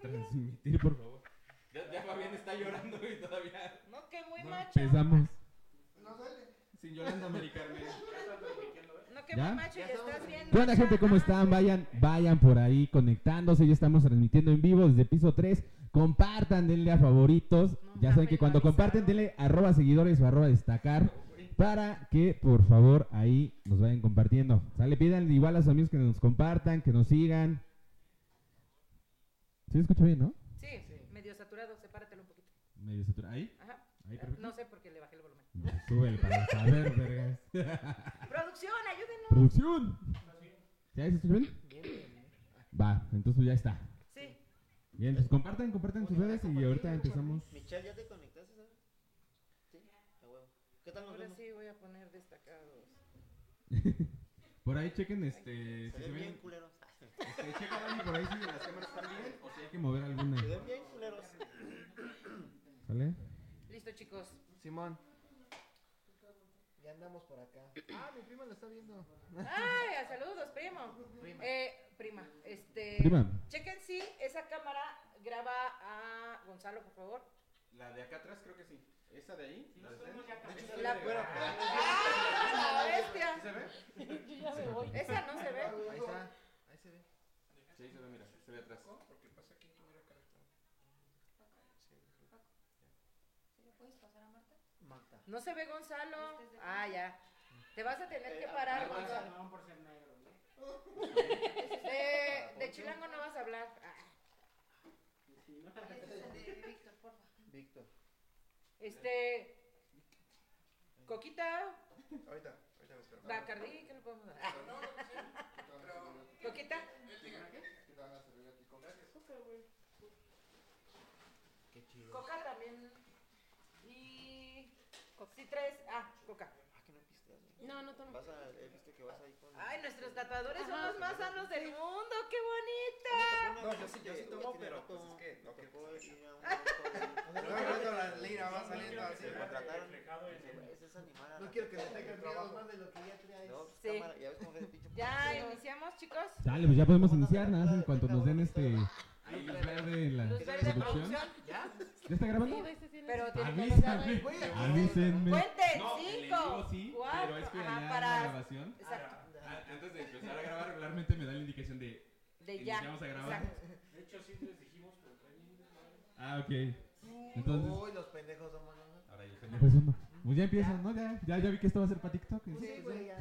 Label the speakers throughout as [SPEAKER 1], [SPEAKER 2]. [SPEAKER 1] transmitir, por favor.
[SPEAKER 2] Ya, ya Fabián está llorando y todavía.
[SPEAKER 3] No, que muy
[SPEAKER 1] No,
[SPEAKER 3] macho.
[SPEAKER 1] empezamos.
[SPEAKER 4] No duele.
[SPEAKER 2] Sin Yolanda Mari Carmen.
[SPEAKER 3] No, que
[SPEAKER 1] pues, ¿Ya?
[SPEAKER 3] muy macho y
[SPEAKER 4] Ya
[SPEAKER 3] estás
[SPEAKER 4] estamos.
[SPEAKER 3] bien.
[SPEAKER 1] ¿Qué onda,
[SPEAKER 3] macha.
[SPEAKER 1] gente? ¿Cómo están? Vayan, vayan por ahí conectándose. Ya estamos transmitiendo en vivo desde piso 3. Compartan, denle a favoritos.
[SPEAKER 3] No,
[SPEAKER 1] ya saben
[SPEAKER 3] mames,
[SPEAKER 1] que cuando
[SPEAKER 3] lo avisaron.
[SPEAKER 1] comparten, denle arroba seguidores o arroba destacar. Para que por favor ahí nos vayan compartiendo. Sale, pidan igual a sus amigos que nos compartan, que nos sigan. ¿Sí me escucha bien, no?
[SPEAKER 3] Sí, medio saturado, sepáratelo un poquito.
[SPEAKER 1] Medio satura- Ahí,
[SPEAKER 3] Ajá.
[SPEAKER 1] ahí, perfecto.
[SPEAKER 3] No sé por qué le bajé el volumen.
[SPEAKER 1] Súbele para saber, vergas. Ah.
[SPEAKER 3] Producción, ayúdenos.
[SPEAKER 1] Producción. ¿Ya se escucha bien? Va, entonces ya está.
[SPEAKER 3] Sí.
[SPEAKER 1] Bien, pues compartan, compartan sus redes y ahorita empezamos.
[SPEAKER 4] Michelle, ¿ya te conectaste? ¿sabes? Sí. A huevo. ¿Qué tal nos
[SPEAKER 3] Ahora
[SPEAKER 4] vemos?
[SPEAKER 3] sí voy a poner destacados.
[SPEAKER 1] Por ahí chequen, este,
[SPEAKER 4] Se
[SPEAKER 1] si se
[SPEAKER 4] ven bien
[SPEAKER 1] ven,
[SPEAKER 4] culeros. Se
[SPEAKER 1] este, chequen ahí por ahí si las cámaras están bien o si hay que mover alguna.
[SPEAKER 4] ven bien culeros.
[SPEAKER 1] ¿Sale?
[SPEAKER 3] Listo, chicos.
[SPEAKER 5] Simón. Ya andamos por acá. Ah, mi prima lo está viendo.
[SPEAKER 3] Ay, saludos, primo. Eh, prima, este.
[SPEAKER 1] Prima.
[SPEAKER 3] Chequen si esa cámara graba a Gonzalo, por favor.
[SPEAKER 2] La de acá atrás creo que sí. Esa de ahí. la de de hecho,
[SPEAKER 3] La-
[SPEAKER 2] estoy de-
[SPEAKER 3] ¡Ah, la
[SPEAKER 2] ¿Sí
[SPEAKER 3] bestia!
[SPEAKER 2] se ve?
[SPEAKER 3] Esa no se ve.
[SPEAKER 5] Ahí está. Ahí se ve.
[SPEAKER 2] Sí, se ve, mira. Se ve atrás.
[SPEAKER 5] Marta.
[SPEAKER 3] No se ve Gonzalo. Ah, ya. Te vas a tener que parar, Gonzalo. Este, De, de chilango no vas a hablar. Ah,
[SPEAKER 5] Víctor.
[SPEAKER 3] Este. Coquita,
[SPEAKER 6] Ahorita, ahorita me espero.
[SPEAKER 3] Bacardí, ¿qué le podemos dar? Ah, Coquita.
[SPEAKER 5] Qué chido.
[SPEAKER 3] Coca también. Y. Sí, tres. Ah, coca.
[SPEAKER 5] Ah, que no pisteas. güey.
[SPEAKER 3] No, no tomo.
[SPEAKER 4] Vas a, eh, viste que vas ahí con.
[SPEAKER 3] Ay, nuestros tatuadores son los más sanos del mundo. ¡Qué bonito!
[SPEAKER 6] No, yo sí, yo sí tomo, pero pues es que no
[SPEAKER 4] te
[SPEAKER 6] quiero
[SPEAKER 4] puedo
[SPEAKER 6] que se
[SPEAKER 4] ir a un doctor.
[SPEAKER 6] No, no, no, la lira va saliendo así.
[SPEAKER 4] Me contrataron. Ese es animal. a la
[SPEAKER 5] No quiero que me
[SPEAKER 4] gente,
[SPEAKER 5] tengas
[SPEAKER 4] güey.
[SPEAKER 5] miedo más de lo que ya traes.
[SPEAKER 4] No, pues,
[SPEAKER 3] Sí.
[SPEAKER 4] cámara, ya ves cómo que es el pinche
[SPEAKER 3] Ya
[SPEAKER 4] puto.
[SPEAKER 3] iniciamos, chicos.
[SPEAKER 1] Dale, pues ya podemos iniciar, nada más en cuanto nos den este ahí luz verde en la
[SPEAKER 3] Luz verde
[SPEAKER 1] producción.
[SPEAKER 3] producción.
[SPEAKER 5] ¿Ya?
[SPEAKER 1] ¿Ya está grabando?
[SPEAKER 3] Pero tiene que
[SPEAKER 1] Avísenme,
[SPEAKER 3] ser.
[SPEAKER 5] Güey,
[SPEAKER 1] avísenme.
[SPEAKER 3] Cuenten,
[SPEAKER 2] No, en el vivo
[SPEAKER 3] cinco.
[SPEAKER 1] sí, pero es
[SPEAKER 3] cuatro.
[SPEAKER 1] que allá
[SPEAKER 3] Ajá,
[SPEAKER 1] en la
[SPEAKER 3] para.
[SPEAKER 1] grabación,
[SPEAKER 3] Exacto.
[SPEAKER 2] A- Ah, Antes de empezar a grabar, regularmente me da la indicación de.
[SPEAKER 3] De ya.
[SPEAKER 2] Iniciamos a grabar.
[SPEAKER 3] Exacto.
[SPEAKER 1] Ah, ok. Entonces,
[SPEAKER 4] Uy, los pendejos son malos.
[SPEAKER 2] Ahora yo
[SPEAKER 1] pues uno. Pues ya empiezan, ¿no? Ya, ya, ya vi que esto va a ser para TikTok. ¿eh?
[SPEAKER 5] Sí, güey. ya.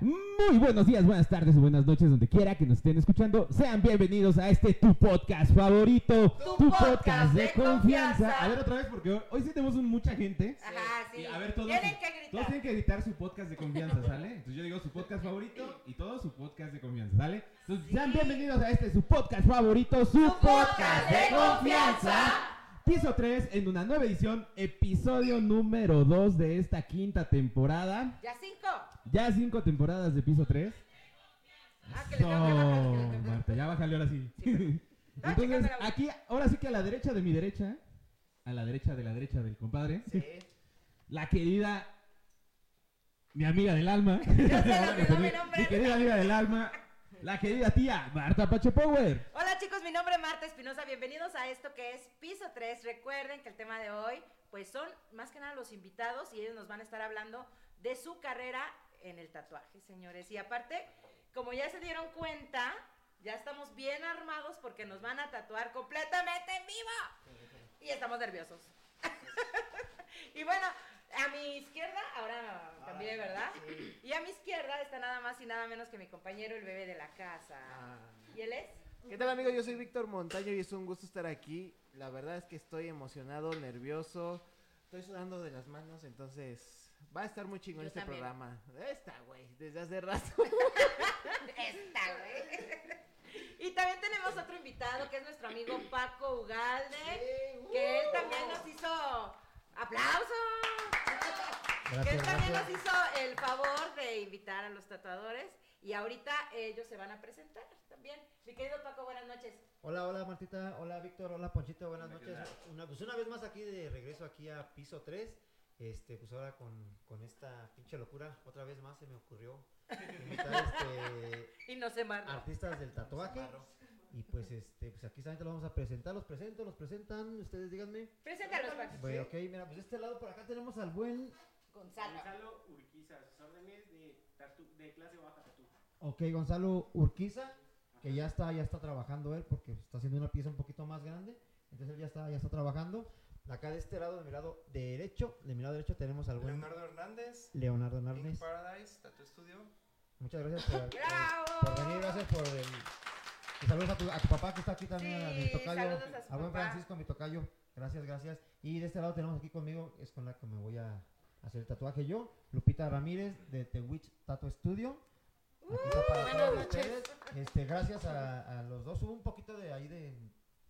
[SPEAKER 1] Muy buenos días, buenas tardes, buenas noches, donde quiera que nos estén escuchando. Sean bienvenidos a este tu podcast favorito,
[SPEAKER 3] Tu
[SPEAKER 1] tu,
[SPEAKER 3] podcast
[SPEAKER 1] podcast, de,
[SPEAKER 3] de
[SPEAKER 1] confianza.
[SPEAKER 3] confianza.
[SPEAKER 1] A ver otra vez, porque hoy, hoy sí tenemos un- mucha gente.
[SPEAKER 3] Ajá, sí.
[SPEAKER 1] Y a ver, todos-
[SPEAKER 3] Tienen que
[SPEAKER 1] Todos
[SPEAKER 3] gritar.
[SPEAKER 1] tienen que editar su podcast de confianza, ¿sale? Entonces yo digo su podcast favorito y todo su podcast de confianza, ¿sale? Entonces sean
[SPEAKER 3] Sí.
[SPEAKER 1] bienvenidos a este su podcast favorito, su podcast de confianza. Piso 3 en una nueva edición, episodio número 2 de esta quinta temporada.
[SPEAKER 3] Ya cinco.
[SPEAKER 1] Ya cinco temporadas de piso 3.
[SPEAKER 3] Ah, que le tengo que bajar, que le tengo que bajar.
[SPEAKER 1] Marta, ya bájale ahora sí.
[SPEAKER 3] Sí, Ah, perdón. Estaba
[SPEAKER 1] Entonces,
[SPEAKER 3] checando la-
[SPEAKER 1] aquí, ahora sí que a la derecha de mi derecha, a la derecha de la derecha del compadre,
[SPEAKER 5] Sí.
[SPEAKER 1] la querida, mi amiga del alma,
[SPEAKER 3] Ya se le olvidó mi
[SPEAKER 1] mi
[SPEAKER 3] nombre.
[SPEAKER 1] querida amiga del alma, la querida tía Marta Pache Power.
[SPEAKER 3] Hola chicos, mi nombre es Marta Espinosa, bienvenidos a esto que es Piso 3. Recuerden que el tema de hoy pues son más que nada los invitados y ellos nos van a estar hablando de su carrera en el tatuaje, señores. Y aparte, como ya se dieron cuenta, ya estamos bien armados porque nos van a tatuar completamente en vivo. Y estamos nerviosos. y bueno, a mi izquierda, ahora
[SPEAKER 6] Ah,
[SPEAKER 3] también, ¿verdad?
[SPEAKER 5] Sí.
[SPEAKER 3] Y a mi izquierda está nada más y nada menos que mi compañero, el bebé de la casa.
[SPEAKER 5] Ah.
[SPEAKER 3] ¿Y él es?
[SPEAKER 5] ¿Qué tal amigos? Yo soy Víctor Montaño y es un gusto estar aquí. La verdad es que estoy emocionado, nervioso, estoy sudando de las manos, entonces va a estar muy chingón
[SPEAKER 3] Yo
[SPEAKER 5] este
[SPEAKER 3] también.
[SPEAKER 5] programa. Esta, güey, desde hace rato.
[SPEAKER 3] Esta, güey. Y también tenemos otro invitado que es nuestro amigo Paco Ugalde, que
[SPEAKER 5] uh.
[SPEAKER 3] él también nos hizo aplausos. Que él también nos hizo el favor de invitar a los tatuadores y ahorita ellos se van a presentar también. Mi querido Paco, buenas noches.
[SPEAKER 7] Hola, hola Martita, hola Víctor, hola Ponchito, buenas
[SPEAKER 2] Hola, ¿qué
[SPEAKER 7] noches. Una, pues una vez más aquí de regreso aquí a piso 3. Este, pues ahora con, con esta pinche locura, otra vez más se me ocurrió invitar este,
[SPEAKER 3] Y no se manda.
[SPEAKER 5] Ah.
[SPEAKER 7] artistas del tatuaje.
[SPEAKER 5] Y pues este, pues aquí solamente lo vamos a presentar, los presento, los presentan, ustedes díganme.
[SPEAKER 3] Preséntalos, Paco.
[SPEAKER 5] Bueno, ok, mira, pues de este lado por acá tenemos al buen.
[SPEAKER 3] Gonzalo.
[SPEAKER 8] Gonzalo Urquiza, sus órdenes de, tartu- de clase baja Tartu.
[SPEAKER 5] Ok, Gonzalo Urquiza, que ya está, ya está trabajando él porque está haciendo una pieza un poquito más grande. Entonces él ya está, ya está trabajando. Acá de este lado, de mi lado derecho, de mi lado derecho tenemos al buen
[SPEAKER 6] Leonardo Hernández,
[SPEAKER 5] Leonardo
[SPEAKER 6] Pink
[SPEAKER 5] Hernández.
[SPEAKER 6] Paradise, Tattoo Studio.
[SPEAKER 5] Muchas gracias por,
[SPEAKER 3] ¡Bravo!
[SPEAKER 5] por venir, gracias por el... y saludos a tu, a tu papá que está aquí también, a mi
[SPEAKER 3] Sí,
[SPEAKER 5] tocayo,
[SPEAKER 3] saludos a su
[SPEAKER 5] buen
[SPEAKER 3] papá.
[SPEAKER 5] Francisco, mi tocayo. Gracias, gracias. Y de este lado tenemos aquí conmigo, es con la que me voy a hacer el tatuaje yo, Lupita Ramírez de The Witch Tattoo Studio.
[SPEAKER 3] Uh,
[SPEAKER 5] Aquí está para
[SPEAKER 9] buenas
[SPEAKER 5] todos
[SPEAKER 9] noches.
[SPEAKER 5] ustedes. Este, gracias a, a los dos. Hubo un poquito de ahí de,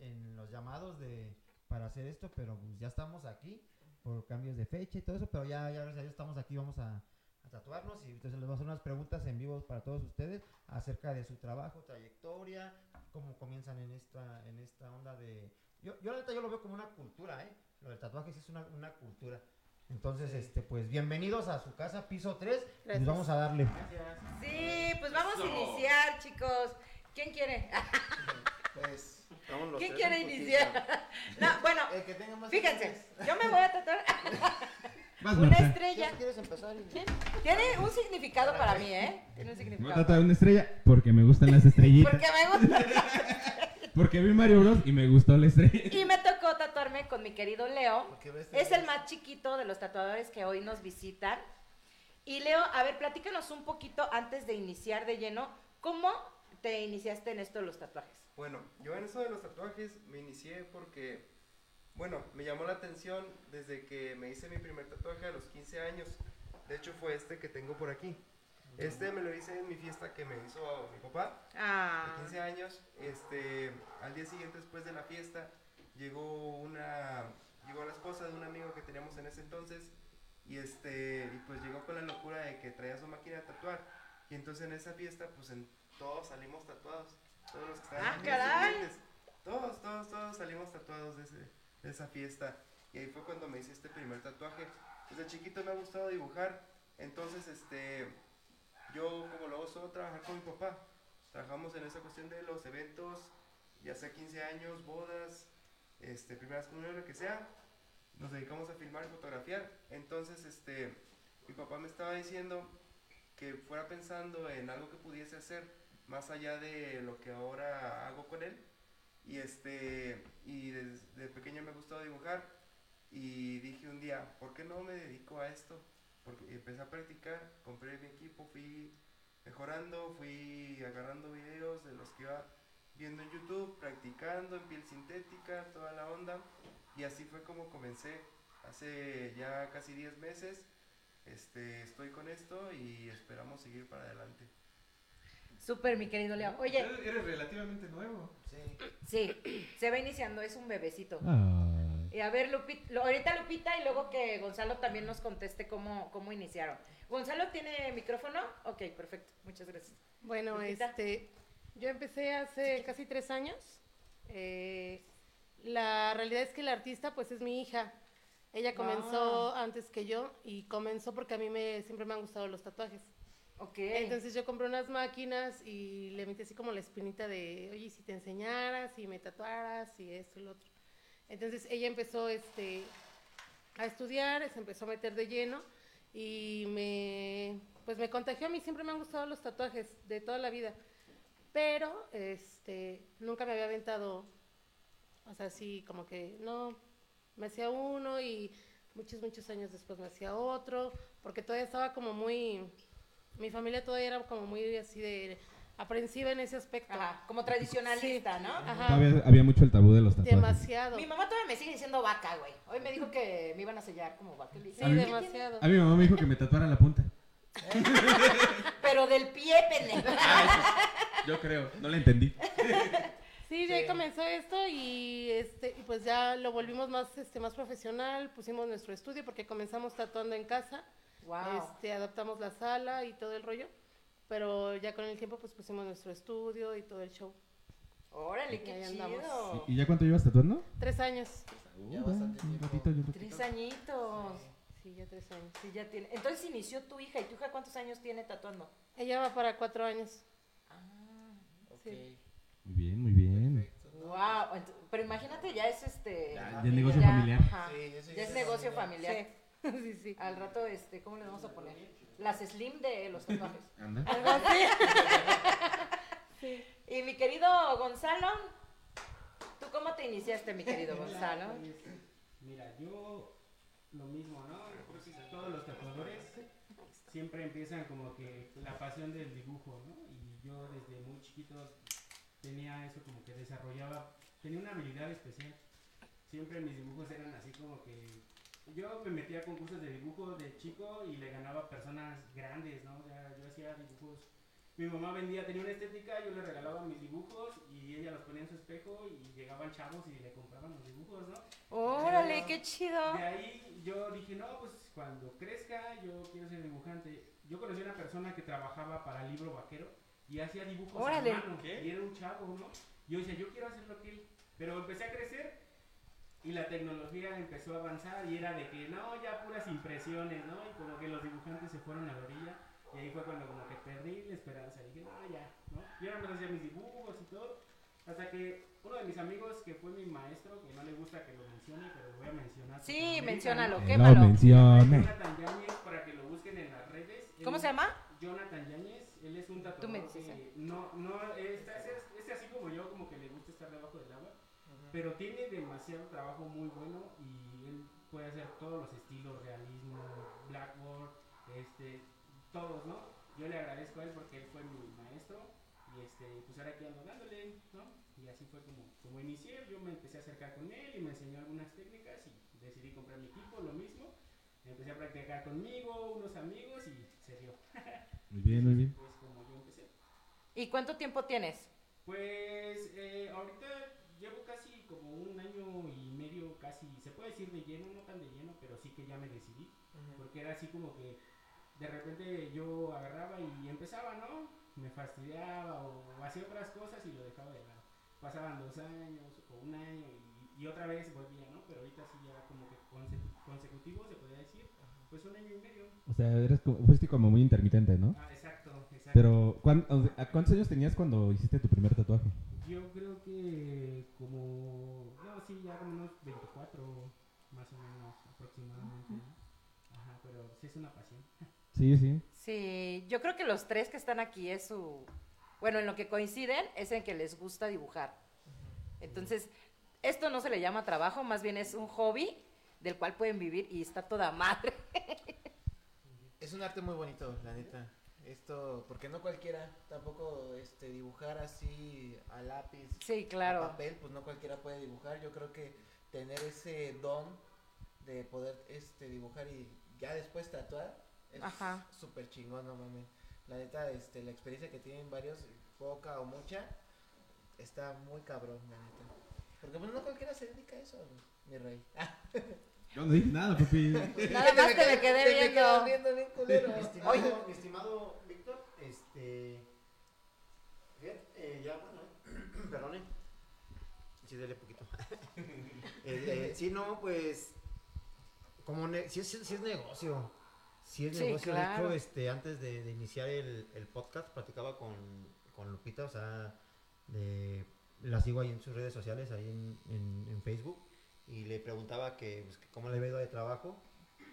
[SPEAKER 5] en los llamados de, para hacer esto, pero pues, ya estamos aquí por cambios de fecha y todo eso, pero ya, ya gracias a Dios estamos aquí, vamos a, a tatuarnos y entonces les voy a hacer unas preguntas en vivo para todos ustedes acerca de su trabajo, trayectoria, cómo comienzan en esta, en esta onda de... Yo, yo la neta yo lo veo como una cultura, ¿eh? Lo del tatuaje sí es una, una cultura. Entonces, este, pues bienvenidos a su casa, piso 3. Nos
[SPEAKER 9] Gracias.
[SPEAKER 5] vamos a darle.
[SPEAKER 3] Sí, pues vamos a iniciar, chicos. ¿Quién quiere?
[SPEAKER 10] Pues,
[SPEAKER 3] ¿Quién quiere iniciar? No, bueno,
[SPEAKER 10] el que tenga más.
[SPEAKER 3] fíjense, yo me voy a tratar
[SPEAKER 1] Vas,
[SPEAKER 3] una
[SPEAKER 1] Marta.
[SPEAKER 3] estrella.
[SPEAKER 9] ¿Quieres empezar? Y...
[SPEAKER 3] Tiene un significado para mí, ¿eh? Tiene un
[SPEAKER 1] Me voy a
[SPEAKER 3] significado.
[SPEAKER 1] tratar una estrella porque me gustan las estrellitas.
[SPEAKER 3] Porque me gusta.
[SPEAKER 1] Porque vi Mario Bros y me gustó la estrella.
[SPEAKER 3] Y me tocó tatuarme con mi querido Leo.
[SPEAKER 10] Porque ves-
[SPEAKER 3] Es el más chiquito de los tatuadores que hoy nos visitan. Y Leo, a ver, platícanos un poquito antes de iniciar de lleno, ¿cómo te iniciaste en esto de los tatuajes?
[SPEAKER 6] Bueno, yo en eso de los tatuajes me inicié porque, bueno, me llamó la atención desde que me hice mi primer tatuaje a los 15 años. De hecho, fue este que tengo por aquí. Este me lo hice en mi fiesta que me hizo mi papá. de
[SPEAKER 3] Ah,
[SPEAKER 6] 15 años, este, al día siguiente después de la fiesta, llegó una, llegó la esposa de un amigo que teníamos en ese entonces, y este, y pues llegó con la locura de que traía su máquina de tatuar, y entonces en esa fiesta, pues en, todos salimos tatuados, todos los que estaban
[SPEAKER 3] Ah,
[SPEAKER 6] ahí, los
[SPEAKER 3] caray.
[SPEAKER 6] sirvientes, todos, todos, todos salimos tatuados de, ese- de esa fiesta, y ahí fue cuando me hice este primer tatuaje, desde chiquito me ha gustado dibujar, entonces, este, yo como lo hago solo trabajar con mi papá, trabajamos en esa cuestión de los eventos, ya sea 15 años, bodas, este, primeras comuniones, lo que sea, nos dedicamos a filmar y fotografiar. Entonces, este, mi papá me estaba diciendo que fuera pensando en algo que pudiese hacer más allá de lo que ahora hago con él. Y este, y desde pequeño me ha gustado dibujar y dije un día, ¿por qué no me dedico a esto? Porque empecé a practicar, compré mi equipo, fui mejorando, fui agarrando videos de los que iba viendo en YouTube, practicando en piel sintética, toda la onda. Y así fue como comencé hace ya casi 10 meses. Este, estoy con esto y esperamos seguir para adelante.
[SPEAKER 3] súper, mi querido Leo. Oye,
[SPEAKER 11] Eres relativamente nuevo.
[SPEAKER 3] sí, se va iniciando, es un bebecito.
[SPEAKER 1] Ay.
[SPEAKER 3] Y a ver, Lupita, ahorita Lupita y luego que Gonzalo también nos conteste cómo, cómo iniciaron. Gonzalo tiene micrófono. Ok, perfecto. Muchas gracias.
[SPEAKER 12] Bueno,
[SPEAKER 3] Lupita.
[SPEAKER 12] este, yo empecé hace casi tres años. Eh, la realidad es que la artista, pues, es mi hija. Ella comenzó
[SPEAKER 3] Ah.
[SPEAKER 12] antes que yo y comenzó porque a mí me, siempre me han gustado los tatuajes.
[SPEAKER 3] Ok.
[SPEAKER 12] Entonces yo compré unas máquinas y le metí así como la espinita de, oye, ¿y si te enseñaras, y me tatuaras, y esto y lo otro. Entonces ella empezó este, a estudiar, se empezó a meter de lleno y me, pues me contagió. A mí siempre me han gustado los tatuajes de toda la vida, pero este, nunca me había aventado, o sea, así como que no, me hacía uno y muchos, muchos años después me hacía otro, porque todavía estaba como muy, mi familia todavía era como muy así de aprensiva en ese aspecto.
[SPEAKER 3] Ajá, como tradicionalista, ¿no?
[SPEAKER 12] Ajá,
[SPEAKER 1] Había, había mucho el tabú de los tatuajes.
[SPEAKER 12] demasiado.
[SPEAKER 3] Mi mamá todavía me sigue diciendo vaca, güey. Hoy me dijo que me iban a sellar como vaca. Le dije,
[SPEAKER 12] Sí,
[SPEAKER 1] A mí-
[SPEAKER 12] demasiado.
[SPEAKER 1] A mi mamá me dijo que me tatuara la punta.
[SPEAKER 3] Pero del pie, pendejo.
[SPEAKER 1] pues, Yo creo, no la entendí.
[SPEAKER 12] Sí, de ahí comenzó esto y este y pues ya lo volvimos más este más profesional, pusimos nuestro estudio porque comenzamos tatuando en casa,
[SPEAKER 3] Wow.
[SPEAKER 12] este adaptamos la sala y todo el rollo, pero ya con el tiempo pues pusimos nuestro estudio y todo el show.
[SPEAKER 3] Órale,
[SPEAKER 12] Ahí
[SPEAKER 3] qué
[SPEAKER 12] andamos.
[SPEAKER 3] chido.
[SPEAKER 1] ¿Y ya cuánto llevas tatuando?
[SPEAKER 12] Tres años.
[SPEAKER 10] Uh, Ya bastante
[SPEAKER 1] un
[SPEAKER 10] tiempo.
[SPEAKER 1] ratito, yo creo.
[SPEAKER 3] Tres añitos.
[SPEAKER 12] Sí, ya tres años.
[SPEAKER 3] Sí, ya tiene. Entonces inició tu hija. ¿Y tu hija cuántos años tiene tatuando?
[SPEAKER 12] Ella va para cuatro años.
[SPEAKER 3] Ah.
[SPEAKER 10] Ok.
[SPEAKER 1] Muy bien, muy bien.
[SPEAKER 3] Imagínate, ya es este.
[SPEAKER 1] Ya, ya es negocio familiar.
[SPEAKER 3] ajá,
[SPEAKER 13] Sí, eso
[SPEAKER 3] Ah, ya es negocio familiar.
[SPEAKER 12] sí, sí.
[SPEAKER 3] Al rato, este, ¿cómo le vamos a poner? Las slim de los tatuajes.
[SPEAKER 1] Anda.
[SPEAKER 3] Algo así. Y mi querido Gonzalo, ¿tú cómo te iniciaste, mi querido Gonzalo?
[SPEAKER 14] pues, Mira, yo lo mismo, ¿no? Creo que todos los tatuadores siempre empiezan como que la pasión del dibujo, ¿no? Y yo desde muy chiquito tenía eso como que desarrollaba, tenía una habilidad especial. Siempre mis dibujos eran así como que yo me metía a concursos de dibujo de chico y le ganaba a personas grandes, ¿no? O sea, yo hacía dibujos. Mi mamá vendía, tenía una estética, yo le regalaba mis dibujos y ella los ponía en su espejo y llegaban chavos y le compraban los dibujos, ¿no?
[SPEAKER 3] Órale, qué chido.
[SPEAKER 14] De ahí yo dije, no, pues cuando crezca yo quiero ser dibujante. Yo conocí a una persona que trabajaba para el libro vaquero y hacía dibujos a
[SPEAKER 3] Órale.
[SPEAKER 14] mano. Y era un chavo, ¿no? Yo decía, yo quiero hacer lo que él. Pero empecé a crecer y la tecnología empezó a avanzar y era de que, no, ya puras impresiones, ¿no? Y como que los dibujantes se fueron a la orilla. Y ahí fue cuando como que perdí la esperanza. Dije, no, ya, ¿no? Yo ahora empecé a hacer mis dibujos y todo. Hasta que uno de mis amigos, que fue mi maestro, que no le gusta que lo mencione, pero lo voy a mencionar. porque lo
[SPEAKER 3] Sí,
[SPEAKER 14] amerita,
[SPEAKER 3] menciónalo,
[SPEAKER 14] ¿no?
[SPEAKER 1] No
[SPEAKER 3] quémalo.
[SPEAKER 1] mencione.
[SPEAKER 14] Jonathan Yáñez, para que lo busquen en las redes. Él
[SPEAKER 3] ¿Cómo
[SPEAKER 14] es
[SPEAKER 3] se llama?
[SPEAKER 14] Jonathan Yáñez, él es un
[SPEAKER 3] Tú me
[SPEAKER 14] tatuador
[SPEAKER 3] dices,
[SPEAKER 14] que no, no, está, es, es así como yo, como que le gusta estar debajo del agua, pero tiene demasiado trabajo muy bueno y él puede hacer todos los estilos, realismo, blackboard, este, todos, ¿no? Yo le agradezco a él porque él fue mi maestro y este, pues ahora aquí ando dándole, ¿no? Y así fue como, como inicié, yo me empecé a acercar con él y me enseñó algunas técnicas y decidí comprar mi equipo, lo mismo. Empecé a practicar conmigo, unos amigos y se dio.
[SPEAKER 1] Muy bien, muy bien.
[SPEAKER 14] Pues como yo empecé.
[SPEAKER 3] ¿Y cuánto tiempo tienes?
[SPEAKER 14] Pues eh, ahorita llevo casi como un año y medio, casi, se puede decir de lleno, no tan de lleno, pero sí que ya me decidí. Porque era así como que de repente yo agarraba y empezaba, ¿no? Me fastidiaba o, hacía otras cosas y lo dejaba de lado. Pasaban dos años o un año y, y otra vez volvía, ¿no? Pero ahorita sí ya como que conse- consecutivo se podría decir, pues un año y medio.
[SPEAKER 1] O sea, eres como- fuiste como muy intermitente, ¿no?
[SPEAKER 14] Ah, exacto, exacto.
[SPEAKER 1] Pero, ¿cuán- o sea, ¿a ¿cuántos años tenías cuando hiciste tu primer tatuaje?
[SPEAKER 14] Yo creo que como... No, sí, ya como unos 24 más o menos aproximadamente. ¿no? Ajá, pero sí es una pasión.
[SPEAKER 1] Sí, sí.
[SPEAKER 3] Sí, yo creo que los tres que están aquí es su... Bueno, en lo que coinciden es en que les gusta dibujar. Entonces, esto no se le llama trabajo, más bien es un hobby del cual pueden vivir y está toda madre.
[SPEAKER 13] Es un arte muy bonito, la neta. Esto, porque no cualquiera, tampoco este, dibujar así a lápiz,
[SPEAKER 3] Sí,
[SPEAKER 13] a
[SPEAKER 3] claro.
[SPEAKER 13] papel, pues no cualquiera puede dibujar. Yo creo que tener ese don de poder este, dibujar y ya después tatuar es
[SPEAKER 3] Ajá.
[SPEAKER 13] súper chingón, no mames. La neta, este, la experiencia que tienen varios, poca o mucha, está muy cabrón, la neta. Porque pues, no cualquiera se dedica a eso, mi rey.
[SPEAKER 1] Yo no dije nada, papi.
[SPEAKER 3] Nada más te
[SPEAKER 13] Te me
[SPEAKER 3] me quedé
[SPEAKER 13] quedas
[SPEAKER 3] viendo.
[SPEAKER 13] viendo bien culero.
[SPEAKER 5] Mi estimado,
[SPEAKER 13] Oye,
[SPEAKER 5] mi estimado Víctor, este. fíjate, eh, ya, bueno, eh, perdone. Sí, dele poquito. Eh, eh, sí, no, pues. Como ne- si, es, si es negocio. Si es
[SPEAKER 3] Sí,
[SPEAKER 5] negocio.
[SPEAKER 3] claro.
[SPEAKER 5] De hecho, este, antes de, de iniciar el, el podcast, platicaba con, con Lupita, o sea, de, la sigo ahí en sus redes sociales, ahí en, en- en Facebook, y le preguntaba que, pues, que cómo le veo de trabajo.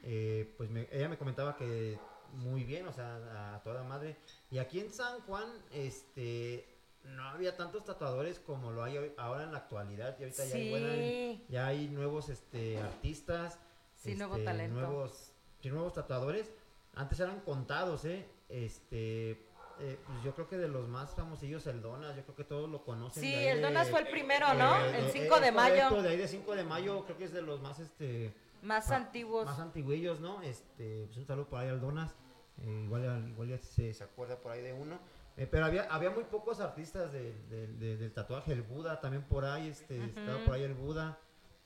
[SPEAKER 5] Eh, pues me- ella me comentaba que muy bien, o sea, a toda madre. Y aquí en San Juan, este, no había tantos tatuadores como lo hay hoy- ahora en la actualidad. Y ahorita ya hay buena-
[SPEAKER 3] Sí,
[SPEAKER 5] ya hay nuevos este, artistas.
[SPEAKER 3] sí, nuevo
[SPEAKER 5] este,
[SPEAKER 3] talento.
[SPEAKER 5] Nuevos, sí, nuevos tatuadores. Antes eran contados, ¿eh? Este, eh, pues yo creo que de los más famosillos, el Donas, yo creo que todos lo conocen.
[SPEAKER 3] Sí,
[SPEAKER 5] de ahí
[SPEAKER 3] el
[SPEAKER 5] de-
[SPEAKER 3] Donas fue el primero, ¿no?
[SPEAKER 5] eh,
[SPEAKER 3] El
[SPEAKER 5] eh,
[SPEAKER 3] 5 de
[SPEAKER 5] es correcto,
[SPEAKER 3] mayo,
[SPEAKER 5] De ahí de 5 de mayo, creo que es de los más, este,
[SPEAKER 3] más
[SPEAKER 5] ah,
[SPEAKER 3] antiguos.
[SPEAKER 5] más antiguillos, ¿no? Este, pues un saludo por ahí al Donas. eh, igual al- igual ya se, se acuerda por ahí de uno. Eh, pero había, había muy pocos artistas de- de- de- del tatuaje. El Buda también por ahí, este, estaba
[SPEAKER 3] Ujú.
[SPEAKER 5] por ahí el Buda.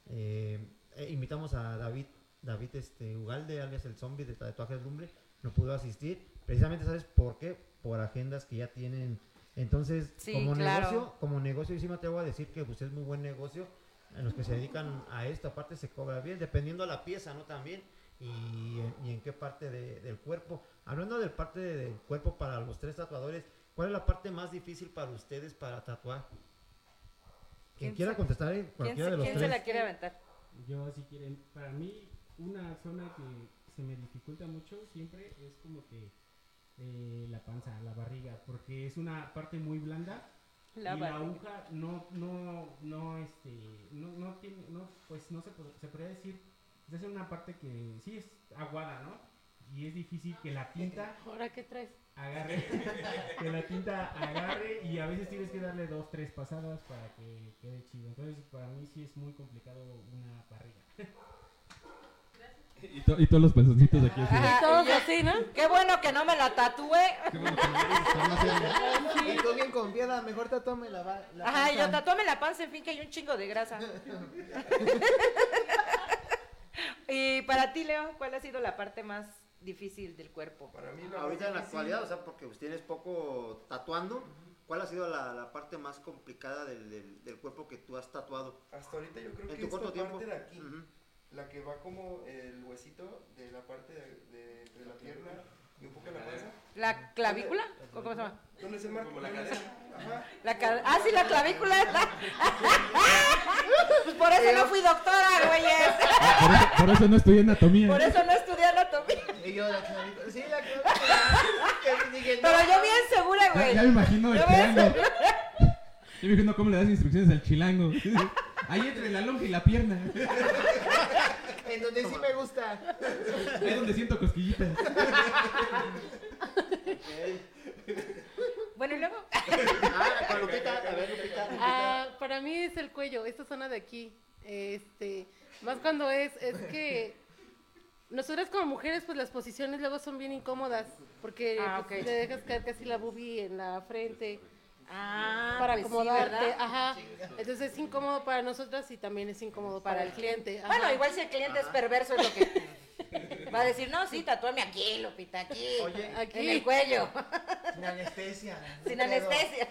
[SPEAKER 5] Eh, eh, invitamos a David, David este, Ugalde, alias el zombie de tatuajes lumbre. No pudo asistir. Precisamente, ¿sabes por qué? Por agendas que ya tienen. Entonces,
[SPEAKER 3] Sí,
[SPEAKER 5] como
[SPEAKER 3] claro.
[SPEAKER 5] negocio, como negocio, yo sí me atrevo a decir que pues, es muy buen negocio en los que se dedican a esto, aparte se cobra bien, dependiendo a la pieza, ¿no? También, y, en- y en qué parte de- del cuerpo. Hablando del parte de- del cuerpo para los tres tatuadores, ¿cuál es la parte más difícil para ustedes para tatuar?
[SPEAKER 7] Quien
[SPEAKER 3] ¿Quién
[SPEAKER 7] quiera
[SPEAKER 3] se-
[SPEAKER 7] contestar, eh,
[SPEAKER 3] ¿Quién,
[SPEAKER 7] cualquiera
[SPEAKER 3] se,
[SPEAKER 7] de los
[SPEAKER 3] quién se
[SPEAKER 7] tres.
[SPEAKER 3] la quiere aventar?
[SPEAKER 14] Yo, si quieren, para mí, una zona que se me dificulta mucho siempre es como que eh, la panza, la barriga, porque es una parte muy blanda
[SPEAKER 3] La
[SPEAKER 14] y la
[SPEAKER 3] barriga.
[SPEAKER 14] aguja no, no, no, este, no, no tiene, no, pues no se, pod- se podría decir, es una parte que sí es aguada, ¿no? Y es difícil que la tinta
[SPEAKER 12] Ahora, ¿qué traes?
[SPEAKER 14] agarre, que la tinta agarre y a veces tienes que darle dos, tres pasadas para que quede chido. Entonces, para mí sí es muy complicado una barriga.
[SPEAKER 1] Y, to- y todos los pezoncitos aquí así.
[SPEAKER 3] Ah,
[SPEAKER 12] Y todos
[SPEAKER 3] ya.
[SPEAKER 12] así, ¿no?
[SPEAKER 3] Qué bueno que no me la tatué.
[SPEAKER 1] Qué bueno que me- no sé,
[SPEAKER 5] Estoy bien confiada, mejor tatúame la, ba- la
[SPEAKER 3] Ajá,
[SPEAKER 5] panza.
[SPEAKER 3] yo tatuame la panza, en fin, que hay un chingo de grasa. y para ti, Leo, ¿cuál ha sido la parte más difícil del cuerpo?
[SPEAKER 6] Para mí la
[SPEAKER 4] Ahorita en la
[SPEAKER 6] más difícil-
[SPEAKER 4] actualidad, o sea, porque pues, tienes poco tatuando, ¿cuál ha sido la, la parte más complicada del, del- del cuerpo que tú has tatuado
[SPEAKER 6] Hasta ahorita yo creo
[SPEAKER 4] en
[SPEAKER 6] que
[SPEAKER 4] tu
[SPEAKER 6] esta
[SPEAKER 4] corto
[SPEAKER 6] parte
[SPEAKER 4] tiempo?
[SPEAKER 6] de aquí,
[SPEAKER 4] Ujú.
[SPEAKER 6] la que va como el huesito de la parte de, de- entre la pierna y un poco la panza.
[SPEAKER 3] ¿La clavícula? ¿O cómo se llama?
[SPEAKER 6] ¿Dónde se marca? Como la cadera. Ajá.
[SPEAKER 3] La ca- ah, sí, la clavícula. pues por eso no fui doctora, güeyes.
[SPEAKER 1] "Ah, por, eso, por eso no estudié anatomía.
[SPEAKER 3] Por eso no estudié anatomía.
[SPEAKER 5] Y yo la clavita. Sí, la clavita. Dije, no.
[SPEAKER 3] Pero yo bien segura,
[SPEAKER 1] Ya,
[SPEAKER 3] güey.
[SPEAKER 1] ya me imagino el
[SPEAKER 3] ¿Ya ves?
[SPEAKER 1] chilango. Yo me imagino cómo le das instrucciones al chilango. Ahí entre la lonja y la pierna.
[SPEAKER 5] En donde sí me gusta.
[SPEAKER 1] Es donde siento cosquillitas.
[SPEAKER 3] Bueno, y luego.
[SPEAKER 5] Ah, con Lupita. A ver, Lupita.
[SPEAKER 12] Ah, para mí es el cuello, esta zona de aquí. Este, más cuando es, es que nosotras como mujeres, pues las posiciones luego son bien incómodas, porque
[SPEAKER 3] Ah,
[SPEAKER 12] pues,
[SPEAKER 3] ok.
[SPEAKER 12] te dejas caer casi la boobie en la frente
[SPEAKER 3] Ah,
[SPEAKER 12] para
[SPEAKER 3] pues sí,
[SPEAKER 12] acomodarte.
[SPEAKER 3] ¿verdad?
[SPEAKER 12] Ajá. Entonces es incómodo para nosotras y también es incómodo para el cliente. Ajá.
[SPEAKER 3] Bueno, igual si el cliente es perverso es lo que va a decir, no, sí, tatúame aquí, Lupita, aquí,
[SPEAKER 5] Oye,
[SPEAKER 12] Aquí.
[SPEAKER 3] en el cuello,
[SPEAKER 5] sin anestesia.
[SPEAKER 3] sin
[SPEAKER 5] Pero-
[SPEAKER 3] anestesia.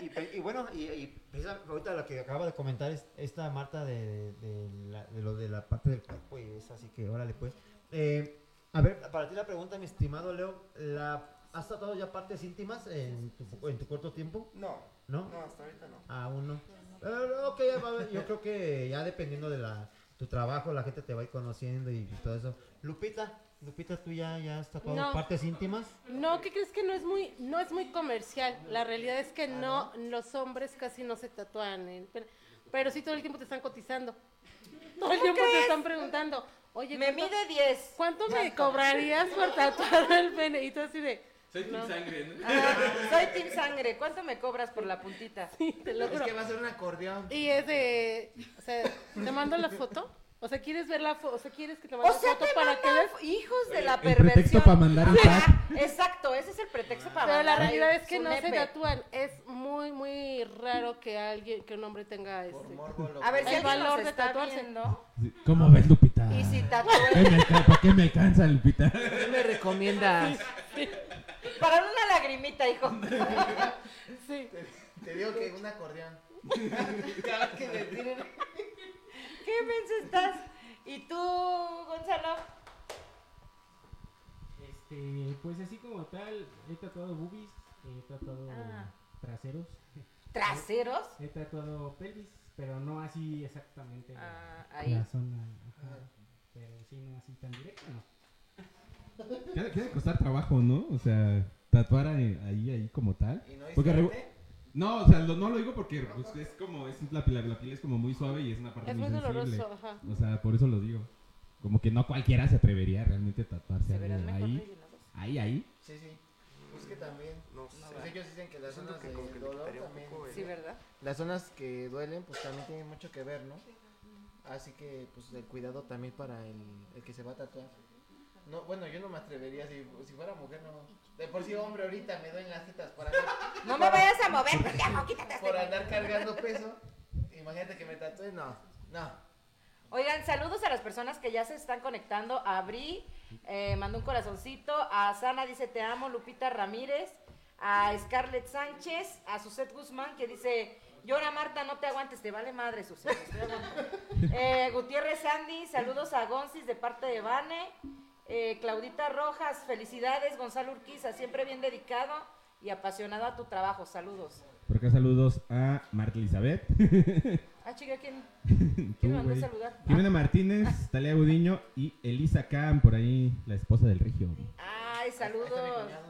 [SPEAKER 4] Y, pe- y bueno, y, y precisa- ahorita la
[SPEAKER 7] que
[SPEAKER 4] que
[SPEAKER 7] acaba de comentar es- esta Marta de, de la- de lo de la parte del cuerpo y es así que órale pues. Eh, a ver, para ti la pregunta, mi estimado Leo, ¿la, ¿has tratado ya partes íntimas en tu, en tu corto tiempo?
[SPEAKER 6] No,
[SPEAKER 7] ¿No?
[SPEAKER 6] no, hasta ahorita no.
[SPEAKER 7] Aún no. Eh, ok, va a haber- yo creo que ya dependiendo de la, tu trabajo, la gente te va a ir conociendo y todo eso. Lupita, Lupita, ¿tú ya, ya has tatuado
[SPEAKER 12] No.
[SPEAKER 7] partes íntimas?
[SPEAKER 12] No, ¿qué crees que no es muy, no es muy comercial? La realidad es que no, los hombres casi no se tatúan, el pe- pero sí todo el tiempo te están cotizando. Todo el tiempo te están preguntando, oye,
[SPEAKER 3] Me
[SPEAKER 12] ¿cuánto-
[SPEAKER 3] mide 10.
[SPEAKER 12] ¿Cuánto me cobrarías por tatuar el pene? Y tú así de,
[SPEAKER 2] Soy
[SPEAKER 12] No.
[SPEAKER 2] sin sangre, ¿no?
[SPEAKER 3] Ah, soy team sangre, ¿cuánto me cobras por la puntita?
[SPEAKER 12] sí, te lo
[SPEAKER 5] Es
[SPEAKER 12] juro.
[SPEAKER 5] que va a ser un acordeón.
[SPEAKER 12] Y es de, o sea, te mando la foto. O sea, ¿quieres ver la foto? O sea, ¿quieres que te mande
[SPEAKER 3] O
[SPEAKER 12] la
[SPEAKER 3] sea,
[SPEAKER 12] foto
[SPEAKER 3] te
[SPEAKER 12] para que
[SPEAKER 3] mandan
[SPEAKER 12] veas?
[SPEAKER 3] hijos de la
[SPEAKER 1] El pretexto
[SPEAKER 3] perversión.
[SPEAKER 1] para mandar un pack.
[SPEAKER 3] Ajá, Exacto, ese es el pretexto para
[SPEAKER 12] Pero la
[SPEAKER 3] mandar
[SPEAKER 12] realidad
[SPEAKER 3] ahí
[SPEAKER 12] es que
[SPEAKER 3] su
[SPEAKER 12] no se
[SPEAKER 3] nepe.
[SPEAKER 12] tatúan. Es muy, muy raro que alguien, que un hombre tenga
[SPEAKER 5] Por
[SPEAKER 12] este.
[SPEAKER 5] morbo lo
[SPEAKER 3] A ver, si
[SPEAKER 12] El
[SPEAKER 3] alguien
[SPEAKER 12] valor
[SPEAKER 3] nos
[SPEAKER 12] de
[SPEAKER 3] está
[SPEAKER 12] tatuarse.
[SPEAKER 3] viendo
[SPEAKER 1] Sí, ¿Cómo ves, Lupita?
[SPEAKER 3] y si
[SPEAKER 1] ¿Qué me
[SPEAKER 3] tatúe,
[SPEAKER 1] alca- ¿Para qué me alcanza, Lupita?
[SPEAKER 5] ¿Qué me recomiendas?
[SPEAKER 3] para una lagrimita, hijo.
[SPEAKER 12] Sí.
[SPEAKER 5] Te digo que un acordeón. Cada vez que me tiren.
[SPEAKER 3] ¿Qué menso estás? ¿Y tú, Gonzalo?
[SPEAKER 14] Este, pues así como tal, he tatuado boobies, he tatuado
[SPEAKER 3] Ah.
[SPEAKER 14] traseros,
[SPEAKER 3] ¿Traseros?
[SPEAKER 14] he tatuado pelvis, pero no así exactamente la-
[SPEAKER 3] Ah,
[SPEAKER 14] la,
[SPEAKER 3] ahí. Ah.
[SPEAKER 14] zona. ajá. Pero sí, no así tan directo, no.
[SPEAKER 1] ¿Qué ha de- qué ha de costar trabajo, ¿no? O sea, tatuar ahí, ahí, ahí como tal.
[SPEAKER 5] Y
[SPEAKER 3] este
[SPEAKER 5] no
[SPEAKER 1] Porque
[SPEAKER 5] hiciste.
[SPEAKER 1] No, o sea, lo- no lo digo porque pues, es como, es la, piel- la piel es como muy suave y es una parte
[SPEAKER 12] Es
[SPEAKER 1] muy
[SPEAKER 12] muy
[SPEAKER 1] sensible.
[SPEAKER 12] doloroso, ajá.
[SPEAKER 1] O sea, por eso lo digo. Como que no cualquiera se atrevería realmente a tatuarse
[SPEAKER 3] Se verán
[SPEAKER 1] algo
[SPEAKER 3] mejor
[SPEAKER 1] ahí.
[SPEAKER 3] rellenados.
[SPEAKER 1] Ahí, ahí.
[SPEAKER 5] Sí, sí. Pues que también.
[SPEAKER 6] Mm, No sé.
[SPEAKER 5] Pues ellos dicen que
[SPEAKER 6] Yo
[SPEAKER 5] las
[SPEAKER 6] siento
[SPEAKER 5] zonas
[SPEAKER 6] que
[SPEAKER 5] de
[SPEAKER 6] como que le
[SPEAKER 5] dolor
[SPEAKER 6] quitaría un
[SPEAKER 5] también.
[SPEAKER 6] poco el-
[SPEAKER 3] Sí, ¿verdad?
[SPEAKER 5] Las zonas que duelen, pues también tienen mucho que ver, ¿no? Así que, pues el cuidado también para el, el que se va a tatuar. No, bueno, yo no me atrevería si, si fuera mujer, no. De por sí, hombre, ahorita me doy las tetas para andar,
[SPEAKER 3] No me vayas a mover, pendejo, quítate este
[SPEAKER 5] por andar cargando peso. Imagínate que me tatúe, no, no.
[SPEAKER 3] Oigan, saludos a las personas que ya se están conectando. A Bri, eh, mandó un corazoncito. A Sana dice te amo. Lupita Ramírez. A Scarlett Sánchez. A Suset Guzmán que dice llora Marta, no te aguantes. Te vale madre, Suset. estoy aguantando. Eh, Gutiérrez Sandy, saludos a Gonzis de parte de Vane. Eh, Claudita Rojas, felicidades. Gonzalo Urquiza, siempre bien dedicado y apasionado a tu trabajo. Saludos.
[SPEAKER 1] Por acá saludos a Marta Elizabeth.
[SPEAKER 3] Ah, chica, ¿quién,
[SPEAKER 1] Tú,
[SPEAKER 3] quién mandó a
[SPEAKER 1] güey.
[SPEAKER 3] saludar? Ah,
[SPEAKER 1] Jimena Martínez, Talia Gudiño y Elisa Kahn, por ahí, la esposa del regio.
[SPEAKER 3] Ay,
[SPEAKER 5] Ahí está mi
[SPEAKER 3] saludos.
[SPEAKER 5] cuñado.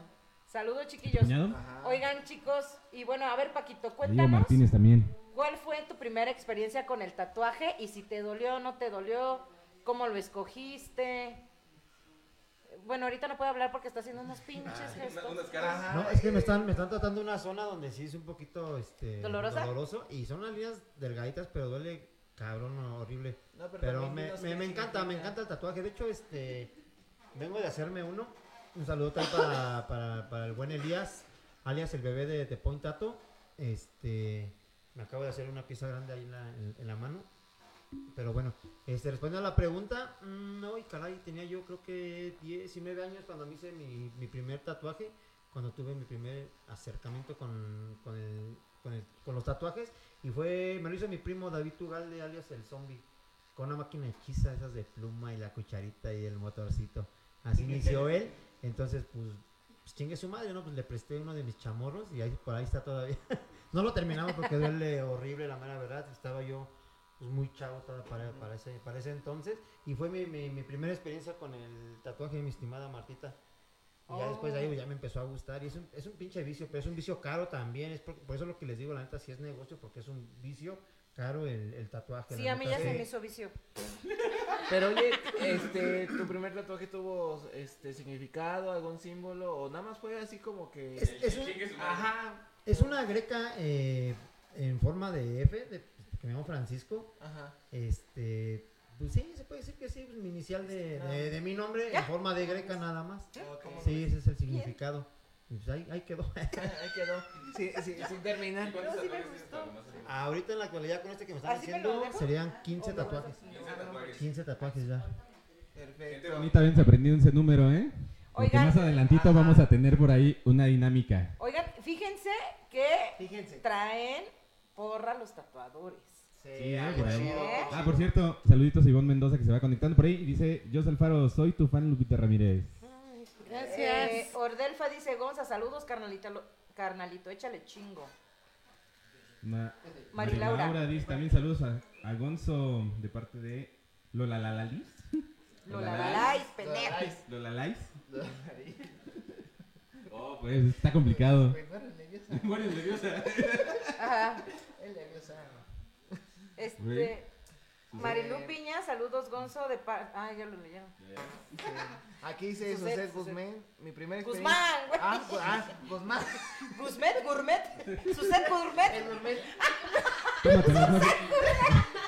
[SPEAKER 3] Saludos, chiquillos.
[SPEAKER 1] ¿Cuñado?
[SPEAKER 5] Ajá.
[SPEAKER 3] Oigan, chicos, y bueno, a ver, Paquito,
[SPEAKER 1] Ah. Diego
[SPEAKER 3] cuéntanos
[SPEAKER 1] Martínez también.
[SPEAKER 3] cuál fue tu primera experiencia con el tatuaje y si te dolió o no te dolió, cómo lo escogiste. Bueno, ahorita no puedo hablar porque está haciendo unos pinches
[SPEAKER 7] Ah,
[SPEAKER 2] Una-
[SPEAKER 3] gestos.
[SPEAKER 2] unas caras.
[SPEAKER 7] No, es que me están, me están tratando una zona donde sí es un poquito este,
[SPEAKER 3] ¿Dolorosa?
[SPEAKER 7] doloroso. Y son unas líneas delgaditas, pero duele cabrón, horrible.
[SPEAKER 5] No, pero
[SPEAKER 7] Pero
[SPEAKER 5] también
[SPEAKER 7] me,
[SPEAKER 5] dinos
[SPEAKER 7] me-
[SPEAKER 5] qué
[SPEAKER 7] me encanta, me
[SPEAKER 5] significa.
[SPEAKER 7] encanta el tatuaje. De hecho, este vengo de hacerme uno. Un saludo tal para, para, para el buen Elías, alias el bebé de, de Point Tato. Este, me acabo de hacer una pieza grande ahí en la, en- en la mano. Pero bueno, este, respondiendo a la pregunta, mm, no, y caray, tenía yo creo que 19 años cuando me hice mi, mi primer tatuaje, cuando tuve mi primer acercamiento con, con, el- con el- con los tatuajes, y fue, me lo hizo mi primo David Tugalde, alias el zombie, con una máquina hechiza, esas de pluma y la cucharita y el motorcito. Así inició él, entonces pues, pues chingue su madre, ¿no? Pues le presté uno de mis chamorros y ahí, por ahí está todavía. no lo terminamos porque duele horrible, la mera verdad, estaba yo pues muy chavo todavía para, para ese, para ese entonces. Y fue mi, mi- mi primera experiencia con el tatuaje de mi estimada Martita. Y ya después de ahí pues, ya me empezó a gustar. Y es un, es un pinche vicio, pero es un vicio caro también. Es por, por eso lo que les digo, la neta, si es negocio, porque es un vicio caro el, el tatuaje.
[SPEAKER 3] Sí,
[SPEAKER 7] la
[SPEAKER 3] a mí
[SPEAKER 7] neta, Eh,
[SPEAKER 3] ya
[SPEAKER 7] sí.
[SPEAKER 3] se me hizo vicio.
[SPEAKER 5] Pero oye, este, tu primer tatuaje tuvo este significado, algún símbolo o nada más fue así como que
[SPEAKER 7] Es- es un-
[SPEAKER 2] Chingue su madre.
[SPEAKER 5] ajá,
[SPEAKER 7] Es una greca eh, en forma de F, de, que me llamo Francisco.
[SPEAKER 5] ajá.
[SPEAKER 7] Este, pues sí, se puede decir que sí, pues, mi inicial de, de- de mi nombre en forma de greca nada más.
[SPEAKER 2] Ah,
[SPEAKER 5] o como-
[SPEAKER 7] Sí, ese es el significado. Y pues ahí, ahí quedó.
[SPEAKER 5] Ahí quedó. Sí, sí, sin terminar.
[SPEAKER 2] ¿Cuántos
[SPEAKER 3] No, sí me
[SPEAKER 2] tatuajes tienes para
[SPEAKER 3] gustó.
[SPEAKER 2] nomás hacer?
[SPEAKER 7] Ahorita en la actualidad con este que me están
[SPEAKER 3] ¿Así me lo
[SPEAKER 7] haciendo
[SPEAKER 3] dejo? Ah,
[SPEAKER 7] serían 15 tatuajes.
[SPEAKER 2] Quince tatuajes.
[SPEAKER 7] 15 tatuajes ya.
[SPEAKER 2] Gente
[SPEAKER 5] Perfecto.
[SPEAKER 2] bonita.
[SPEAKER 1] Bonita vez aprendido ese número, ¿eh? Porque
[SPEAKER 3] Oigan.
[SPEAKER 1] más adelantito
[SPEAKER 7] Ajá.
[SPEAKER 1] vamos a tener por ahí una dinámica.
[SPEAKER 3] Oigan, fíjense que
[SPEAKER 5] Fíjense.
[SPEAKER 3] traen porra los tatuadores.
[SPEAKER 1] Sí,
[SPEAKER 5] algo
[SPEAKER 1] por ahí.
[SPEAKER 5] chido.
[SPEAKER 3] ¿Eh?
[SPEAKER 1] Ah, por cierto, saluditos a Ivonne Mendoza que se va conectando por ahí. Y dice, yo Alfaro, soy tu fan Lupita Ramírez.
[SPEAKER 12] Ay, gracias.
[SPEAKER 3] Eh, Ordelfa dice, Gonza, saludos, carnalita, lo- carnalito, échale chingo.
[SPEAKER 1] Ma-
[SPEAKER 3] Marilaura.
[SPEAKER 1] Marilaura dice, también saludos a, a Gonzo de parte de Lola Lalalis.
[SPEAKER 3] Lola Lalais, pendejo.
[SPEAKER 5] Ay,
[SPEAKER 1] Lola Lais.
[SPEAKER 5] ahí.
[SPEAKER 1] Oh, pues está complicado.
[SPEAKER 5] Güey, fuera nerviosa,
[SPEAKER 1] Bueno, nerviosa.
[SPEAKER 3] Ajá.
[SPEAKER 5] el nerviosa.
[SPEAKER 1] Güey.
[SPEAKER 3] Este, Marilu Piña, saludos Gonzo de par... Ah, ya lo leyeron.
[SPEAKER 5] Aquí dice
[SPEAKER 3] Suset,
[SPEAKER 5] Suset
[SPEAKER 3] Suset.
[SPEAKER 5] Guzmán, mi primera experiencia.
[SPEAKER 3] Guzmán, güey.
[SPEAKER 5] Ah, Gu- ah, Guzmán.
[SPEAKER 3] Guzmet, Gourmet, Suset
[SPEAKER 5] El
[SPEAKER 3] Gourmet.
[SPEAKER 5] Guzmán.
[SPEAKER 1] Tómate más, más,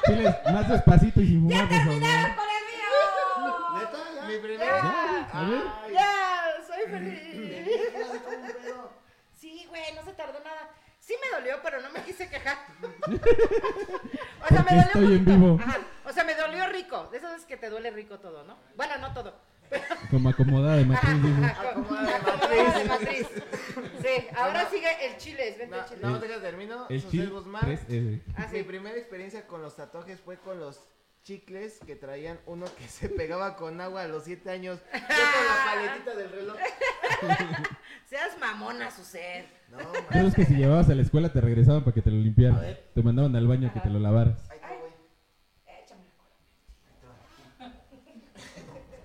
[SPEAKER 1] Diles, más despacito y sin fumar, por
[SPEAKER 3] ¡Por
[SPEAKER 1] favor.
[SPEAKER 3] el mío!
[SPEAKER 5] ¿Neta? Mi primera.
[SPEAKER 1] Ya, a ver.
[SPEAKER 5] Ay,
[SPEAKER 3] ¡Ya! ah, ¡Soy feliz!
[SPEAKER 5] pendeja, ¿cómo un pedo?
[SPEAKER 3] Sí, güey, no se tardó nada. Sí me dolió, pero no me quise quejar. o sea, me
[SPEAKER 1] Porque
[SPEAKER 3] dolió
[SPEAKER 1] estoy en
[SPEAKER 3] poquito.
[SPEAKER 1] vivo.
[SPEAKER 3] Ajá. O sea, me dolió rico. De esas veces que te duele rico todo, ¿no? Bueno, no todo.
[SPEAKER 1] Como acomodada de
[SPEAKER 3] Ajá,
[SPEAKER 1] matriz, dice.
[SPEAKER 3] ajá, con-
[SPEAKER 5] Acomodada de
[SPEAKER 3] acomodada de matriz. Sí, ahora
[SPEAKER 5] no.
[SPEAKER 3] sigue el chile, es vente
[SPEAKER 5] No,
[SPEAKER 3] el chile.
[SPEAKER 5] no, déjame termino.
[SPEAKER 1] El eh,
[SPEAKER 5] Suset
[SPEAKER 1] chile
[SPEAKER 5] Guzmán.
[SPEAKER 1] 3S.
[SPEAKER 3] Ah,
[SPEAKER 5] Mi
[SPEAKER 3] sí.
[SPEAKER 5] primera experiencia con los tatuajes fue con los chicles que traían uno que se pegaba con agua a los 7 años. Yo con la paletita del reloj.
[SPEAKER 3] Seas mamona, Suset.
[SPEAKER 5] No,
[SPEAKER 1] Pero
[SPEAKER 5] man.
[SPEAKER 1] es que si llevabas a la escuela te regresaban para que te lo limpiaran. Te mandaban al baño a que te lo lavaras.
[SPEAKER 5] Ahí te voy.
[SPEAKER 3] Échame la cola.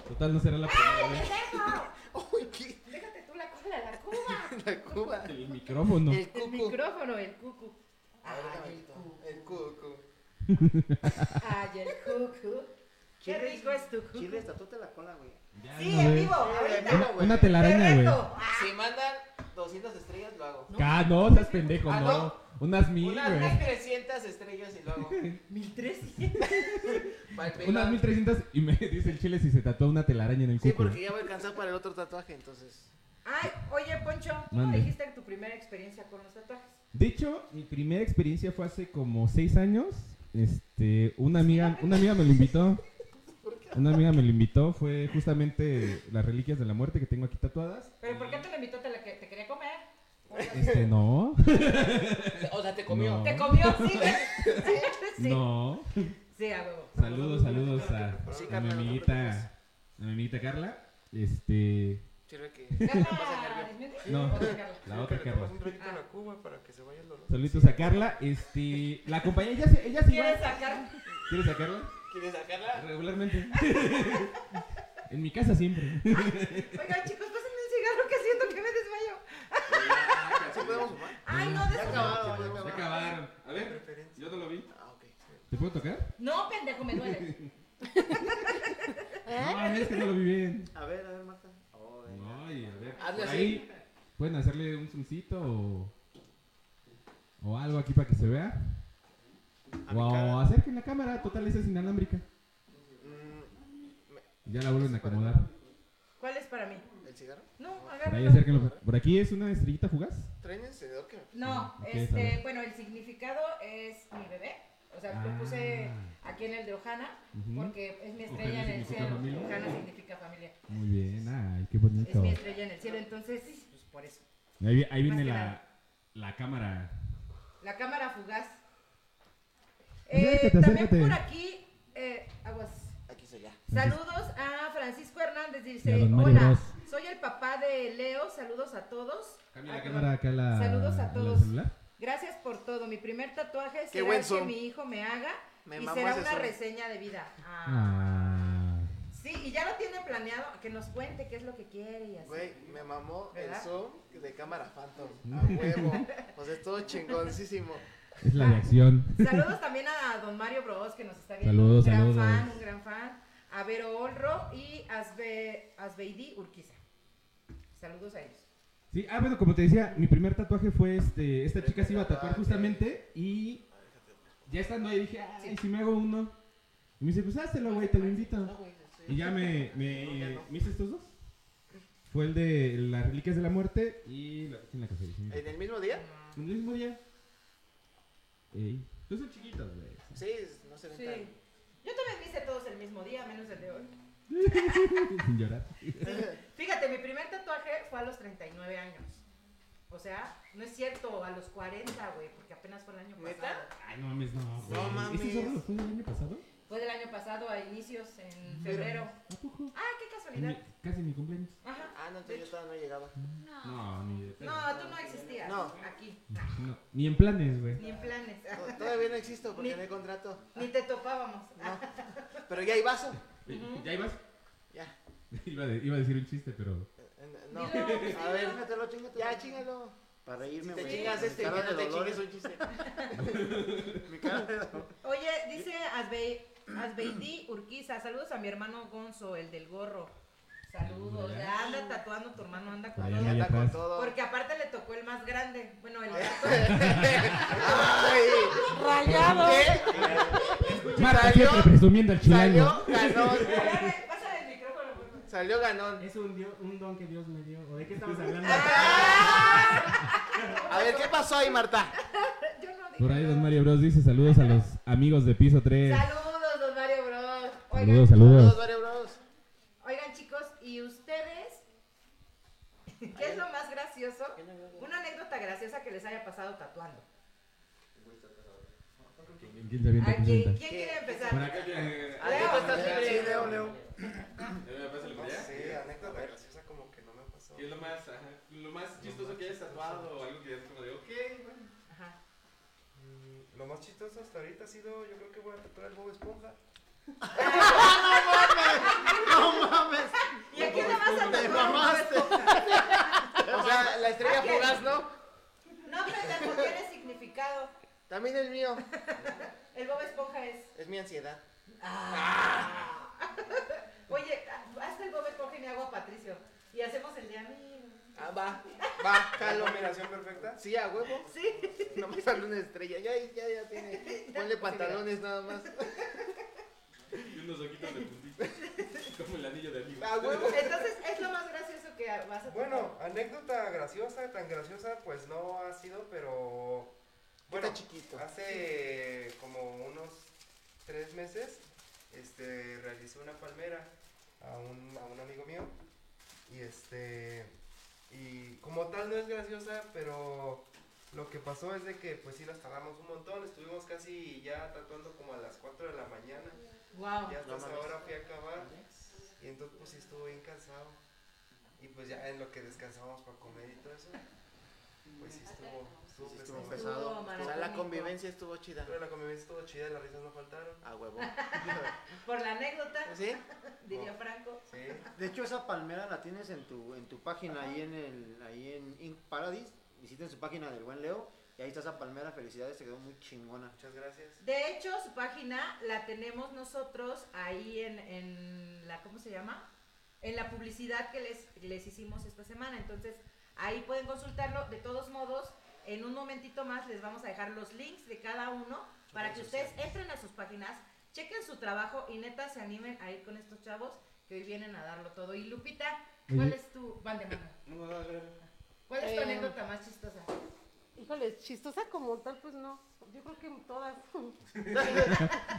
[SPEAKER 1] Total, no será la primera vez.
[SPEAKER 5] Uy, qué.
[SPEAKER 3] Déjate tú la cola, la cuba.
[SPEAKER 5] La cuba.
[SPEAKER 1] El micrófono.
[SPEAKER 5] El
[SPEAKER 3] El
[SPEAKER 5] cucu.
[SPEAKER 3] micrófono, el cucu.
[SPEAKER 5] Ay, el cu- el cucu.
[SPEAKER 3] Ay, el cucu. Qué
[SPEAKER 5] Chiles,
[SPEAKER 3] rico es tu cucu.
[SPEAKER 5] Chiles, tatúate la cola, güey.
[SPEAKER 1] Ya,
[SPEAKER 3] Sí,
[SPEAKER 1] una
[SPEAKER 3] en
[SPEAKER 1] vez.
[SPEAKER 3] vivo, ahorita.
[SPEAKER 1] Una- Una telaraña,
[SPEAKER 3] Te
[SPEAKER 1] güey.
[SPEAKER 3] reto.
[SPEAKER 5] Si mandan 200 estrellas, lo hago.
[SPEAKER 1] Ah, no, seas pendejo,
[SPEAKER 5] Ah,
[SPEAKER 1] no. Unas mil,
[SPEAKER 5] Unas
[SPEAKER 1] güey.
[SPEAKER 5] 300 estrellas y lo hago.
[SPEAKER 3] 1300.
[SPEAKER 5] Pa'l pelón.
[SPEAKER 1] Unas 1300 y me dice el chile si se tatuó una telaraña en el
[SPEAKER 5] Sí,
[SPEAKER 7] pues.
[SPEAKER 1] cuco.
[SPEAKER 5] porque ya voy a alcanzar para el otro tatuaje, entonces.
[SPEAKER 3] Ay, oye, Poncho, tú me
[SPEAKER 1] Mande.
[SPEAKER 3] dijiste que tu primera experiencia con los tatuajes.
[SPEAKER 1] De hecho, mi primera experiencia fue hace como seis años. Este, una amiga, una amiga me lo invitó. Una amiga me lo invitó. Fue justamente las reliquias de la muerte que tengo aquí tatuadas.
[SPEAKER 3] ¿Pero por qué te lo invitó? ¿Te, la que, te quería comer?
[SPEAKER 1] Este, no,
[SPEAKER 5] O sea, te
[SPEAKER 1] comió.
[SPEAKER 5] comió.
[SPEAKER 3] ¿Te comió? Sí, güey. sí. sí.
[SPEAKER 1] no.
[SPEAKER 3] Sí, a huevo.
[SPEAKER 1] Saludos, saludos a,
[SPEAKER 5] Sí,
[SPEAKER 1] a mi
[SPEAKER 5] Carla, no te
[SPEAKER 1] amiguita, a mi amiguita Carla. Este,
[SPEAKER 6] Sirve que
[SPEAKER 3] Ah,
[SPEAKER 1] No, la otra Carla.
[SPEAKER 6] sirve que le tomas un traguito a la cuba para que se vaya el dolor.
[SPEAKER 1] Solitos a Carla, este, la acompañé, ella, se- ella sí va.
[SPEAKER 3] ¿Quieres sacar?
[SPEAKER 1] ¿Quieres sacarla?
[SPEAKER 6] ¿Quieres sacarla?
[SPEAKER 1] Regularmente. en mi casa siempre.
[SPEAKER 3] Oigan, chicos, pásenme un cigarro que siento que me desmayo.
[SPEAKER 4] ¿Sí podemos fumar?
[SPEAKER 3] Ay, no,
[SPEAKER 4] Ya
[SPEAKER 3] des...
[SPEAKER 4] acabaron, ya
[SPEAKER 1] Se
[SPEAKER 4] acabaron.
[SPEAKER 1] acabaron. A ver,
[SPEAKER 6] Preferencia.
[SPEAKER 1] yo no lo vi.
[SPEAKER 4] Ah, ok.
[SPEAKER 1] ¿Te puedo tocar?
[SPEAKER 3] No, pendejo, me duele.
[SPEAKER 12] ¿Eh?
[SPEAKER 1] No, es que no lo vi bien.
[SPEAKER 4] A ver, a ver, Marta. Oh, venga.
[SPEAKER 1] Ay, a ver.
[SPEAKER 4] Hazle
[SPEAKER 1] por
[SPEAKER 4] así.
[SPEAKER 1] ahí pueden hacerle un zoomcito o, o algo aquí para que se vea.
[SPEAKER 4] A mi
[SPEAKER 1] O,
[SPEAKER 4] cara.
[SPEAKER 1] acerquen la cámara, total, esa es inalámbrica.
[SPEAKER 4] Mm,
[SPEAKER 1] Ya la vuelven a acomodar.
[SPEAKER 3] ¿Cuál es para mí?
[SPEAKER 4] ¿El cigarro?
[SPEAKER 3] No,
[SPEAKER 1] Por ahí
[SPEAKER 3] agárralo.
[SPEAKER 1] acérquenlo. Por aquí es una estrellita fugaz.
[SPEAKER 4] ¿Traen encendedor que me
[SPEAKER 3] No,
[SPEAKER 1] Ok,
[SPEAKER 3] este,
[SPEAKER 1] sabe.
[SPEAKER 3] bueno, el significado es mi bebé. O sea,
[SPEAKER 1] Ah.
[SPEAKER 3] lo puse aquí en el de Ojana,
[SPEAKER 1] Ujú.
[SPEAKER 3] porque es mi
[SPEAKER 1] Ojana
[SPEAKER 3] estrella en el
[SPEAKER 1] significa
[SPEAKER 3] cielo.
[SPEAKER 1] familia.
[SPEAKER 3] Ojana significa familia.
[SPEAKER 1] Muy bien, ay, qué
[SPEAKER 3] Es
[SPEAKER 1] bonito.
[SPEAKER 3] mi estrella en el cielo, entonces, pues por eso.
[SPEAKER 1] Ahí, vi- ahí
[SPEAKER 3] Más
[SPEAKER 1] viene
[SPEAKER 3] que
[SPEAKER 1] la,
[SPEAKER 3] nada.
[SPEAKER 1] la cámara.
[SPEAKER 3] La cámara fugaz. Eh,
[SPEAKER 1] Acércate,
[SPEAKER 3] también
[SPEAKER 1] acércate.
[SPEAKER 3] por aquí, eh, aguas.
[SPEAKER 4] Aquí soy ya.
[SPEAKER 3] Saludos a Francisco Hernández,
[SPEAKER 1] Y
[SPEAKER 3] dice,
[SPEAKER 1] a don Mario
[SPEAKER 3] hola,
[SPEAKER 1] Bros.
[SPEAKER 3] soy el papá de Leo, saludos a todos.
[SPEAKER 1] Cambia
[SPEAKER 3] Ah,
[SPEAKER 1] la
[SPEAKER 3] perdón.
[SPEAKER 1] cámara acá a la.
[SPEAKER 3] Saludos a
[SPEAKER 1] al
[SPEAKER 3] todos.
[SPEAKER 1] celular.
[SPEAKER 3] Gracias por todo, mi primer tatuaje será
[SPEAKER 4] buen
[SPEAKER 3] el que
[SPEAKER 4] son.
[SPEAKER 3] mi hijo me haga
[SPEAKER 4] Me
[SPEAKER 3] y
[SPEAKER 4] mamó
[SPEAKER 3] será
[SPEAKER 4] ese
[SPEAKER 3] una
[SPEAKER 4] son.
[SPEAKER 3] reseña de vida. Ah.
[SPEAKER 1] Ah.
[SPEAKER 3] Sí, y ya lo tiene planeado, que nos cuente qué es lo que quiere y así.
[SPEAKER 5] Güey, me mamó el
[SPEAKER 3] ¿Verdad?
[SPEAKER 5] Zoom de cámara Phantom. A
[SPEAKER 4] Mm.
[SPEAKER 5] huevo. O sea, estuvo chingoncísimo.
[SPEAKER 1] Es la de acción.
[SPEAKER 3] Saludos también a don Mario Bros, que nos está viendo.
[SPEAKER 1] Saludos,
[SPEAKER 3] un gran
[SPEAKER 1] saludos.
[SPEAKER 3] fan, un gran fan. A Vero Olro y Asbe, Asbeidi Urquiza. Saludos a ellos.
[SPEAKER 1] Sí, ah, bueno, como te decía, mi primer tatuaje fue este. Esta chica se iba a tatuar justamente y. Ya estando ahí dije, ay, si me hago uno. Y me dice, pues háztelo, güey, te lo invito. Y ya me, me, me hice estos dos. Fue el de las reliquias de la muerte y la fecha en la que fallecí.
[SPEAKER 5] ¿En el mismo día?
[SPEAKER 1] En el mismo día. Ey, tú son chiquitos, güey.
[SPEAKER 5] Sí, no se ven
[SPEAKER 3] Sí.
[SPEAKER 5] tan.
[SPEAKER 3] Yo también me hice todos el mismo día, menos el de hoy.
[SPEAKER 1] Sin llorar.
[SPEAKER 3] Fíjate, mi primer tatuaje fue a los 39 años. O sea, no es cierto, a los 40, güey, porque apenas fue el año
[SPEAKER 5] ¿Neta?
[SPEAKER 3] pasado.
[SPEAKER 1] Ay, no mames, no, güey.
[SPEAKER 5] No mames.
[SPEAKER 1] ¿Ese solo fue el año pasado?
[SPEAKER 3] Fue del año pasado a inicios, en febrero.
[SPEAKER 1] ¿A poco?
[SPEAKER 3] Ah, qué
[SPEAKER 1] En mi-
[SPEAKER 3] casualidad.
[SPEAKER 1] casi mi cumpleaños.
[SPEAKER 3] Ajá.
[SPEAKER 5] Ah, no, entonces yo todavía no llegaba.
[SPEAKER 1] No, ni de pedo.
[SPEAKER 3] No, tú no existías.
[SPEAKER 5] No.
[SPEAKER 3] Aquí.
[SPEAKER 1] No, ni en planes, güey.
[SPEAKER 3] Ni en planes.
[SPEAKER 5] No, Todavía no existo porque
[SPEAKER 3] Ni-
[SPEAKER 5] no hay contrato.
[SPEAKER 3] Ni te topábamos.
[SPEAKER 5] No. Pero ya hay vaso.
[SPEAKER 1] ¿Ya ibas?
[SPEAKER 5] Ya.
[SPEAKER 1] Iba, de- iba a decir un chiste, pero.
[SPEAKER 5] Eh, No.
[SPEAKER 3] Dilo.
[SPEAKER 5] A ver,
[SPEAKER 4] Chingatelo, chingatelo.
[SPEAKER 5] ya chingalo.
[SPEAKER 4] Para reírme,
[SPEAKER 5] Si te
[SPEAKER 4] güey.
[SPEAKER 5] chingas
[SPEAKER 4] Mi
[SPEAKER 5] este, que
[SPEAKER 4] cara
[SPEAKER 5] no
[SPEAKER 4] de
[SPEAKER 5] te
[SPEAKER 4] dolor.
[SPEAKER 5] chingues un chiste.
[SPEAKER 4] Mi cara de dolor.
[SPEAKER 3] Oye, dice Asbe- Asbeidí Urquiza, saludos a mi hermano Gonzo, el del gorro. Saludos. Ya anda tatuando tu hermano, anda con
[SPEAKER 1] Allá,
[SPEAKER 3] todo.
[SPEAKER 1] allá
[SPEAKER 5] Anda con
[SPEAKER 1] atrás.
[SPEAKER 5] todo.
[SPEAKER 3] Porque aparte le tocó el más grande. Bueno, el
[SPEAKER 5] ¡Ay!
[SPEAKER 12] Rayado.
[SPEAKER 1] Marta
[SPEAKER 5] Salió-
[SPEAKER 1] siempre presumiendo al chileno.
[SPEAKER 5] Salió ganón.
[SPEAKER 3] Pásale el micrófono, por favor.
[SPEAKER 5] Salió ganón.
[SPEAKER 14] Es un, dio- un don que Dios me dio. ¿O de qué estamos hablando?
[SPEAKER 5] A ver, ¿qué pasó ahí, Marta?
[SPEAKER 3] Yo no dije
[SPEAKER 1] Por ahí,
[SPEAKER 3] nada.
[SPEAKER 1] don Mario Bros. dice saludos a los amigos de piso 3.
[SPEAKER 3] Saludos, don Mario Bros. Oigan,
[SPEAKER 1] Saludos, saludos.
[SPEAKER 5] Saludos, Mario Bros.
[SPEAKER 3] oigan, chicos, ¿y ustedes? ¿Qué es lo más gracioso? Una anécdota graciosa que les haya pasado tatuando.
[SPEAKER 1] ¿Quién se avienta
[SPEAKER 3] ¿A
[SPEAKER 1] que
[SPEAKER 3] quién,
[SPEAKER 1] suelta?
[SPEAKER 3] quién quiere empezar?
[SPEAKER 1] Por acá, eh,
[SPEAKER 5] Ah, tú estás libre.
[SPEAKER 4] Leo, Leo.
[SPEAKER 2] eh,
[SPEAKER 6] No sé, anécdota graciosa como que no me pasó.
[SPEAKER 2] ¿Qué es lo más, ajá, lo más chistoso que hayas tatuado o algo que es como de, ok, bueno.
[SPEAKER 3] Ajá.
[SPEAKER 6] Mm, Lo más chistoso hasta ahorita ha sido, yo creo que voy a tatuar el Bob Esponja.
[SPEAKER 4] No mames.
[SPEAKER 3] ¿Y a quién le vas a
[SPEAKER 4] Te
[SPEAKER 3] tatuar?
[SPEAKER 4] mamaste.
[SPEAKER 5] O sea, la estrella
[SPEAKER 3] ¿A quién?
[SPEAKER 5] fugaz, ¿no?
[SPEAKER 3] No, pendejo, tiene significado.
[SPEAKER 5] También el mío.
[SPEAKER 3] El Bob Esponja es. Ah.
[SPEAKER 5] Es mi ansiedad.
[SPEAKER 1] Ah.
[SPEAKER 3] Oye, hazte el Bob Esponja y me hago a Patricio. Y hacemos el de amigo.
[SPEAKER 5] Ah, va. Va,
[SPEAKER 6] La
[SPEAKER 5] jalo.
[SPEAKER 6] combinación perfecta.
[SPEAKER 5] Sí, a huevo.
[SPEAKER 3] Sí.
[SPEAKER 5] Nomás sale una estrella. Ya, ya, ya tiene. Ponle pantalones nada más.
[SPEAKER 2] y unos ojitos de puntito, como el anillo de amigo.
[SPEAKER 5] A huevo.
[SPEAKER 3] Entonces, es lo más gracioso que vas a
[SPEAKER 6] Bueno, anécdota graciosa, tan graciosa, pues no ha sido, pero. Bueno,
[SPEAKER 5] Está chiquito.
[SPEAKER 6] hace como unos tres meses este, realicé una palmera a un, a un amigo mío. Y este. Y como tal no es graciosa, pero lo que pasó es de que pues sí nos tardamos un montón. Estuvimos casi ya tatuando como a las 4 de la mañana.
[SPEAKER 3] Wow.
[SPEAKER 6] Ya hasta
[SPEAKER 5] No
[SPEAKER 6] esa
[SPEAKER 5] mames.
[SPEAKER 6] hora fui a acabar. Y entonces pues sí estuve bien cansado. Y pues ya en lo que descansamos para comer y todo eso, pues sí estuvo, estuvo,
[SPEAKER 4] Sí, estuvo pesado.
[SPEAKER 6] pesado.
[SPEAKER 5] O sea, la
[SPEAKER 3] maratónico.
[SPEAKER 5] convivencia estuvo chida.
[SPEAKER 6] Pero la convivencia estuvo chida, las risas no faltaron.
[SPEAKER 5] A huevo.
[SPEAKER 3] Por la anécdota,
[SPEAKER 5] ¿Sí?
[SPEAKER 3] diría Franco.
[SPEAKER 6] Sí,
[SPEAKER 4] De hecho, esa palmera la tienes en tu, en tu página, ahí en, el, ahí en Ink Paradise. Visiten su página del Buen Leo. Y ahí está esa palmera. Felicidades, se quedó muy chingona.
[SPEAKER 6] muchas gracias.
[SPEAKER 3] De hecho, su página la tenemos nosotros ahí en, en la, ¿cómo se llama? En la publicidad que les, les hicimos esta semana. Entonces, ahí pueden consultarlo. De todos modos, en un momentito más les vamos a dejar los links de cada uno para que ustedes entren a sus páginas, chequen su trabajo y neta se animen a ir con estos chavos que hoy vienen a darlo todo. Y Lupita, ¿cuál
[SPEAKER 1] Oye.
[SPEAKER 3] es tu... Van de mano. ¿Cuál es tu
[SPEAKER 12] Eh,
[SPEAKER 3] anécdota más chistosa?
[SPEAKER 12] Híjole, chistosa como tal, pues no. Yo creo que todas.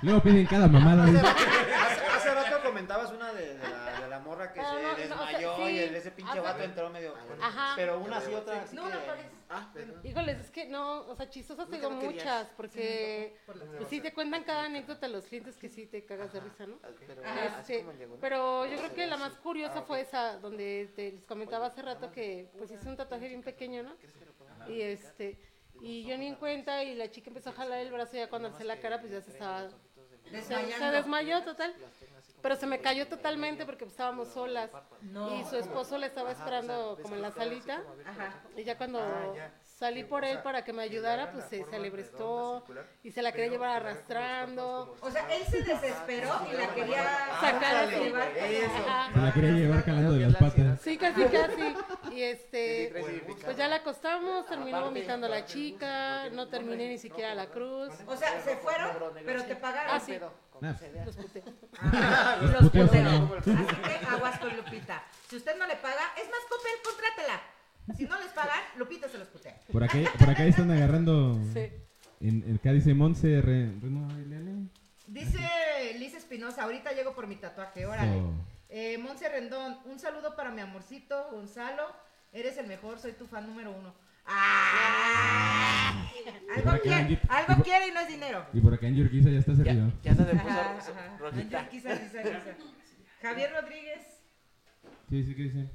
[SPEAKER 1] Luego piden cada mamada.
[SPEAKER 4] Hace
[SPEAKER 1] ¿no?
[SPEAKER 4] rato, hace- hace rato comentabas una de, de la, de la morra que se
[SPEAKER 12] Ah, no, no, o sea,
[SPEAKER 4] desmayó
[SPEAKER 12] sí.
[SPEAKER 4] y el- ese pinche
[SPEAKER 12] Ah,
[SPEAKER 4] vato
[SPEAKER 12] pero-
[SPEAKER 4] entró medio.
[SPEAKER 12] Ajá.
[SPEAKER 4] Pero una sí, otra. así
[SPEAKER 3] No, no,
[SPEAKER 4] que-
[SPEAKER 3] ¿cuál es?
[SPEAKER 4] Ah, perdón.
[SPEAKER 12] Híjoles, es que no, o sea, chistosas
[SPEAKER 5] Nunca
[SPEAKER 12] tengo
[SPEAKER 5] lo querías.
[SPEAKER 12] muchas, porque
[SPEAKER 3] Por la-
[SPEAKER 12] pues sí te cuentan cada anécdota los clientes que sí te cagas de risa, ¿no?
[SPEAKER 5] Pero,
[SPEAKER 12] Ajá.
[SPEAKER 5] así
[SPEAKER 12] Este,
[SPEAKER 5] como llegó, ¿no?
[SPEAKER 12] Pero yo creo que la más curiosa
[SPEAKER 5] Ah, ok.
[SPEAKER 12] fue esa, donde te, les comentaba hace rato que pues hice un tatuaje bien pequeño, ¿no?
[SPEAKER 5] ¿Crees que lo podemos
[SPEAKER 12] Y este, y yo ni en cuenta y la chica empezó a jalar el brazo y ya cuando alcé la cara pues ya se estaba, se, se
[SPEAKER 3] Desmayando.
[SPEAKER 12] desmayó total, pero se me cayó totalmente porque pues, estábamos solas
[SPEAKER 3] No.
[SPEAKER 12] y su esposo la estaba esperando como en la salita
[SPEAKER 3] Ajá.
[SPEAKER 12] y ya cuando
[SPEAKER 6] Ah, ya.
[SPEAKER 12] salí
[SPEAKER 6] Sí,
[SPEAKER 12] por
[SPEAKER 6] o
[SPEAKER 12] él
[SPEAKER 6] sea,
[SPEAKER 12] para que me
[SPEAKER 6] que le
[SPEAKER 12] ayudara
[SPEAKER 6] hagan
[SPEAKER 12] pues
[SPEAKER 6] la
[SPEAKER 12] se,
[SPEAKER 6] forma
[SPEAKER 12] se
[SPEAKER 6] redonda,
[SPEAKER 12] alebrestó
[SPEAKER 6] circular,
[SPEAKER 12] y se la quería
[SPEAKER 6] pero
[SPEAKER 12] llevar
[SPEAKER 6] que le hagan como los
[SPEAKER 12] arrastrando.
[SPEAKER 6] papas, como
[SPEAKER 3] O sea, él se desesperó y la quería
[SPEAKER 12] Sacar
[SPEAKER 3] a
[SPEAKER 12] así.
[SPEAKER 3] llevar.
[SPEAKER 12] Ajá.
[SPEAKER 1] Se la quería llevar calando de las patas.
[SPEAKER 12] Sí, casi, casi. Y este,
[SPEAKER 5] Pues
[SPEAKER 12] pues ya la acostamos, terminó
[SPEAKER 5] Aparte,
[SPEAKER 12] vomitando la
[SPEAKER 5] aparte,
[SPEAKER 12] chica,
[SPEAKER 5] porque
[SPEAKER 12] no
[SPEAKER 5] no
[SPEAKER 12] terminé
[SPEAKER 5] hay
[SPEAKER 12] ni siquiera la
[SPEAKER 5] ropa,
[SPEAKER 12] cruz.
[SPEAKER 3] O sea, se fueron, pero te pagaron.
[SPEAKER 12] Ah, sí.
[SPEAKER 1] Nah,
[SPEAKER 12] Los puté.
[SPEAKER 3] Ah,
[SPEAKER 1] Los
[SPEAKER 3] los
[SPEAKER 1] puteos
[SPEAKER 3] puteos.
[SPEAKER 1] no.
[SPEAKER 3] Así que aguas con Lupita. Si usted no le paga, es más, Coppel, contrátela. Si no les pagan, Lupita se los putea.
[SPEAKER 1] Por acá, por acá están agarrando.
[SPEAKER 12] Sí.
[SPEAKER 1] En, en acá dice Monse Re- Reno Ailele.
[SPEAKER 3] Dice Liz Espinosa, ahorita llego por mi tatuaje, órale.
[SPEAKER 1] So,
[SPEAKER 3] Eh, Monse Rendón, un saludo para mi amorcito, Gonzalo. Eres el mejor, soy tu fan número uno. ¡Ah! Algo
[SPEAKER 1] Para que
[SPEAKER 3] quiere,
[SPEAKER 1] Angie-
[SPEAKER 3] algo quiere y no es dinero.
[SPEAKER 1] Y por acá en Yurquiza ya está
[SPEAKER 5] Ya,
[SPEAKER 1] servido.
[SPEAKER 5] ya se le puso
[SPEAKER 3] Ajá,
[SPEAKER 5] so-
[SPEAKER 3] ajá.
[SPEAKER 5] rojita.
[SPEAKER 3] Quizá, quizá, quizá. Javier Rodríguez.
[SPEAKER 1] Sí, sí, ¿qué dice?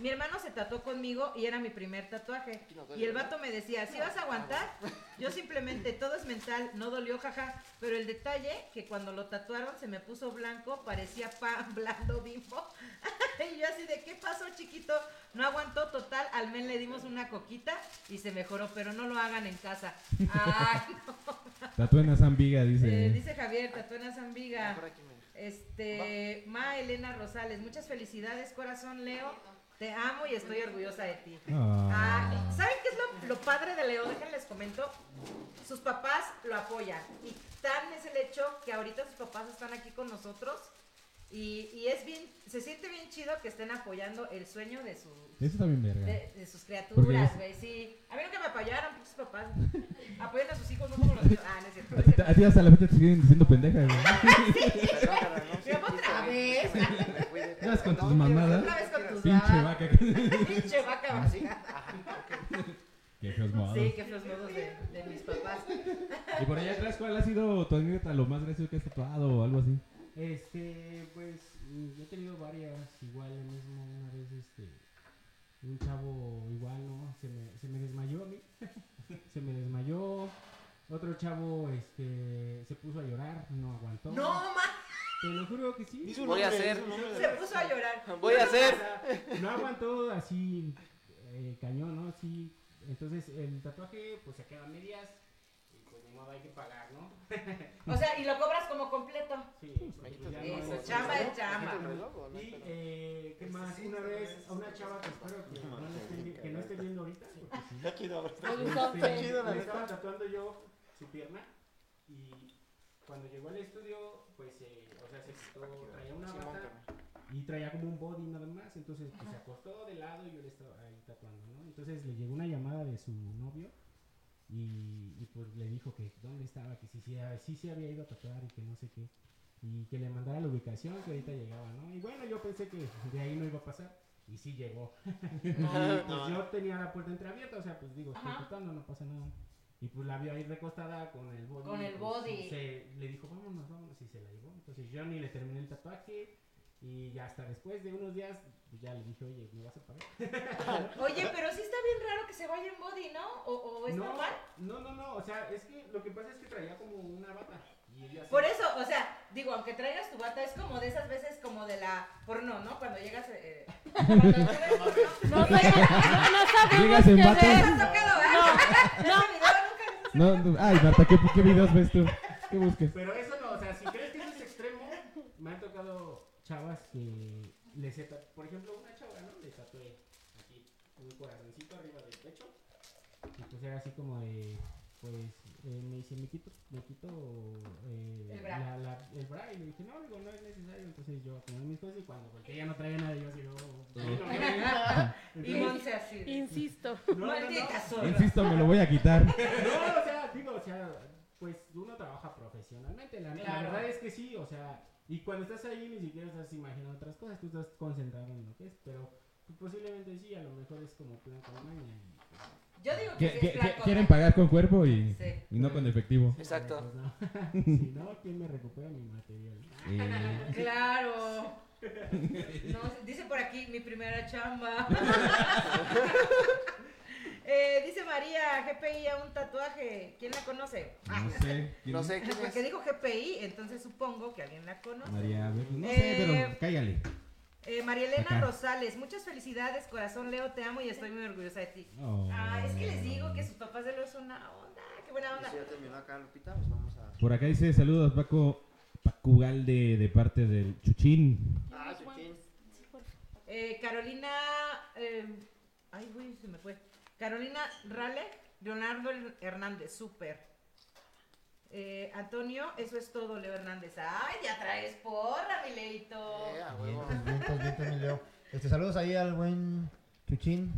[SPEAKER 3] Mi hermano se tatuó conmigo y era mi primer tatuaje. Y el vato me decía, si vas a aguantar, yo simplemente todo es mental, no dolió, jaja. Pero el detalle, que cuando lo tatuaron se me puso blanco, parecía pan blando bimbo. y yo así de, ¿qué pasó, chiquito? No aguantó total, al men le dimos una coquita y se mejoró, pero no lo hagan en casa. Ay, no.
[SPEAKER 1] Tatúen a San Viga,
[SPEAKER 3] Eh,
[SPEAKER 1] dice.
[SPEAKER 3] dice Javier, tatuó en Zambiga.
[SPEAKER 5] Mejor Ah, aquí me-
[SPEAKER 3] Este, Ma Elena Rosales, muchas felicidades, corazón Leo. Te amo y estoy orgullosa de ti. Ah,
[SPEAKER 1] Ah.
[SPEAKER 3] ¿Saben qué es lo, lo padre de Leo? Déjenles comento. Sus papás lo apoyan. Y tan es el hecho que ahorita sus papás están aquí con nosotros. Y, y es bien, se siente bien chido que estén apoyando el sueño de, su,
[SPEAKER 1] Eso también verga.
[SPEAKER 3] de, de sus
[SPEAKER 1] Porque-
[SPEAKER 3] criaturas, güey. Sí. A mí nunca me apoyaron, sus papás. Apoyan a sus hijos, no como los míos. Ah, no es cierto. no
[SPEAKER 1] A
[SPEAKER 3] es
[SPEAKER 1] ti-
[SPEAKER 3] cierto.
[SPEAKER 1] A ti hasta la fecha te siguen diciendo pendeja, güey.
[SPEAKER 5] Perdón, carnal, no, sí,
[SPEAKER 3] Pero otra
[SPEAKER 5] sí, sí,
[SPEAKER 3] vez.
[SPEAKER 5] sí, sí, me cuide.
[SPEAKER 1] Ya vas con tus
[SPEAKER 5] No,
[SPEAKER 1] mamadas.
[SPEAKER 3] Otra vez con tus
[SPEAKER 1] Pinche
[SPEAKER 3] vacas.
[SPEAKER 1] vaca. Ah,
[SPEAKER 3] Pinche vaca vacía.
[SPEAKER 1] Qué feos modos.
[SPEAKER 3] Sí, qué feos modos de, de mis papás.
[SPEAKER 1] Y por allá atrás, ¿cuál ha sido tu anécdota lo más gracioso que has tatuado o algo así?
[SPEAKER 14] Este, pues, mm, he tenido varias, igual, la misma, una vez, este, un chavo igual, ¿no? Se me, se me desmayó a mí, se me desmayó, otro chavo, este, se puso a llorar, no aguantó.
[SPEAKER 3] No, ma,
[SPEAKER 14] Te lo juro que sí.
[SPEAKER 5] Voy a hacer.
[SPEAKER 3] se puso a llorar.
[SPEAKER 5] Voy a hacer.
[SPEAKER 14] No aguantó así, eh, cañón, ¿no? Sí, entonces, el tatuaje, pues, se queda a medias, y pues, de modo hay que pagar, ¿no?
[SPEAKER 3] O sea, y lo cobras como completo.
[SPEAKER 14] Sí,
[SPEAKER 5] Me
[SPEAKER 14] porque,
[SPEAKER 5] quito
[SPEAKER 14] pues, ya
[SPEAKER 5] el
[SPEAKER 14] no-
[SPEAKER 5] reloj.
[SPEAKER 3] Eso, chamba es chamba.
[SPEAKER 5] ¿Me quito el reloj o no?
[SPEAKER 14] Y,
[SPEAKER 5] Espera.
[SPEAKER 14] eh, ¿qué más? Una vez a una chava que espero que no, la esté, vi- que no esté viendo ahorita. porque sí,
[SPEAKER 5] Está chido, bro.
[SPEAKER 12] Ay,
[SPEAKER 14] este,
[SPEAKER 5] chido, la
[SPEAKER 14] le
[SPEAKER 5] neta.
[SPEAKER 14] estaba tatuando yo su pierna y cuando llegó al estudio, pues, eh, o sea, se quitó, traía una
[SPEAKER 5] Simón,
[SPEAKER 14] bata
[SPEAKER 5] carnal.
[SPEAKER 14] y traía como un body nada más, entonces pues, se acostó de lado y yo le estaba ahí tatuando, ¿no? Entonces le llegó una llamada de su novio y, y, pues le dijo que dónde estaba, que sí, sí, ah, sí, sí había ido a tatuar y que no sé qué, y que le mandara la ubicación que ahorita llegaba, ¿no? Y bueno, yo pensé que de ahí no iba a pasar y sí llegó. Y, pues, yo tenía la puerta entreabierta, o sea, pues digo, estoy
[SPEAKER 3] Ajá.
[SPEAKER 14] tatuando, no pasa nada. Y pues la vio ahí recostada con el body.
[SPEAKER 3] Con el
[SPEAKER 14] pues,
[SPEAKER 3] body.
[SPEAKER 14] se- le dijo, vámonos, vámonos, y se la llevó. Entonces yo ni le terminé el tatuaje, Y ya hasta después de unos días, pues ya le dije, oye, ¿me vas a pagar?
[SPEAKER 3] Oye, pero sí está bien raro que se vaya en body, ¿no? ¿O, o es
[SPEAKER 14] no,
[SPEAKER 3] ¿Pues normal?
[SPEAKER 14] no, no, no, o sea, es que lo que pasa es que traía como una bata. Y ella así-
[SPEAKER 3] Por eso, o sea, digo, aunque traigas tu bata, es como de esas veces como de la porno, ¿no? Cuando llegas... Eh, cuando tú ves porno.
[SPEAKER 12] No, soy- no, no sabemos
[SPEAKER 1] Llegas en
[SPEAKER 12] qué
[SPEAKER 1] bata.
[SPEAKER 12] ver.
[SPEAKER 3] ¿Has tocado, eh? Ese video nunca lo has-
[SPEAKER 1] No, no, ay, Marta, ¿qué, qué videos ves tú? ¿Qué buscas?
[SPEAKER 14] Pero eso no, o sea, si crees que eso es extremo, me han tocado chavas que les he tatuado. Por ejemplo, una chava, ¿no? Le tatué aquí un corazoncito arriba del pecho. Y pues era así como de. Pues eh, me dice, me quito, me quito eh,
[SPEAKER 3] El bra.
[SPEAKER 14] la- la- el bra. Y le dije, no, digo, no es necesario. Entonces yo acomodé mis cosas y cuando volteé ya no traía nada. Yo así, no. no, no, no".
[SPEAKER 3] Y Monse así.
[SPEAKER 12] Insisto.
[SPEAKER 14] No, no, no.
[SPEAKER 3] Maldita zorra.
[SPEAKER 1] Insisto, me lo voy a quitar.
[SPEAKER 14] No, o sea, digo, o sea, pues uno trabaja profesionalmente, la, la
[SPEAKER 3] Claro.
[SPEAKER 14] verdad es que sí, o sea, y cuando estás ahí ni siquiera estás imaginando otras cosas, tú estás concentrado en lo que es, pero pues, posiblemente sí, a lo mejor es como plan con maña. y, pues,
[SPEAKER 3] Yo digo que sí
[SPEAKER 1] ¿Qué- qué-
[SPEAKER 3] es
[SPEAKER 1] qué-
[SPEAKER 3] plan con
[SPEAKER 1] quieren
[SPEAKER 3] maña.
[SPEAKER 1] pagar con cuerpo y,
[SPEAKER 3] Sí.
[SPEAKER 1] y no con efectivo.
[SPEAKER 4] Exacto.
[SPEAKER 14] pues, no. si no, ¿quién me recupera mi material?
[SPEAKER 1] Eh,
[SPEAKER 3] Claro. No, dice por aquí mi primera chamba. Eh, dice María, GPI a un tatuaje. ¿Quién la conoce?
[SPEAKER 1] no sé. ¿quién
[SPEAKER 4] No
[SPEAKER 1] es?
[SPEAKER 4] sé
[SPEAKER 5] pues.
[SPEAKER 4] quién
[SPEAKER 3] Porque
[SPEAKER 4] es.
[SPEAKER 3] dijo GPI, entonces supongo que alguien la conoce.
[SPEAKER 1] María, a ver, no
[SPEAKER 3] Eh,
[SPEAKER 1] sé, pero cállale.
[SPEAKER 3] Eh, María Elena
[SPEAKER 1] Ajá.
[SPEAKER 3] Rosales, muchas felicidades, corazón Leo, te amo y estoy muy orgullosa de ti. Ah, es que les digo que sus papás de Leo son una onda, qué buena
[SPEAKER 4] Y
[SPEAKER 3] onda.
[SPEAKER 4] si ya terminó acá Lupita, pues vamos a...
[SPEAKER 1] Por acá dice saludos Paco Paco Galde de parte del Chuchín.
[SPEAKER 4] Ah, chiquín.
[SPEAKER 3] Eh, Carolina, eh, ay güey, se me fue. Carolina Rale, Leonardo Her- Hernández, súper. Eh, Antonio, eso es todo, Leo Hernández. Ay, ya traes porra, mi Leito.
[SPEAKER 4] Eh, a huevo.
[SPEAKER 7] Vientos, vientos, vientos, pues, mi Leo. Este, saludos ahí al buen Chuchín,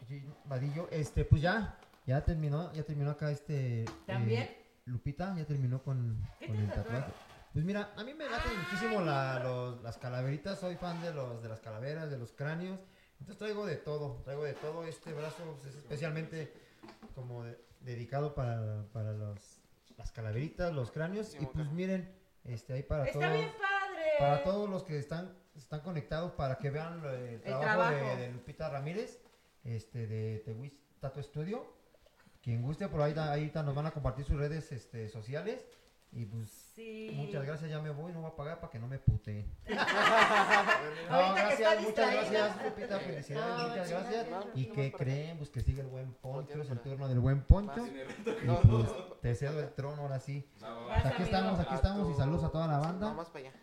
[SPEAKER 7] Chuchín Vadillo. Este, pues ya, ya terminó, ya terminó acá este. eh,
[SPEAKER 3] ¿También?
[SPEAKER 7] Lupita, ya terminó con,
[SPEAKER 3] ¿Qué Ah,
[SPEAKER 7] con
[SPEAKER 3] te
[SPEAKER 7] el
[SPEAKER 3] tatuaron?
[SPEAKER 7] tatuaje. Pues mira, a mí me laten
[SPEAKER 3] Ay,
[SPEAKER 7] muchísimo
[SPEAKER 3] no.
[SPEAKER 7] la- los- las calaveritas, soy fan de los de las calaveras, de los cráneos. Entonces traigo de todo, traigo de todo. Este brazo pues, es especialmente como de- dedicado para, para los, las calaveritas, los cráneos.
[SPEAKER 4] Sí,
[SPEAKER 7] Y pues
[SPEAKER 4] boca.
[SPEAKER 7] miren, este ahí para
[SPEAKER 3] Está
[SPEAKER 7] todos.
[SPEAKER 3] bien padre.
[SPEAKER 7] Para todos los que están, están conectados, para que vean eh, el trabajo,
[SPEAKER 3] trabajo.
[SPEAKER 7] De, de Lupita Ramírez, este, de Tehuis Tato Studio. Quien guste, por ahí, da- ahí ta- nos van a compartir sus redes este, sociales. Y pues,
[SPEAKER 3] Sí.
[SPEAKER 7] muchas gracias, ya me voy, no voy a pagar para que no me pute.
[SPEAKER 3] Ahorita
[SPEAKER 7] No,
[SPEAKER 3] que está
[SPEAKER 7] gracias, muchas
[SPEAKER 3] distraída.
[SPEAKER 7] gracias, Lupita, felicidades,
[SPEAKER 12] No,
[SPEAKER 7] muchas
[SPEAKER 12] no,
[SPEAKER 7] gracias.
[SPEAKER 12] no, no,
[SPEAKER 7] ¿Y
[SPEAKER 12] no,
[SPEAKER 7] qué
[SPEAKER 12] no,
[SPEAKER 7] creen? Pues que sigue el buen Poncho, es el
[SPEAKER 4] para-
[SPEAKER 7] turno del buen Poncho.
[SPEAKER 2] Tiene rato que
[SPEAKER 7] Y pues, te cedo el trono ahora sí.
[SPEAKER 2] no.
[SPEAKER 3] Vas,
[SPEAKER 7] Aquí
[SPEAKER 3] amigo.
[SPEAKER 7] estamos, aquí estamos y saludos a toda la
[SPEAKER 4] No,
[SPEAKER 7] banda.
[SPEAKER 4] más para allá.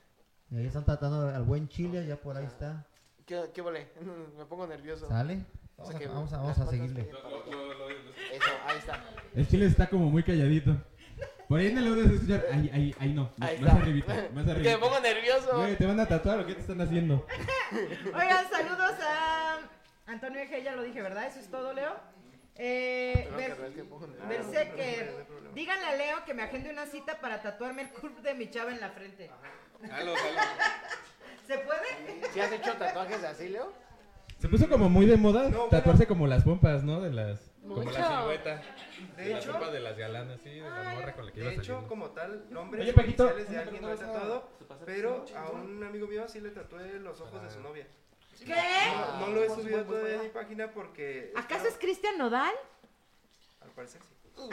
[SPEAKER 7] Y ahí están tratando al buen Chile, ya por ahí está.
[SPEAKER 4] ¿Qué, qué volé? Me pongo nervioso.
[SPEAKER 7] ¿Sale?
[SPEAKER 4] O
[SPEAKER 7] Vamos
[SPEAKER 4] sea que
[SPEAKER 7] a, vamos a-
[SPEAKER 4] las
[SPEAKER 7] vamos a
[SPEAKER 4] patas
[SPEAKER 7] seguirle.
[SPEAKER 4] piden para
[SPEAKER 2] Lo-
[SPEAKER 4] allá.
[SPEAKER 2] lo- lo- lo- lo-
[SPEAKER 4] Eso, ahí está.
[SPEAKER 1] El chile está como muy calladito. Por ahí en el audio se escucha. Ahí, ahí, ahí no.
[SPEAKER 4] Ahí
[SPEAKER 1] más
[SPEAKER 4] está.
[SPEAKER 1] arribita, más
[SPEAKER 4] Que me
[SPEAKER 1] arriba.
[SPEAKER 4] pongo nervioso.
[SPEAKER 1] Güey, ¿te van a tatuar o qué te están haciendo?
[SPEAKER 3] Oigan, saludos a Antonio Eje, ya lo dije, ¿verdad? Eso es todo, Leo. Eh,
[SPEAKER 4] Tengo que
[SPEAKER 3] Ver-
[SPEAKER 4] ver que me pongo nervioso.
[SPEAKER 3] Berserker, díganle a Leo que me agende una cita para tatuarme el curve de mi chava en la frente.
[SPEAKER 2] Jalo, jalo.
[SPEAKER 3] ¿Se puede?
[SPEAKER 4] ¿Sí has hecho tatuajes así, Leo?
[SPEAKER 1] Se puso como muy de moda
[SPEAKER 6] No, bueno.
[SPEAKER 1] tatuarse como las pompas, ¿no? De las.
[SPEAKER 2] Como
[SPEAKER 12] Mucho.
[SPEAKER 2] la silueta.
[SPEAKER 6] De
[SPEAKER 2] De la
[SPEAKER 6] hecho-
[SPEAKER 2] sopa de las galanas, sí, de la morra con la que iba
[SPEAKER 6] De hecho,
[SPEAKER 2] saliendo.
[SPEAKER 6] como tal, nombres
[SPEAKER 1] Oye, Paquito,
[SPEAKER 6] oficiales de
[SPEAKER 1] una
[SPEAKER 6] alguien no he
[SPEAKER 1] pregunta,
[SPEAKER 6] tatuado, pero a un amigo mío sí le tatué los ojos de su novia.
[SPEAKER 3] ¿Qué?
[SPEAKER 6] No, no lo he subido todavía a mi página porque...
[SPEAKER 3] ¿Acaso es Cristian Nodal?
[SPEAKER 6] Al parecer sí.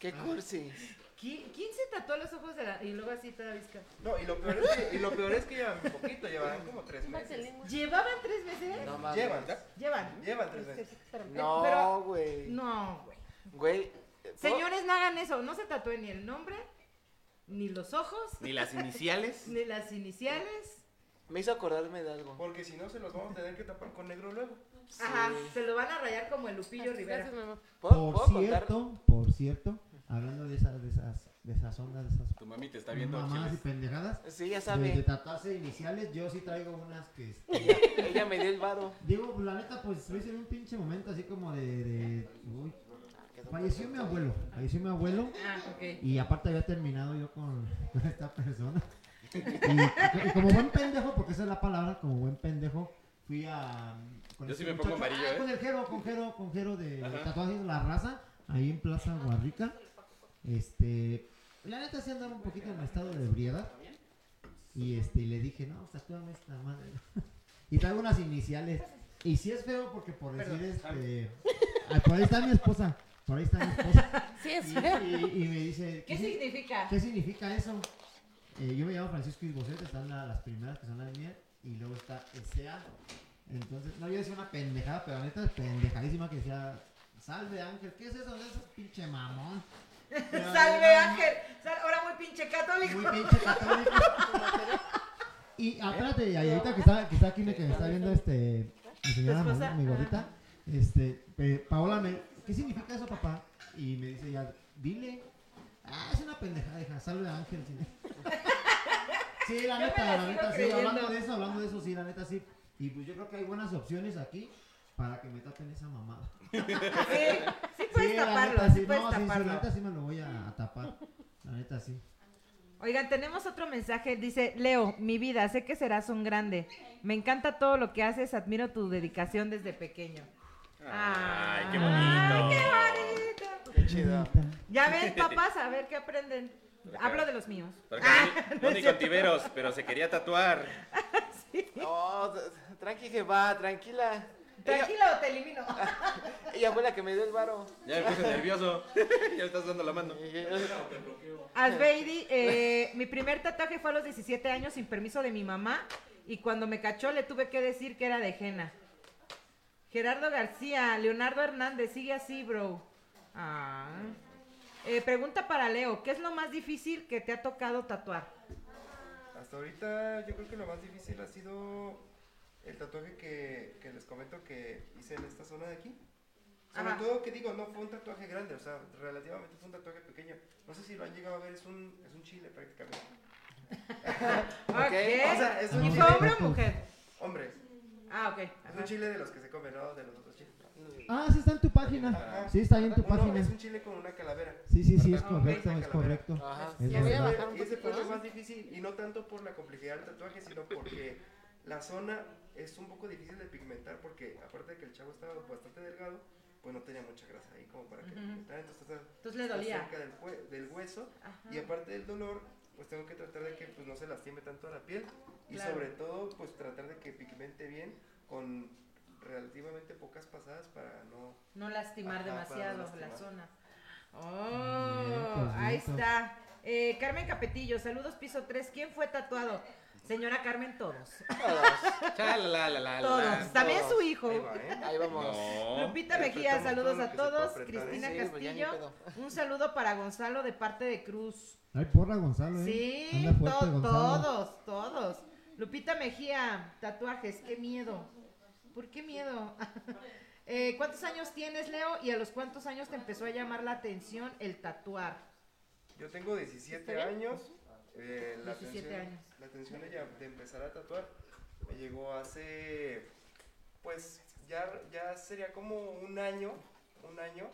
[SPEAKER 4] Qué cursis.
[SPEAKER 3] ¿Qui- ¿Quién se tatuó los ojos de la... y luego así toda visca?
[SPEAKER 6] No, y lo peor es que, y lo peor es que llevan poquito, llevarán como tres meses.
[SPEAKER 3] ¿Llevaban tres meses?
[SPEAKER 4] No mames.
[SPEAKER 6] Llevan, ¿ya?
[SPEAKER 3] Llevan.
[SPEAKER 6] Llevan tres meses.
[SPEAKER 4] No, güey.
[SPEAKER 3] No, güey.
[SPEAKER 4] Güey. ¿puedo-
[SPEAKER 3] Señores, no hagan eso. No se tatúen ni el nombre, ni los ojos,
[SPEAKER 2] Ni las iniciales.
[SPEAKER 3] ni las iniciales.
[SPEAKER 4] Me hizo acordarme de algo.
[SPEAKER 6] Porque si no, se los vamos a tener que tapar con negro luego.
[SPEAKER 3] Ajá, se lo van a rayar como el Lupillo Rivera.
[SPEAKER 12] Gracias, mamá.
[SPEAKER 4] ¿Puedo,
[SPEAKER 7] Por
[SPEAKER 4] puedo contar?
[SPEAKER 7] cierto, por cierto, hablando de esas, de esas, de esas ondas, de esas
[SPEAKER 2] Tu mami te está viendo
[SPEAKER 7] mamadas y
[SPEAKER 2] chiles.
[SPEAKER 7] pendejadas,
[SPEAKER 4] Sí, ya
[SPEAKER 7] de, de
[SPEAKER 4] sabe.
[SPEAKER 7] tatuajes iniciales, yo sí traigo unas que... este,
[SPEAKER 4] Ella, ella me dio el varo.
[SPEAKER 7] Digo, pues, la neta, pues estoy en un pinche momento así como de... de uy,
[SPEAKER 4] Ah,
[SPEAKER 7] falleció mi abuelo, falleció mi abuelo
[SPEAKER 3] Ah, ok.
[SPEAKER 7] y aparte había terminado yo con, con esta persona. Y, y como buen pendejo, porque esa es la palabra, como buen pendejo, fui a... con
[SPEAKER 2] Yo
[SPEAKER 7] este
[SPEAKER 2] sí me pongo
[SPEAKER 7] muchacho-
[SPEAKER 2] amarillo,
[SPEAKER 7] ah,
[SPEAKER 2] ¿eh?
[SPEAKER 7] Con el Jero, con Jero, con Jero de
[SPEAKER 2] Ajá.
[SPEAKER 7] Tatuajes de la Raza, ahí en Plaza Guarrica. Este... La neta sí andaba un poquito en estado de ebriedad. Y este, y le dije, no, tatúame esta madre. y traigo unas iniciales. Y sí es feo porque por decir este. ah, por ahí está mi esposa. Por ahí está mi esposa.
[SPEAKER 12] Sí, es
[SPEAKER 7] Y,
[SPEAKER 12] feo.
[SPEAKER 7] y- y me dice.
[SPEAKER 3] ¿Qué
[SPEAKER 7] sig-
[SPEAKER 3] significa?
[SPEAKER 7] ¿Qué significa eso? Eh, yo me llamo Francisco Isbocet, están la- las primeras que son las mías, y luego está S.A. Entonces, no, yo decía una pendejada, pero la neta es pendejadísima que decía, salve Ángel, ¿qué es eso de esos pinche mamón? Pero,
[SPEAKER 3] Salve
[SPEAKER 7] no,
[SPEAKER 3] Ángel. Sal- ahora muy pinche católico.
[SPEAKER 7] Muy pinche católico.
[SPEAKER 3] ¿Eh?
[SPEAKER 7] y ah, espérate, y ahorita que está, que está aquí, que me está viendo este, mi señora,
[SPEAKER 3] ¿Tu esposa?
[SPEAKER 7] mi, mi gordita, este, eh, Paola, me, ¿qué significa eso, papá? Y me dice ya, dile, ah, es una pendejada, hija, salve a Ángel. Sí, Sí, la
[SPEAKER 3] Yo me
[SPEAKER 7] neta,
[SPEAKER 3] la
[SPEAKER 7] la
[SPEAKER 3] sigo
[SPEAKER 7] neta, sí,
[SPEAKER 3] creyendo.
[SPEAKER 7] hablando de eso, hablando de eso, sí, la neta, sí. Y pues yo creo que hay buenas opciones aquí para que me tapen esa mamada.
[SPEAKER 3] Sí, sí puedes
[SPEAKER 7] Sí, la
[SPEAKER 3] taparlo,
[SPEAKER 7] neta,
[SPEAKER 3] sí puedes
[SPEAKER 7] no, sí, sí,
[SPEAKER 3] taparlo.
[SPEAKER 7] la neta sí me lo voy a, a tapar, la neta sí.
[SPEAKER 3] Oigan, tenemos otro mensaje. Dice, Leo, mi vida, sé que serás un grande. Me encanta todo lo que haces, admiro tu dedicación desde pequeño. Ah.
[SPEAKER 2] Ay, qué
[SPEAKER 3] Ay,
[SPEAKER 2] bonito.
[SPEAKER 3] qué bonito.
[SPEAKER 5] Qué chido.
[SPEAKER 3] Ya ves, papás, a ver qué aprenden. Hablo de los míos.
[SPEAKER 2] Porque
[SPEAKER 12] Ah,
[SPEAKER 2] no- no ni contiveros, pero se quería tatuar.
[SPEAKER 5] No, t- tranqui que va, tranquila. Ella,
[SPEAKER 3] Tranquilo, te elimino.
[SPEAKER 5] ella fue la que me dio el varo.
[SPEAKER 2] Ya me puse nervioso. ya me estás dando la mano.
[SPEAKER 3] Asbeidi, eh, mi primer tatuaje fue a los 17 años sin permiso de mi mamá y cuando me cachó le tuve que decir que era de Jena. Gerardo García, Leonardo Hernández, sigue así, bro. Ah. Eh, pregunta para Leo, ¿qué es lo más difícil que te ha tocado tatuar?
[SPEAKER 6] Hasta ahorita yo creo que lo más difícil ha sido el tatuaje que, que les comento que hice en esta zona de aquí. Sobre
[SPEAKER 3] Ajá.
[SPEAKER 6] todo que digo, no fue un tatuaje grande, o sea, relativamente fue un tatuaje pequeño. No sé si lo han llegado a ver, es un, es un chile prácticamente.
[SPEAKER 3] Ok.
[SPEAKER 6] O sea, es un
[SPEAKER 3] ¿Y
[SPEAKER 6] chile-
[SPEAKER 3] fue hombre o mujer?
[SPEAKER 6] Hombre,
[SPEAKER 3] Ah, ok.
[SPEAKER 6] es
[SPEAKER 3] ajá.
[SPEAKER 6] un chile de los que se comen, no de los otros chiles. Ah,
[SPEAKER 7] Ah, sí está en tu página,
[SPEAKER 6] Ajá.
[SPEAKER 7] sí está ahí en tu
[SPEAKER 6] Uno
[SPEAKER 7] página.
[SPEAKER 6] Es un chile con una calavera.
[SPEAKER 7] Sí, sí, sí, es
[SPEAKER 6] Ah, ok.
[SPEAKER 7] correcto, es
[SPEAKER 6] Calavera.
[SPEAKER 7] correcto.
[SPEAKER 5] Ajá.
[SPEAKER 7] Es
[SPEAKER 12] Ya voy a
[SPEAKER 7] verdad.
[SPEAKER 12] bajar un
[SPEAKER 6] Y ese
[SPEAKER 12] poquito.
[SPEAKER 6] fue lo más difícil, y no tanto por la complejidad del tatuaje, sino porque la zona es un poco difícil de pigmentar, porque aparte de que el chavo estaba bastante delgado, pues no tenía mucha grasa ahí como para que
[SPEAKER 3] Ujú.
[SPEAKER 6] pigmentar, entonces está
[SPEAKER 3] Entonces le
[SPEAKER 6] está
[SPEAKER 3] dolía.
[SPEAKER 6] cerca del, hue- del hueso,
[SPEAKER 3] Ajá.
[SPEAKER 6] y aparte del dolor, pues tengo que tratar de que pues, no se lastime tanto a la piel, y
[SPEAKER 3] Claro.
[SPEAKER 6] sobre todo, pues tratar de que pigmente bien con relativamente pocas pasadas para no...
[SPEAKER 3] No lastimar
[SPEAKER 6] Ajá, para no
[SPEAKER 3] demasiado la
[SPEAKER 6] lastimar.
[SPEAKER 3] zona. Oh,
[SPEAKER 7] Vientos,
[SPEAKER 3] ahí
[SPEAKER 7] vientos.
[SPEAKER 3] está. Eh, Carmen Capetillo, saludos piso 3. ¿Quién fue tatuado? Señora Carmen, todos. Todos. También su hijo.
[SPEAKER 6] Ahí va, ¿eh?
[SPEAKER 5] Ahí vamos.
[SPEAKER 2] No.
[SPEAKER 3] Lupita
[SPEAKER 6] Pero
[SPEAKER 3] Mejía,
[SPEAKER 6] apretamos todo
[SPEAKER 3] saludos a
[SPEAKER 6] lo que se pueda
[SPEAKER 3] todos.
[SPEAKER 6] apretar, ¿eh?
[SPEAKER 3] Cristina
[SPEAKER 5] Sí, pues ya ni
[SPEAKER 3] Castillo,
[SPEAKER 5] pedo.
[SPEAKER 3] un saludo para Gonzalo de parte de Cruz.
[SPEAKER 7] Ay, porra, Gonzalo, ¿eh?
[SPEAKER 3] Sí,
[SPEAKER 7] Anda fuerte,
[SPEAKER 3] to-
[SPEAKER 7] Gonzalo.
[SPEAKER 3] todos, todos. Lupita Mejía, tatuajes, qué miedo. ¿Por qué miedo? Eh, ¿Cuántos años tienes, Leo? ¿Y a los cuántos años te empezó a llamar la atención el tatuar?
[SPEAKER 6] Yo tengo 17
[SPEAKER 12] ¿Está
[SPEAKER 6] años. eh,
[SPEAKER 3] 17
[SPEAKER 6] la atención,
[SPEAKER 3] años.
[SPEAKER 6] La atención de, ya- de empezar a tatuar me llegó hace, pues ya, ya sería como un año, un año.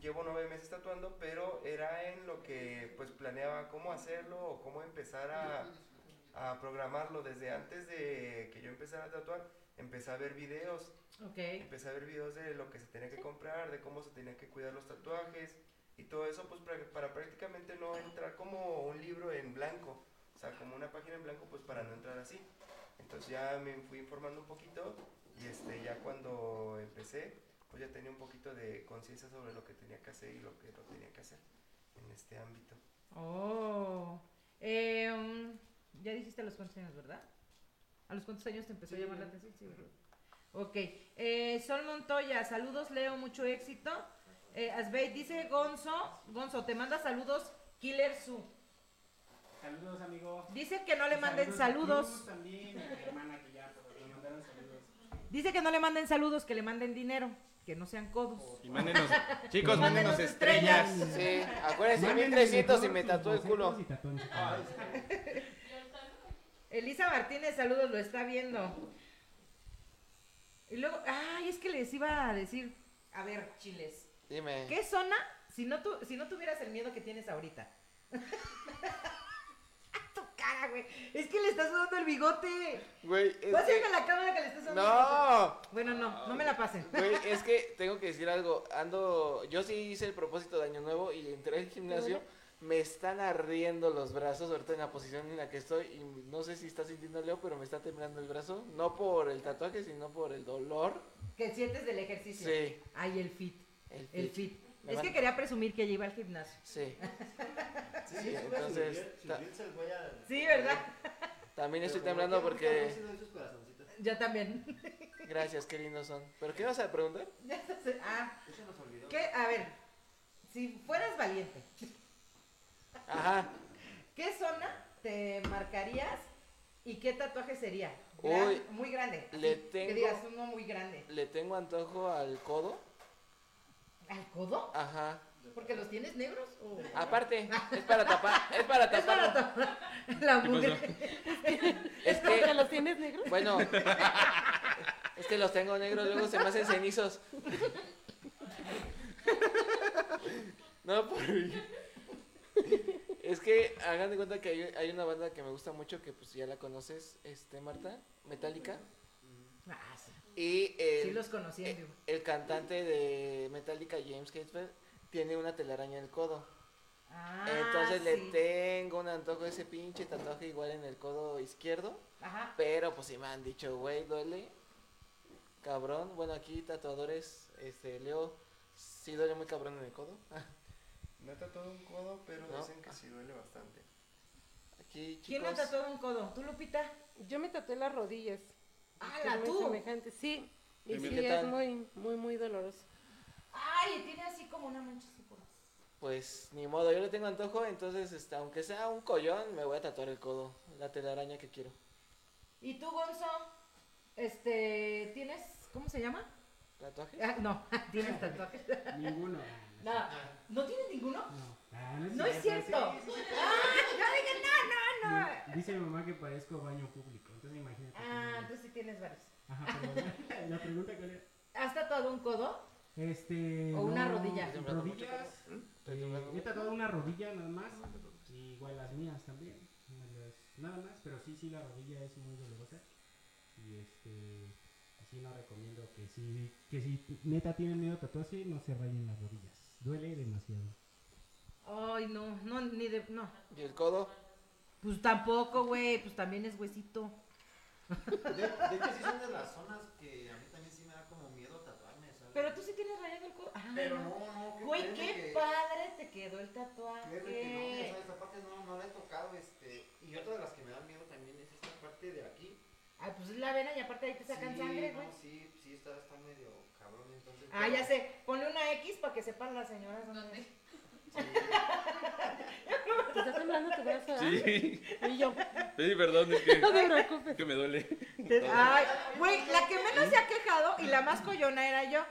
[SPEAKER 6] Llevo nueve meses tatuando, pero era en lo que pues planeaba cómo hacerlo o cómo empezar a, a programarlo. Desde antes de que yo empezara a tatuar, empecé a ver videos
[SPEAKER 3] Ok.
[SPEAKER 6] Empecé a ver videos de lo que se tenía que comprar, de cómo se tenía que cuidar los tatuajes y todo eso, pues para, para prácticamente no entrar como un libro en blanco, o sea, como una página en blanco, pues para no entrar así. Entonces ya me fui informando un poquito y este, ya cuando empecé, pues ya tenía un poquito de conciencia sobre lo que tenía que hacer y lo que no tenía que hacer en este ámbito.
[SPEAKER 3] Oh. Eh, mm, ya dijiste a los cuántos años, ¿verdad? ¿A los cuántos años te empezó a
[SPEAKER 6] Sí,
[SPEAKER 3] llamar la
[SPEAKER 6] ya.
[SPEAKER 3] atención? Sí, ¿verdad? Ok. Eh, Sol Montoya, saludos, Leo, mucho éxito. Eh, Asbey, dice Gonzo, Gonzo, te manda saludos, Killer Su.
[SPEAKER 14] Saludos, amigos.
[SPEAKER 3] Dice que no le manden
[SPEAKER 14] a Cruz
[SPEAKER 3] saludos.
[SPEAKER 14] También, a mi hermana que ya, pero le mandaron saludos.
[SPEAKER 3] Dice que no le manden saludos, que le manden dinero, que no sean codos.
[SPEAKER 2] Y mándenos, chicos,
[SPEAKER 3] Mándenos
[SPEAKER 2] mándenos estrellas.
[SPEAKER 5] Sí, acuérdense, 1300 y me tatuó el culo.
[SPEAKER 3] Elisa Martínez, saludos, lo está viendo. Y luego, ay, es que les iba a decir, a ver, chiles,
[SPEAKER 5] Dime.
[SPEAKER 3] ¿qué zona si no, tu- si no tuvieras el miedo que tienes ahorita? tu cara, güey. Es que le estás sudando el bigote.
[SPEAKER 5] Güey, es
[SPEAKER 3] Pásenme
[SPEAKER 5] que...
[SPEAKER 3] la cámara que le estás sudando el bigote.
[SPEAKER 5] No.
[SPEAKER 3] Bueno, no, no me la pasen.
[SPEAKER 5] Güey, es que tengo que decir algo. Ando, yo sí hice el propósito de Año Nuevo y entré al gimnasio
[SPEAKER 15] me están ardiendo los brazos ahorita en la posición en la que estoy y no sé si está sintiendo Leo, pero me está temblando el brazo, no por el tatuaje, sino por el dolor.
[SPEAKER 3] ¿Qué sientes del ejercicio?
[SPEAKER 15] Sí.
[SPEAKER 3] Ay, el fit.
[SPEAKER 15] El,
[SPEAKER 3] El
[SPEAKER 15] pit.
[SPEAKER 3] fit.
[SPEAKER 15] Me
[SPEAKER 3] Es
[SPEAKER 15] van-
[SPEAKER 3] que quería presumir que ya iba al gimnasio.
[SPEAKER 15] Sí.
[SPEAKER 7] Sí,
[SPEAKER 15] Sí,
[SPEAKER 7] sube
[SPEAKER 15] entonces,
[SPEAKER 7] su bien- su
[SPEAKER 15] ta-
[SPEAKER 7] bien se voy a-
[SPEAKER 3] Sí, ¿verdad?
[SPEAKER 15] También
[SPEAKER 7] Pero
[SPEAKER 15] estoy
[SPEAKER 7] como
[SPEAKER 15] temblando
[SPEAKER 7] aquí ahorita no
[SPEAKER 15] porque
[SPEAKER 7] se ven sus corazoncitos.
[SPEAKER 3] Yo también.
[SPEAKER 15] gracias, qué lindos son. ¿Pero qué vas a preguntar?
[SPEAKER 3] Ah,
[SPEAKER 7] Ya se nos olvidó.
[SPEAKER 3] ¿qué? A ver, si fueras valiente,
[SPEAKER 15] Ajá.
[SPEAKER 3] ¿qué zona te marcarías y qué tatuaje sería?
[SPEAKER 15] Uy,
[SPEAKER 3] muy grande.
[SPEAKER 15] le
[SPEAKER 3] así, Que
[SPEAKER 15] tengo-
[SPEAKER 3] digas uno muy grande.
[SPEAKER 15] Le tengo antojo al codo.
[SPEAKER 3] ¿Al codo?
[SPEAKER 15] Ajá.
[SPEAKER 3] ¿Porque los tienes negros? o-
[SPEAKER 15] Aparte, es para tapar, es para
[SPEAKER 3] Es para
[SPEAKER 15] tapar.
[SPEAKER 3] tapar la
[SPEAKER 1] ¿Qué
[SPEAKER 3] mugre.
[SPEAKER 15] Es
[SPEAKER 12] ¿Cómo que
[SPEAKER 15] que,
[SPEAKER 12] los tienes negros?
[SPEAKER 15] bueno, es que los tengo negros, luego se me hacen cenizos. No, por Es que hagan de cuenta que hay, hay una banda que me gusta mucho que pues ya la conoces, este Marta, Metallica.
[SPEAKER 3] Ah, sí.
[SPEAKER 15] Y
[SPEAKER 3] Sí
[SPEAKER 15] el,
[SPEAKER 3] los conocí en
[SPEAKER 15] eh,
[SPEAKER 3] vivo.
[SPEAKER 15] el cantante de Metallica, James Hetfield, tiene una telaraña en el codo.
[SPEAKER 3] Ah,
[SPEAKER 15] eh, Entonces le
[SPEAKER 3] sí.
[SPEAKER 15] tengo un antojo de ese pinche tatuaje igual en el codo izquierdo.
[SPEAKER 3] Ajá.
[SPEAKER 15] Pero pues si me han dicho, güey, duele. Cabrón. Bueno, aquí tatuadores, este, Leo, sí duele muy cabrón en el codo.
[SPEAKER 6] No he tatuado un codo, pero
[SPEAKER 15] No.
[SPEAKER 6] dicen que sí duele bastante.
[SPEAKER 15] Aquí,
[SPEAKER 3] ¿Quién me ha
[SPEAKER 15] chicos.
[SPEAKER 3] tatuado un codo? ¿Tú, Lupita?
[SPEAKER 12] Yo me tatué las rodillas. que
[SPEAKER 3] ¡Hala,
[SPEAKER 12] es muy
[SPEAKER 3] Ah, tú!
[SPEAKER 12] semejante, sí.
[SPEAKER 15] ¿Y
[SPEAKER 12] Y sí,
[SPEAKER 15] qué
[SPEAKER 12] es
[SPEAKER 15] tal?
[SPEAKER 12] muy, muy, muy doloroso.
[SPEAKER 3] ¡Ay! Tiene así como una mancha así por-
[SPEAKER 15] Pues ni modo, yo le tengo antojo, entonces este, aunque sea un collón, me voy a tatuar el codo, la telaraña que quiero.
[SPEAKER 3] ¿Y tú, Gonzo? Este, ¿tienes, cómo se llama?
[SPEAKER 15] ¿Tatuaje?
[SPEAKER 3] Ah, no, tienes tatuaje.
[SPEAKER 14] Ninguno.
[SPEAKER 3] No, ¿no tienes ninguno?
[SPEAKER 14] No,
[SPEAKER 3] No es cierto. ¡Ah! No digas, no, no, no.
[SPEAKER 14] Dice mi mamá que parezco baño público, entonces imagínate.
[SPEAKER 3] Ah, entonces sí tienes varios.
[SPEAKER 14] Ajá, pero la pregunta que era.
[SPEAKER 3] ¿Has tatuado un codo?
[SPEAKER 14] Este.
[SPEAKER 3] O una rodilla.
[SPEAKER 14] Rodillas. Eh,
[SPEAKER 15] Estoy temblando
[SPEAKER 14] He
[SPEAKER 15] mucho.
[SPEAKER 14] tatuado una rodilla nada más. Y igual las mías también. me las- Nada más, pero sí, sí, la rodilla es muy dolorosa. Y este. Así no recomiendo que si, que si neta tienen miedo a tatuarse, no se rayen las rodillas. Duele demasiado.
[SPEAKER 3] Ay, no, no, ni de, no.
[SPEAKER 15] ¿Y el codo?
[SPEAKER 3] Pues tampoco, güey, pues también es huesito.
[SPEAKER 7] De, de hecho, sí son de las zonas que a mí también sí me da como miedo tatuarme. ¿sabes?
[SPEAKER 3] Pero tú sí tienes rayado el codo. Ah,
[SPEAKER 7] Pero no, no. ¿qué
[SPEAKER 3] Güey,
[SPEAKER 7] créeme
[SPEAKER 3] qué
[SPEAKER 7] que-
[SPEAKER 3] padre te quedó el
[SPEAKER 7] créeme que no,
[SPEAKER 3] tatuaje.
[SPEAKER 7] esa- esa parte no, no la he tocado. Este, y otra de las que me dan miedo también es esta parte de aquí.
[SPEAKER 3] Ay, pues es la vena y aparte ahí te sacan
[SPEAKER 7] sí,
[SPEAKER 3] sangre,
[SPEAKER 7] no,
[SPEAKER 3] güey.
[SPEAKER 7] Sí, sí, está, está medio cabrón. Entonces,
[SPEAKER 3] Ah, ya sé. Ponle una X para que sepan las señoras dónde. es.
[SPEAKER 12] Te está temblando tu brazo, ¿ah?
[SPEAKER 1] Sí,
[SPEAKER 12] Y yo,
[SPEAKER 1] sí, perdón, es que,
[SPEAKER 12] no te preocupes.
[SPEAKER 1] que me duele.
[SPEAKER 3] Ay, güey, la que menos se ha quejado y la más collona era yo.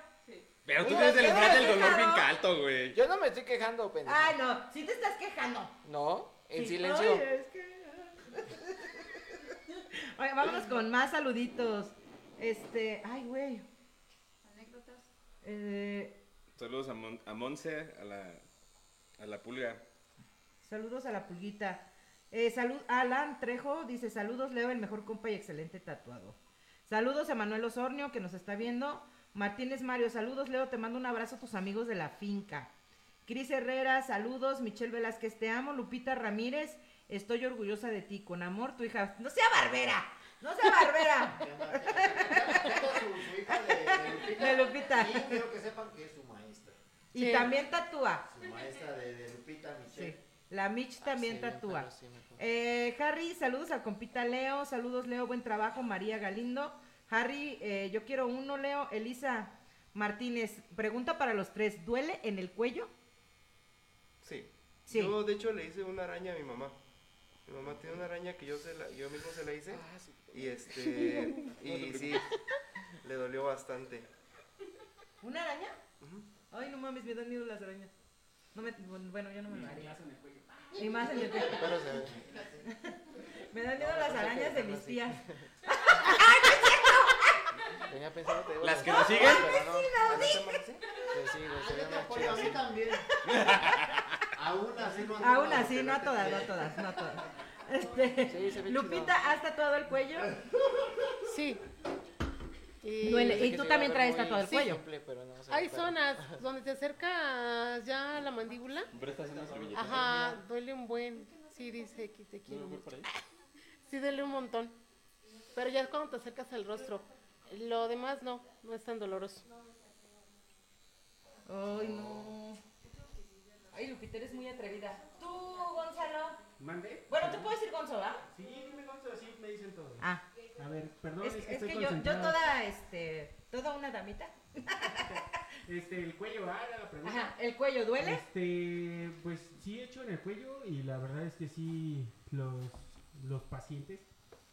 [SPEAKER 1] Pero tú
[SPEAKER 3] Oye,
[SPEAKER 1] tienes el
[SPEAKER 3] ¿qué
[SPEAKER 1] umbral
[SPEAKER 3] me
[SPEAKER 1] del dolor bien
[SPEAKER 3] dejaron?
[SPEAKER 1] alto, güey.
[SPEAKER 15] Yo no me estoy quejando, pendejo.
[SPEAKER 3] Ay, no, sí te estás quejando.
[SPEAKER 15] No, en
[SPEAKER 3] Sí.
[SPEAKER 15] silencio.
[SPEAKER 3] Ay, es que- ah. Oye, vámonos con más saluditos. Este, ay, güey.
[SPEAKER 16] Anécdotas.
[SPEAKER 3] eh,
[SPEAKER 1] Saludos a, Mon- a Monse, a la, a la pulga.
[SPEAKER 3] saludos a la pulguita. Eh, salud, Alan Trejo dice: Saludos, Leo, el mejor compa y excelente tatuador. Saludos a Manuel Osornio, que nos está viendo. Martínez Mario, saludos, Leo, te mando un abrazo a tus amigos de la finca. Cris Herrera, saludos. Michelle Velázquez, te amo. Lupita Ramírez, estoy orgullosa de ti. Con amor, tu hija. ¡No sea barbera! ¡No sea barbera!
[SPEAKER 7] Ya anda- ya anda su, su hija de, de Lupita.
[SPEAKER 3] De Lupita.
[SPEAKER 7] Y quiero que sepan que es su maestra.
[SPEAKER 3] Y
[SPEAKER 12] Sí.
[SPEAKER 3] también tatúa.
[SPEAKER 7] Su maestra de, de Lupita Michelle.
[SPEAKER 3] Sí. La Mitch también
[SPEAKER 15] Ah, Sí,
[SPEAKER 3] tatúa.
[SPEAKER 15] pero sí me pongo.
[SPEAKER 3] Eh, Harry, saludos al compita Leo. Saludos, Leo. Buen trabajo, María Galindo. Harry, eh, yo quiero uno, Leo. Elisa Martínez, pregunta para los tres. ¿Duele en el cuello?
[SPEAKER 6] Sí.
[SPEAKER 3] Sí.
[SPEAKER 6] Yo, de hecho, le hice una araña a mi mamá. Mi mamá tiene una araña que yo, se la, yo mismo se la hice.
[SPEAKER 15] Ah, sí.
[SPEAKER 6] Y este. Y sí, le dolió bastante.
[SPEAKER 3] ¿Una araña? Ay, no mames, me dan miedo las arañas. No me, bueno, yo no me lo haría. Y más en el cuello.
[SPEAKER 15] Pero se ve.
[SPEAKER 3] Me dan miedo
[SPEAKER 15] No,
[SPEAKER 3] las
[SPEAKER 15] no sé qué
[SPEAKER 3] arañas de
[SPEAKER 15] dejarlo
[SPEAKER 3] mis
[SPEAKER 15] así.
[SPEAKER 3] tías.
[SPEAKER 15] Tenía pensado que te iba a
[SPEAKER 1] ¿Las que
[SPEAKER 15] decir,
[SPEAKER 1] nos siguen?
[SPEAKER 15] pero no.
[SPEAKER 6] ¿A ti te amanece?
[SPEAKER 15] Que sí,
[SPEAKER 7] Ah,
[SPEAKER 15] güey,
[SPEAKER 7] yo
[SPEAKER 15] se ve
[SPEAKER 7] te
[SPEAKER 15] más
[SPEAKER 7] apoyo,
[SPEAKER 15] chido
[SPEAKER 7] a mí
[SPEAKER 15] así.
[SPEAKER 7] también. Aún así no a
[SPEAKER 3] Aún
[SPEAKER 7] todas,
[SPEAKER 3] así, no a todas, no a todas, no a todas. Este,
[SPEAKER 15] Sí, se ve chido.
[SPEAKER 12] ah?
[SPEAKER 3] Lupita, ¿has tatuado el cuello?
[SPEAKER 12] Sí. Y
[SPEAKER 3] Duele.
[SPEAKER 15] Pensé
[SPEAKER 3] y
[SPEAKER 15] que
[SPEAKER 3] tú
[SPEAKER 15] se iba a
[SPEAKER 3] también
[SPEAKER 15] ver
[SPEAKER 3] traes
[SPEAKER 15] muy
[SPEAKER 3] tatuado el cuello.
[SPEAKER 15] simple, pero no, se ve
[SPEAKER 12] Hay
[SPEAKER 15] claro.
[SPEAKER 12] zonas donde te acercas ya a la mandíbula.
[SPEAKER 17] ¿Prestas una servilleta?
[SPEAKER 12] Ajá, duele un buen. Sí, dice que te quiero.
[SPEAKER 17] ¿No voy
[SPEAKER 12] mucho.
[SPEAKER 17] por ahí?
[SPEAKER 12] Sí, duele un montón. Pero ya es cuando te acercas al rostro. Lo demás no, no es tan doloroso.
[SPEAKER 18] Ay, no. Ay, Lupita, eres muy atrevida.
[SPEAKER 3] Tú, Gonzalo.
[SPEAKER 14] ¿Mande?
[SPEAKER 3] Bueno, tú puedes ir Gonzalo, ¿ah?
[SPEAKER 14] Sí, dime Gonzo, así me dicen todo.
[SPEAKER 3] Ah,
[SPEAKER 14] A ver, perdón,
[SPEAKER 3] es,
[SPEAKER 14] es,
[SPEAKER 3] que- es
[SPEAKER 14] estoy
[SPEAKER 3] que yo, yo
[SPEAKER 14] concentrado.
[SPEAKER 3] toda, este, toda una damita.
[SPEAKER 14] Este, el cuello, ah, era la pregunta.
[SPEAKER 3] Ajá, ¿el cuello duele?
[SPEAKER 14] Este, pues sí he hecho en el cuello y la verdad es que sí los, los pacientes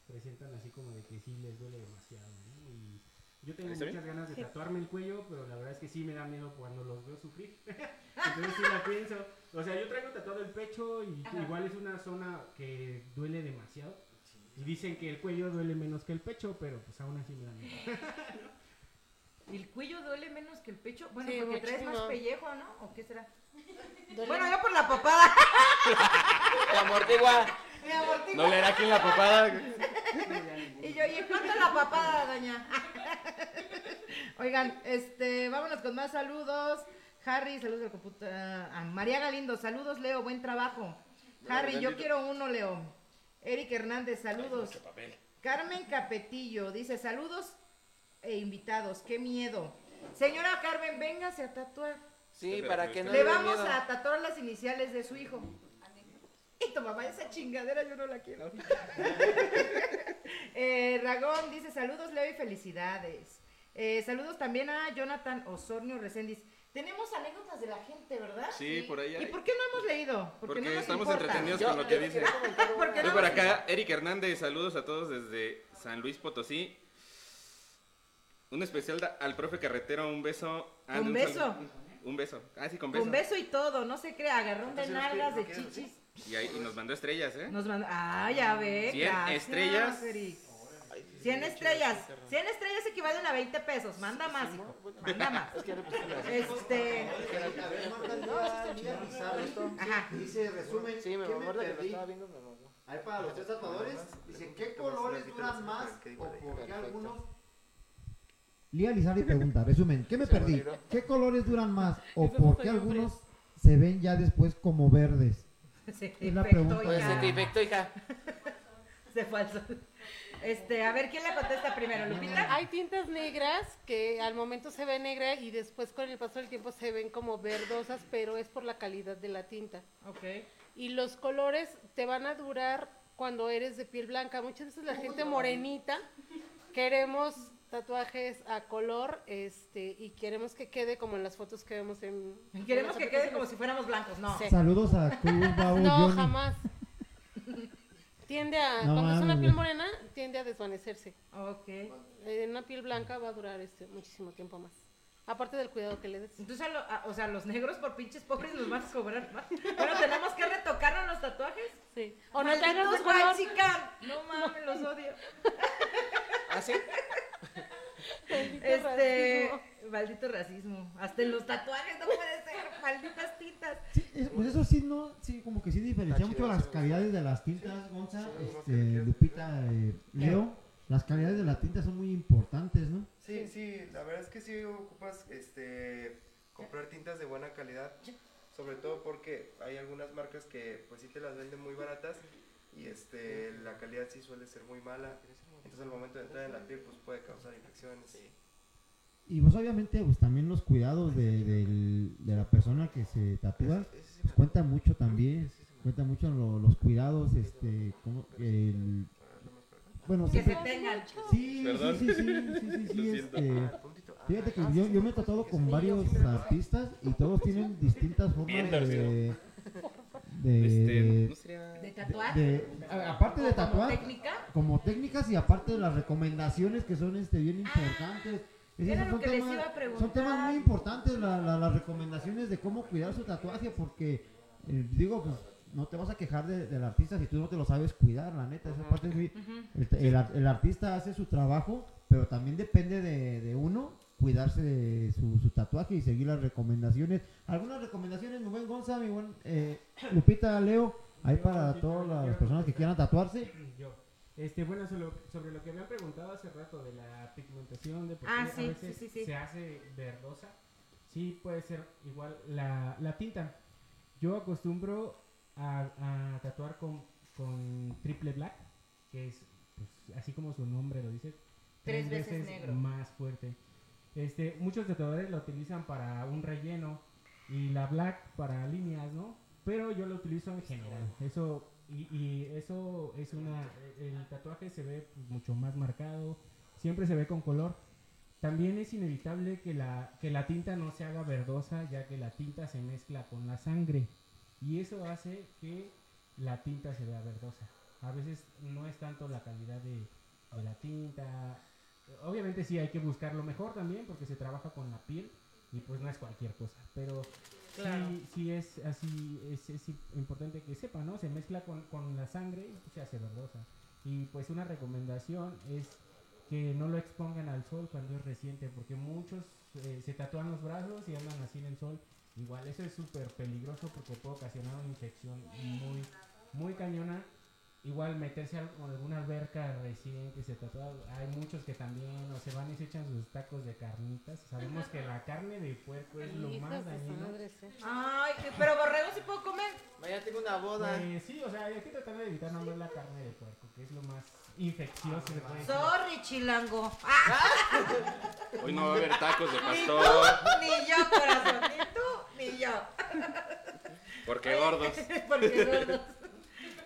[SPEAKER 14] presentan así como de que sí les duele demasiado. ¿no? Y yo tengo
[SPEAKER 17] ¿Está
[SPEAKER 14] muchas
[SPEAKER 17] bien?
[SPEAKER 14] ganas de tatuarme el cuello, pero la verdad es que sí me da miedo cuando los veo sufrir. Entonces sí la pienso. O sea, yo traigo tatuado el pecho y
[SPEAKER 3] Ajá.
[SPEAKER 14] igual es una zona que duele demasiado. Y dicen que el cuello duele menos que el pecho, pero pues aún así me da miedo.
[SPEAKER 3] ¿El cuello duele menos que el pecho? Bueno,
[SPEAKER 12] Sí,
[SPEAKER 3] porque traes
[SPEAKER 12] muchísimo.
[SPEAKER 3] más pellejo, ¿no? ¿O qué será?
[SPEAKER 12] Duele-
[SPEAKER 3] Bueno, yo por la papada.
[SPEAKER 15] La amortigua.
[SPEAKER 3] Me amortizo.
[SPEAKER 17] No le hará aquí en la papada.
[SPEAKER 3] Y yo, ¿y en cuánto la papada, doña? Oigan, este, vámonos con más saludos. Harry, saludos al computador. María Galindo, saludos, Leo, buen trabajo. Harry, yo quiero uno, Leo. Eric Hernández, saludos. Carmen Capetillo dice, saludos e invitados, qué miedo. Señora Carmen, véngase a tatuar.
[SPEAKER 15] Sí, para que no
[SPEAKER 3] Le
[SPEAKER 15] dé
[SPEAKER 3] vamos
[SPEAKER 15] miedo.
[SPEAKER 3] a tatuar las iniciales de su hijo. Y tu mamá, esa chingadera yo no la quiero. Eh, Ragón dice, saludos Leo y felicidades. Eh, saludos también a Jonathan Osornio Reséndiz. Tenemos anécdotas de la gente, ¿verdad?
[SPEAKER 17] Sí, por ahí
[SPEAKER 3] ¿Y
[SPEAKER 17] hay.
[SPEAKER 3] por qué no hemos leído? Porque, no
[SPEAKER 17] Porque
[SPEAKER 3] nos
[SPEAKER 17] estamos
[SPEAKER 3] importa.
[SPEAKER 17] entretenidos
[SPEAKER 15] Yo-
[SPEAKER 17] con lo que
[SPEAKER 15] yo
[SPEAKER 17] dice.
[SPEAKER 15] quiero comentar una-
[SPEAKER 3] Porque
[SPEAKER 17] Voy
[SPEAKER 3] no
[SPEAKER 17] por
[SPEAKER 3] nos
[SPEAKER 17] acá, Eric Hernández, saludos a todos desde San Luis Potosí. Un especial da- al profe Carretero, un beso. Ah,
[SPEAKER 3] ¿Con
[SPEAKER 17] un
[SPEAKER 3] beso?
[SPEAKER 17] saludo. Un beso, ah sí, con beso.
[SPEAKER 3] Con beso y todo, no se crea, agarrón de
[SPEAKER 6] Entonces, ¿no
[SPEAKER 3] nalgas, de
[SPEAKER 6] quieres- no quieres
[SPEAKER 3] chichis.
[SPEAKER 17] Y, ahí, y nos mandó estrellas, ¿eh?
[SPEAKER 3] Nos mandó. Ah, ya ve.
[SPEAKER 17] Cien
[SPEAKER 3] gracias,
[SPEAKER 17] estrellas.
[SPEAKER 3] Eric. 100 estrellas. 100 estrellas equivalen a 20 pesos. Manda más, hijo. Manda más.
[SPEAKER 15] Es que ya le pusieron así.
[SPEAKER 3] Este.
[SPEAKER 5] A ver, Marta, ya, mira, Pizarro, esto.
[SPEAKER 3] Ajá.
[SPEAKER 5] Dice, resumen,
[SPEAKER 15] Sí, me
[SPEAKER 5] ¿qué
[SPEAKER 15] mamó
[SPEAKER 5] me
[SPEAKER 15] ahorita que lo
[SPEAKER 5] perdí?
[SPEAKER 15] estaba viendo, me mamó.
[SPEAKER 5] Ahí para los tres tatuadores, dice, ¿qué colores duran más o por qué algunos
[SPEAKER 1] Lía Lizardi pregunta, resumen, ¿qué me
[SPEAKER 15] Se
[SPEAKER 1] perdí?
[SPEAKER 15] moriró.
[SPEAKER 1] ¿Qué colores duran más o
[SPEAKER 12] Esos
[SPEAKER 1] por
[SPEAKER 12] no
[SPEAKER 1] qué
[SPEAKER 12] son hombres.
[SPEAKER 1] algunos se ven ya después como verdes?
[SPEAKER 3] Se
[SPEAKER 1] Es la
[SPEAKER 3] infectó
[SPEAKER 1] pregunta.
[SPEAKER 3] ya.
[SPEAKER 15] Pues se te infectó, hija.
[SPEAKER 3] Se falso. Este, a ver, ¿quién le contesta primero? ¿Lupita?
[SPEAKER 12] Hay tintas negras que al momento se ve negra y después con el paso del tiempo se ven como verdosas, pero es por la calidad de la tinta.
[SPEAKER 3] Ok.
[SPEAKER 12] Y los colores te van a durar cuando eres de piel blanca. Muchas veces la gente morenita queremos tatuajes a color este y queremos que quede como en las fotos que vemos en en
[SPEAKER 3] Queremos
[SPEAKER 12] las
[SPEAKER 3] que quede como
[SPEAKER 12] aplicaciones.
[SPEAKER 3] si fuéramos blancos, no.
[SPEAKER 12] Sí.
[SPEAKER 1] Saludos a Cruz Bau
[SPEAKER 12] No,
[SPEAKER 1] Johnny.
[SPEAKER 12] jamás. Tiende a
[SPEAKER 1] No
[SPEAKER 12] cuando es una
[SPEAKER 1] mames, güey.
[SPEAKER 12] piel morena tiende a desvanecerse.
[SPEAKER 3] Ok.
[SPEAKER 12] Eh, una piel blanca va a durar este muchísimo tiempo más. Aparte del cuidado que le des.
[SPEAKER 3] Entonces, a lo- a- o sea, los negros por pinches pobres nos van a cobrar más. Bueno, tenemos que retocarnos los tatuajes.
[SPEAKER 12] Sí. O no
[SPEAKER 3] Malditos
[SPEAKER 12] tengas de color.
[SPEAKER 3] guachican. No mames, los odio.
[SPEAKER 15] ¿Ah, sí?
[SPEAKER 12] Maldito
[SPEAKER 3] Este,
[SPEAKER 12] racismo.
[SPEAKER 3] maldito racismo. Hasta en los tatuajes no puede ser. Malditas tintas.
[SPEAKER 1] Sí, es- pues eso sí, no, sí, como que sí diferencia
[SPEAKER 15] Está
[SPEAKER 1] mucho
[SPEAKER 15] chido,
[SPEAKER 1] las
[SPEAKER 15] sí.
[SPEAKER 1] calidades de las tintas, Gonza,
[SPEAKER 15] Sí,
[SPEAKER 1] este, Lupita, eh, Leo. Las calidades de las tintas son muy importantes, ¿no?
[SPEAKER 6] Sí, sí, la verdad es que sí ocupas este, comprar tintas de buena calidad, sobre todo porque hay algunas marcas que pues sí te las venden muy baratas y este, la calidad sí suele ser muy mala, entonces al momento de entrar en la piel pues puede causar infecciones.
[SPEAKER 1] Y pues obviamente pues también los cuidados de, del- de la persona que se tatúa pues, cuenta mucho también, cuenta mucho lo- los cuidados, este, como el, bueno,
[SPEAKER 3] Que
[SPEAKER 1] siempre-
[SPEAKER 3] se tengan.
[SPEAKER 1] Sí,
[SPEAKER 17] Perdón.
[SPEAKER 1] sí, sí, sí, sí, sí, sí,
[SPEAKER 17] Lo
[SPEAKER 1] es,
[SPEAKER 17] siento.
[SPEAKER 1] eh, fíjate que yo, yo me he tratado con varios artistas y todos tienen distintas formas
[SPEAKER 17] Bien
[SPEAKER 1] de,
[SPEAKER 17] torcido.
[SPEAKER 1] de,
[SPEAKER 17] Este,
[SPEAKER 1] de-
[SPEAKER 17] ¿no sería?
[SPEAKER 3] ¿De tatuar?
[SPEAKER 1] de- a- aparte de
[SPEAKER 3] ¿Como
[SPEAKER 1] tatuar,
[SPEAKER 3] técnica?
[SPEAKER 1] como técnicas y aparte de las recomendaciones que son este bien importantes. Es decir,
[SPEAKER 3] Ah, Era lo
[SPEAKER 1] son
[SPEAKER 3] que les
[SPEAKER 1] temas-
[SPEAKER 3] iba a preguntar.
[SPEAKER 1] son temas muy importantes la- la- las recomendaciones de cómo cuidar su tatuaje porque eh, digo pues no te vas a quejar de- del artista si tú no te lo sabes cuidar la neta esa parte es muy- el, t- el ar- el artista hace su trabajo pero también depende de, de uno cuidarse de su, su tatuaje y seguir las recomendaciones algunas recomendaciones mi buen Gonza mi buen eh, Lupita Leo ahí para todas las personas que quieran tatuarse
[SPEAKER 14] Yo. Este, bueno, sobre lo, sobre lo que habían preguntado hace rato de la pigmentación, de por
[SPEAKER 3] Ah,
[SPEAKER 14] qué
[SPEAKER 3] sí,
[SPEAKER 14] a veces
[SPEAKER 3] sí, sí, sí.
[SPEAKER 14] se hace verdosa, sí puede ser igual la, la tinta. Yo acostumbro a, a tatuar con, con triple black, que es pues, así como su nombre lo dice,
[SPEAKER 19] Tres veces negro.
[SPEAKER 14] más fuerte. Este, muchos tatuadores la utilizan para un relleno y la black para líneas, ¿no? Pero yo lo utilizo en general. Eso y, y eso es una el tatuaje se ve pues, mucho más marcado, siempre se ve con color. También es inevitable que la que la tinta no se haga verdosa, ya que la tinta se mezcla con la sangre y eso hace que la tinta se vea verdosa. A veces no es tanto la calidad de, de la tinta. Obviamente sí hay que buscarlo mejor también porque se trabaja con la piel y pues no es cualquier cosa, pero
[SPEAKER 12] Claro.
[SPEAKER 14] sí, sí es así, es, es importante que sepa, ¿no? Se mezcla con, con la sangre y se hace verdosa. Y pues una recomendación es que no lo expongan al sol cuando es reciente, porque muchos eh, se tatúan los brazos y andan así en el sol. Igual eso es súper peligroso porque puede ocasionar una infección muy, muy cañona. Igual meterse a alguna alberca recién que se tatúa, hay muchos que también o se van y se echan sus tacos de carnitas. Sabemos que la carne de puerco
[SPEAKER 1] Pues
[SPEAKER 14] es lo
[SPEAKER 12] Hijos
[SPEAKER 14] más
[SPEAKER 12] de su
[SPEAKER 14] dañino.
[SPEAKER 12] madre, sí.
[SPEAKER 3] Ay, que- pero borrego sí puedo comer.
[SPEAKER 5] Mañana tengo una boda.
[SPEAKER 14] Pues sí, o sea, hay que tratar de evitar nombrar la carne de puerco, que es lo más infeccioso. que se puede decir.
[SPEAKER 3] Sorry, chilango. Ah,
[SPEAKER 2] Hoy no va a haber tacos de
[SPEAKER 3] ni
[SPEAKER 2] pastor,
[SPEAKER 3] tú, ni yo, corazón. Ni tú, ni yo.
[SPEAKER 2] porque gordos.
[SPEAKER 3] Porque gordos.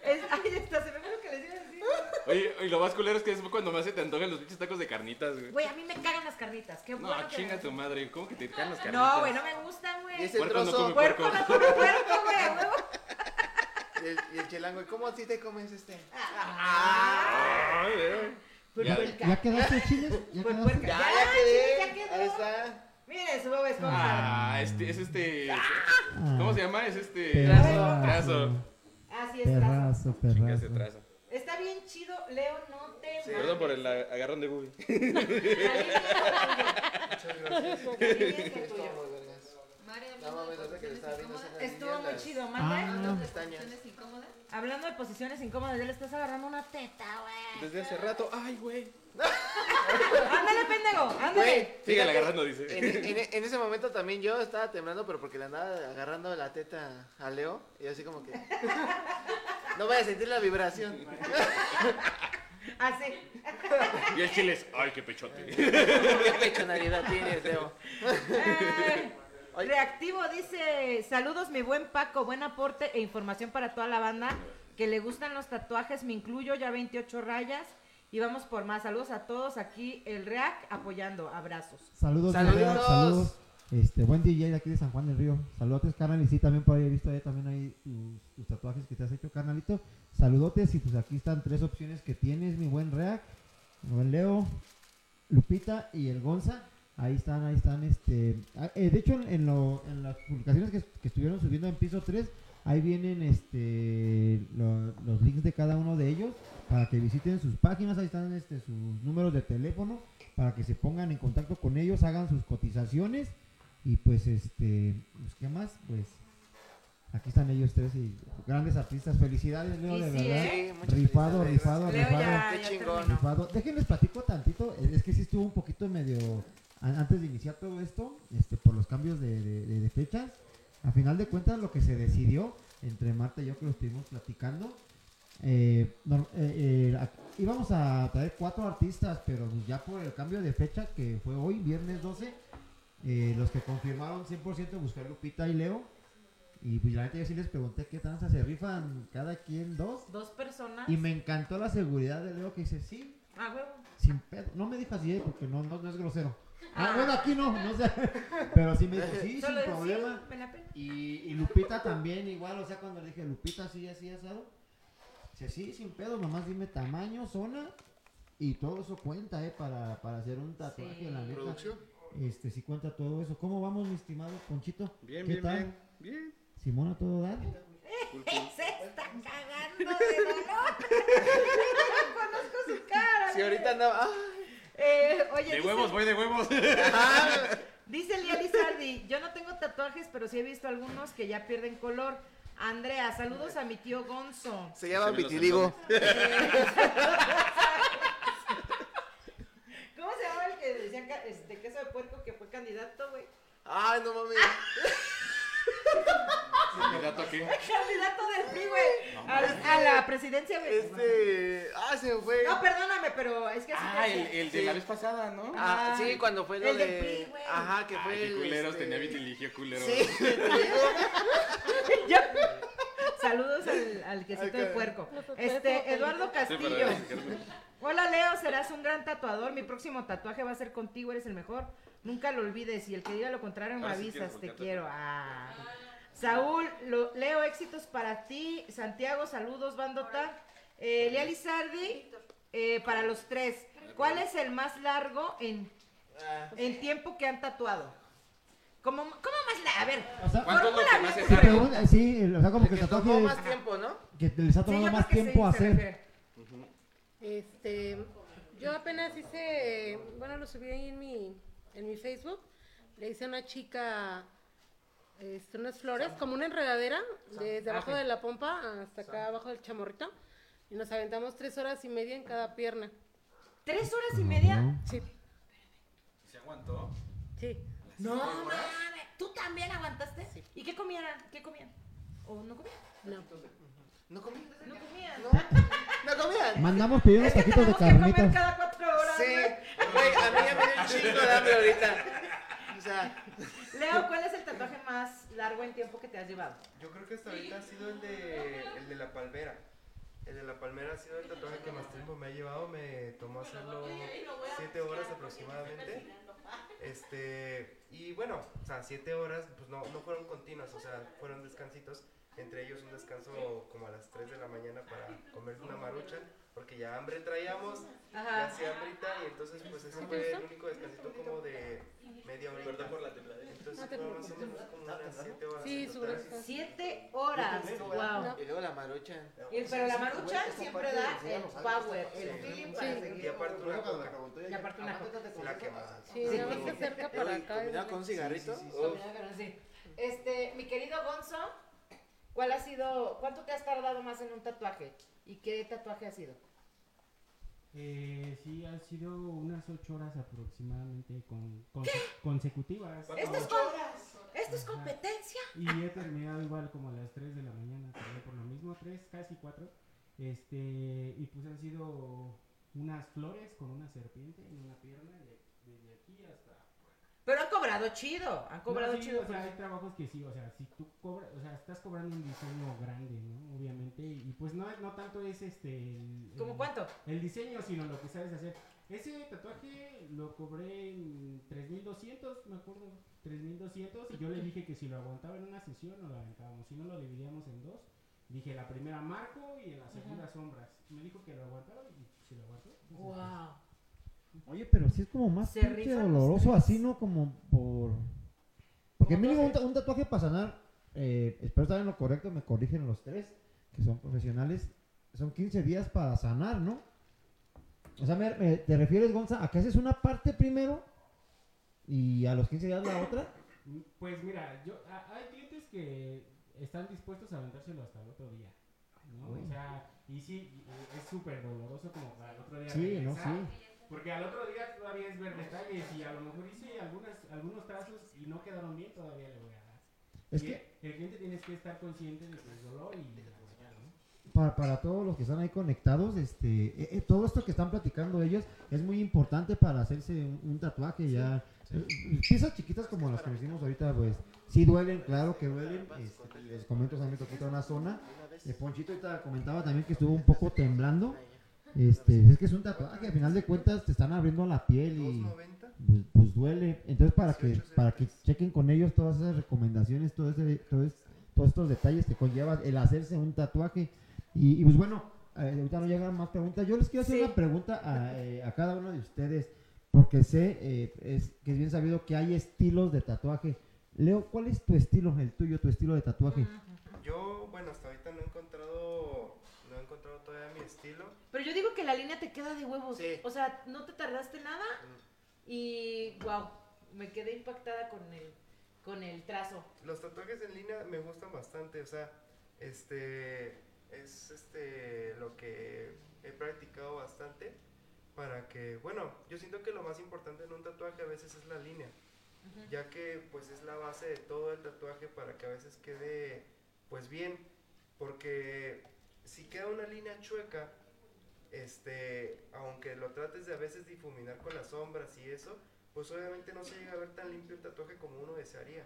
[SPEAKER 3] Es, ay, hasta se me fue lo que les iba a decir.
[SPEAKER 2] Oye, y lo más culero es que es cuando más se te antojan los pinches tacos de carnitas, güey.
[SPEAKER 3] Güey, a mí me cagan las carnitas. Qué
[SPEAKER 2] No,
[SPEAKER 3] bueno que
[SPEAKER 2] chinga
[SPEAKER 3] me-
[SPEAKER 2] tu madre, ¿cómo que te caen las carnitas?
[SPEAKER 3] No, güey, no me gustan, güey.
[SPEAKER 5] Y ese
[SPEAKER 2] Puerco no
[SPEAKER 5] trozo.
[SPEAKER 2] come
[SPEAKER 3] Puerco,
[SPEAKER 2] puerco.
[SPEAKER 3] no come puerco, güey. a huevo.
[SPEAKER 5] Y el, y el chelango, ¿y cómo así te comes este?
[SPEAKER 2] Ah. Ay, güey. Ya,
[SPEAKER 7] ¿Ya quedaste, chiles? ¿Ya
[SPEAKER 3] Pues,
[SPEAKER 7] quedaste?
[SPEAKER 3] puerca.
[SPEAKER 5] Ya,
[SPEAKER 3] Ya,
[SPEAKER 5] ya quedé.
[SPEAKER 3] sí, ya quedó.
[SPEAKER 5] Ahí está.
[SPEAKER 3] Miren, su boba esponja.
[SPEAKER 2] Ah, este, es este. ¿Cómo se llama? Es este.
[SPEAKER 7] Trazo.
[SPEAKER 2] Trazo.
[SPEAKER 3] Así está.
[SPEAKER 7] Perrazo,
[SPEAKER 2] Chinga ese
[SPEAKER 7] perrazo.
[SPEAKER 2] trazo.
[SPEAKER 3] Está bien chido, Leo, no te
[SPEAKER 2] Perdón por el a- agarrón de Bubi.
[SPEAKER 5] Estuvo muy vergas.
[SPEAKER 19] Mari,
[SPEAKER 5] No
[SPEAKER 19] hablando
[SPEAKER 5] mames,
[SPEAKER 19] de
[SPEAKER 5] ahorita que le
[SPEAKER 19] posiciones
[SPEAKER 5] estaba viendo
[SPEAKER 19] incómodas.
[SPEAKER 5] esas
[SPEAKER 3] Estuvo muy
[SPEAKER 5] mierdas.
[SPEAKER 3] chido,
[SPEAKER 12] Ah,
[SPEAKER 3] manda.
[SPEAKER 19] Hablando de
[SPEAKER 5] Pestañas.
[SPEAKER 19] posiciones incómodas.
[SPEAKER 3] Hablando de posiciones incómodas, ya le estás agarrando una teta, güey.
[SPEAKER 2] Desde hace rato. Ay, güey.
[SPEAKER 3] Ándale, pendejo, ándale.
[SPEAKER 5] Güey,
[SPEAKER 2] Síguele
[SPEAKER 5] fíjate,
[SPEAKER 2] agarrando,
[SPEAKER 5] En,
[SPEAKER 2] dice.
[SPEAKER 5] en- en ese momento también yo estaba temblando, pero porque le andaba agarrando la teta a Leo. Y así como que. No vaya a sentir la vibración.
[SPEAKER 3] Así.
[SPEAKER 2] Y el chile es. Ay, qué pechote.
[SPEAKER 5] ¿Qué pechonalidad tienes, Leo?
[SPEAKER 3] Ay.
[SPEAKER 5] Ay.
[SPEAKER 3] Eh, Reactivo dice, saludos mi buen Paco, buen aporte e información para toda la banda que le gustan los tatuajes, me incluyo ya 28 rayas y vamos por más. Saludos a todos aquí, el React apoyando, abrazos.
[SPEAKER 7] Saludos,
[SPEAKER 5] Saludos.
[SPEAKER 7] Saludos. Saludos. Este, buen DJ de aquí de San Juan del Río. Saludotes, carnal. Y sí, también por ahí he visto ahí también ahí tus, tus tatuajes que te has hecho, carnalito. Saludotes. Y pues aquí están tres opciones que tienes, mi buen React, mi buen Leo, Lupita y el Gonza. Ahí están, ahí están. este ah, eh, De hecho, en, en lo- en las publicaciones que, que estuvieron subiendo en piso 3, ahí vienen este lo- los links de cada uno de ellos para que visiten sus páginas. Ahí están este, sus números de teléfono para que se pongan en contacto con ellos, hagan sus cotizaciones y pues este, pues, ¿qué más? Pues aquí están ellos tres y grandes artistas. Felicidades, Leo,
[SPEAKER 3] Y
[SPEAKER 7] de
[SPEAKER 3] sí,
[SPEAKER 7] verdad.
[SPEAKER 3] ¿eh?
[SPEAKER 5] Sí, muchas
[SPEAKER 7] Rifado,
[SPEAKER 5] felicidades.
[SPEAKER 7] rifado,
[SPEAKER 3] Leo
[SPEAKER 7] rifado.
[SPEAKER 3] ya,
[SPEAKER 5] Qué
[SPEAKER 3] ya
[SPEAKER 5] chingón.
[SPEAKER 3] terminó.
[SPEAKER 7] Rifado. Déjenles platico tantito. eh, Es que sí estuvo un poquito medio. a- Antes de iniciar todo esto, este, por los cambios de, de- de- de fechas, a final de cuentas lo que se decidió entre Marta y yo que lo estuvimos platicando, eh, nor- eh, eh, a- íbamos a traer cuatro artistas, pero pues ya por el cambio de fecha que fue hoy, viernes 12, eh, los que confirmaron 100% buscar Lupita y Leo. Y pues la neta yo sí les pregunté qué tranza se rifan cada quien dos.
[SPEAKER 3] Dos personas.
[SPEAKER 7] Y me encantó la seguridad de Leo que dice, sí,
[SPEAKER 3] Ah, huevo.
[SPEAKER 7] sin pedo. No me dijo así, eh, porque no, no, no es grosero. Ah, bueno, aquí no, no sé. Pero sí me dijo, sí,
[SPEAKER 3] Solo
[SPEAKER 7] sin
[SPEAKER 3] decir,
[SPEAKER 7] problema.
[SPEAKER 3] me la pela.
[SPEAKER 7] Y, y Lupita también, igual, o sea, cuando le dije, Lupita, así, así, asado. Dice, sí, sin pedo, nomás dime tamaño, zona. Y todo eso cuenta, eh, para, para hacer un tatuaje,
[SPEAKER 3] Sí.
[SPEAKER 7] la neta.
[SPEAKER 5] Producción.
[SPEAKER 7] Este, sí cuenta todo eso. ¿Cómo vamos, mi estimado Ponchito?
[SPEAKER 2] Bien,
[SPEAKER 7] ¿Qué
[SPEAKER 2] bien,
[SPEAKER 7] tal?
[SPEAKER 2] bien. Bien.
[SPEAKER 7] Simón a todo dar.
[SPEAKER 2] Cool, cool.
[SPEAKER 3] Se está cagando de dolor. Conozco su cara.
[SPEAKER 5] Si ahorita andaba. ¡Ah!
[SPEAKER 3] Eh, oye,
[SPEAKER 2] De
[SPEAKER 3] dice-
[SPEAKER 2] huevos, voy de huevos.
[SPEAKER 5] ah,
[SPEAKER 3] Dice Lía Lizardi, yo no tengo tatuajes, pero sí he visto algunos que ya pierden color. Andrea, saludos a mi tío Gonzo.
[SPEAKER 5] Se llama
[SPEAKER 20] ven los
[SPEAKER 5] vitiligo.
[SPEAKER 3] ¿Cómo se llama el que decía ca- este, queso de puerco que fue candidato, güey?
[SPEAKER 5] Ay, no mames.
[SPEAKER 20] Candidato aquí.
[SPEAKER 3] Candidato del PRI, güey. A, a la presidencia, güey.
[SPEAKER 5] Este. Ah, se me fue.
[SPEAKER 3] No, perdóname, pero es que así.
[SPEAKER 20] Ah, el,
[SPEAKER 3] que-
[SPEAKER 20] el de la vez pasada, ¿no?
[SPEAKER 5] Ah, sí, cuando fue lo
[SPEAKER 3] El del
[SPEAKER 5] de.
[SPEAKER 3] PRI, güey.
[SPEAKER 5] Ajá, que fue
[SPEAKER 20] Ay, qué
[SPEAKER 5] el.
[SPEAKER 20] culeros,
[SPEAKER 5] este-
[SPEAKER 20] tenía vitiligio culero.
[SPEAKER 5] Sí, vitiligo.
[SPEAKER 3] Saludos al, al quesito de puerco. Este, Eduardo
[SPEAKER 20] Sí,
[SPEAKER 3] Castillo.
[SPEAKER 20] para verificarlo.
[SPEAKER 3] Hola Leo, serás un gran tatuador. Mi próximo tatuaje va a ser contigo, eres el mejor. Nunca lo olvides y el que diga lo contrario me
[SPEAKER 20] Ahora sí
[SPEAKER 3] avisas,
[SPEAKER 20] quieres
[SPEAKER 3] te
[SPEAKER 20] voltearte.
[SPEAKER 3] quiero. Ah. Saúl, lo- Leo, éxitos para ti. Santiago, saludos, bandota. Eh, Lía Lizardi, eh, para los tres. ¿Cuál es el más largo en, en tiempo que han tatuado? ¿Cómo, cómo más largo? A ver,
[SPEAKER 1] O sea,
[SPEAKER 20] ¿Cuánto es lo que
[SPEAKER 3] Fórmula
[SPEAKER 20] más se
[SPEAKER 3] blanca.
[SPEAKER 1] se
[SPEAKER 20] sabe?
[SPEAKER 7] eh,
[SPEAKER 1] pregunta- sí, el- o sea, como que el
[SPEAKER 5] Que tomó
[SPEAKER 1] tatuaje
[SPEAKER 5] más tiempo, ¿no?
[SPEAKER 1] que les ha
[SPEAKER 3] sí,
[SPEAKER 1] tomado
[SPEAKER 3] yo
[SPEAKER 1] más
[SPEAKER 3] creo que sí,
[SPEAKER 1] tiempo
[SPEAKER 3] se
[SPEAKER 1] hacer.
[SPEAKER 3] refiere.
[SPEAKER 12] Este, yo apenas hice, bueno, lo subí ahí en mi, en mi Facebook. Le hice a una chica este, unas flores, como una enredadera, desde abajo de la pompa hasta acá abajo del chamorrito. Y nos aventamos tres horas y media en cada pierna.
[SPEAKER 3] ¿Tres horas y media?
[SPEAKER 12] Sí,
[SPEAKER 20] ¿Se aguantó?
[SPEAKER 12] sí.
[SPEAKER 3] No mames, ¿tú también aguantaste? ¿Y qué comían? ¿Qué comían? ¿O no comían?
[SPEAKER 12] No.
[SPEAKER 5] No comían.
[SPEAKER 3] No comían.
[SPEAKER 5] No comían.
[SPEAKER 1] Mandamos pedir unos
[SPEAKER 3] Es que
[SPEAKER 1] taquitos de
[SPEAKER 3] tenemos que comer
[SPEAKER 1] carnitas.
[SPEAKER 3] cada cuatro horas.
[SPEAKER 5] Sí, güey, a mí ya me dio un chingo de hambre ahorita. O sea,
[SPEAKER 3] ¿no? Leo, ¿cuál es el tatuaje más largo en tiempo que te has llevado?
[SPEAKER 6] Yo creo que hasta ahorita ha sido el de, el de la palmera. El de la palmera ha sido el tatuaje que más tiempo me ha llevado. Me tomó hacerlo 7 horas aproximadamente. Este, y bueno, o sea, 7 horas, pues no, no fueron continuas, o sea, fueron descansitos. Entre ellos un descanso como a las 3 de la mañana para comer una marucha, porque ya hambre traíamos, ya
[SPEAKER 3] Ajá.
[SPEAKER 6] hacía hambrita, y entonces pues ese fue el único descansito como de media horita. Entonces fue más o menos como unas 7 horas.
[SPEAKER 12] Sí,
[SPEAKER 6] en
[SPEAKER 12] su
[SPEAKER 6] total.
[SPEAKER 12] grasa.
[SPEAKER 3] Siete horas. Wow.
[SPEAKER 5] y luego la marucha.
[SPEAKER 3] Y, pero la marucha siempre da el power, el feeling para
[SPEAKER 12] Sí.
[SPEAKER 6] Y
[SPEAKER 3] seguir.
[SPEAKER 6] aparte una coca,
[SPEAKER 3] Y aparte una cosa.
[SPEAKER 6] la que más.
[SPEAKER 12] Sí, nada más se acerca para
[SPEAKER 5] Uy,
[SPEAKER 12] acá. y
[SPEAKER 5] combinado con un cigarrito. uf.
[SPEAKER 3] Sí. Este, mi querido Gonzo, ¿cuál ha sido, cuánto te has tardado más en un tatuaje? ¿Y qué tatuaje ha sido?
[SPEAKER 14] Eh, sí, han sido unas ocho horas aproximadamente con, conse- consecutivas.
[SPEAKER 3] ¿Esto es, con- ¿Esto es competencia?
[SPEAKER 14] Y he terminado igual como a las 3 de la mañana, también por lo mismo, 3, casi 4. Este, y pues han sido unas flores con una serpiente en una pierna, de- desde aquí hasta...
[SPEAKER 3] Pero han cobrado chido, han cobrado
[SPEAKER 14] No, sí,
[SPEAKER 3] chido. pues.
[SPEAKER 14] O sea, hay trabajos que sí, o sea, si tú cobras, o sea, estás cobrando un diseño grande, ¿no? Obviamente, y pues no, no tanto es este... el-
[SPEAKER 3] ¿Cómo
[SPEAKER 14] el-
[SPEAKER 3] cuánto?
[SPEAKER 14] el diseño, sino lo que sabes hacer. Ese tatuaje lo cobré en 3200, me acuerdo, 3200 y yo le dije que si lo aguantaba en una sesión no lo aventábamos, si no lo dividíamos en dos. Dije, la primera marco y en la segunda sombras. Me dijo que lo aguantaba y si lo aguantó. pues,
[SPEAKER 3] Wow.
[SPEAKER 1] Oye, pero sí es como más
[SPEAKER 3] Se
[SPEAKER 1] pinche
[SPEAKER 3] rifan los
[SPEAKER 1] doloroso
[SPEAKER 3] tres.
[SPEAKER 1] así, ¿no? Como por... Porque mínimo un, ta- un tatuaje para sanar, eh, espero estar en lo correcto, me corrigen los tres, que son profesionales, son 15 días para sanar, ¿no? O sea, me- me- ¿te refieres, Gonza, a que haces una parte primero y a los 15 días la otra?
[SPEAKER 14] Mm, Pues mira, yo a- hay clientes que están dispuestos a aventárselo hasta el otro día. ¿no? O sea, y sí, y- es súper doloroso como para el otro día.
[SPEAKER 1] Sí, ¿no?
[SPEAKER 14] regresar,
[SPEAKER 1] Sí.
[SPEAKER 14] Porque al otro día todavía es ver detalles y a lo mejor hice algunas, algunos trazos y no quedaron bien, todavía le voy a dar.
[SPEAKER 1] Es
[SPEAKER 14] Y
[SPEAKER 1] que...
[SPEAKER 14] el, el cliente tienes que estar consciente de que el dolor y de la huella, ¿no?
[SPEAKER 1] para, para todos los que están ahí conectados, este, eh, eh, todo esto que están platicando ellos es muy importante para hacerse un, un tatuaje ya. Eh, Piezas chiquitas como las que nos hicimos ahorita, pues, sí duelen, claro que duelen. Este, les comento también toquita una zona. Eh, Ponchito ahorita comentaba también que estuvo un poco temblando. Este, es que es un tatuaje, al final de cuentas te están abriendo la piel y
[SPEAKER 6] ¿2.90?
[SPEAKER 1] pues, pues duele. Entonces, para que, para que chequen con ellos todas esas recomendaciones, todo ese, todo es- todos estos detalles que conlleva el hacerse un tatuaje. Y, y, pues bueno, eh, ahorita no llegan más preguntas. Yo les quiero hacer
[SPEAKER 3] Sí.
[SPEAKER 1] una pregunta a, eh, a cada uno de ustedes, porque sé eh, es, que es bien sabido que hay estilos de tatuaje. Leo, ¿cuál es tu estilo, el tuyo, tu estilo de tatuaje?
[SPEAKER 6] Yo, bueno, hasta ahorita no he encontrado, no he encontrado todavía mi estilo.
[SPEAKER 3] Pero yo digo que la línea te queda de huevos.
[SPEAKER 5] Sí.
[SPEAKER 3] O sea, no te tardaste nada y wow, me quedé impactada con el, con el trazo.
[SPEAKER 6] Los tatuajes en línea me gustan bastante, o sea, Este es este lo que he practicado bastante para que, bueno, yo siento que lo más importante en un tatuaje a veces es la línea, ya que pues es la base de todo el tatuaje para que a veces quede pues bien, porque si queda una línea chueca, este, aunque lo trates de a veces difuminar con las sombras y eso, pues obviamente no se llega a ver tan limpio el tatuaje como uno desearía.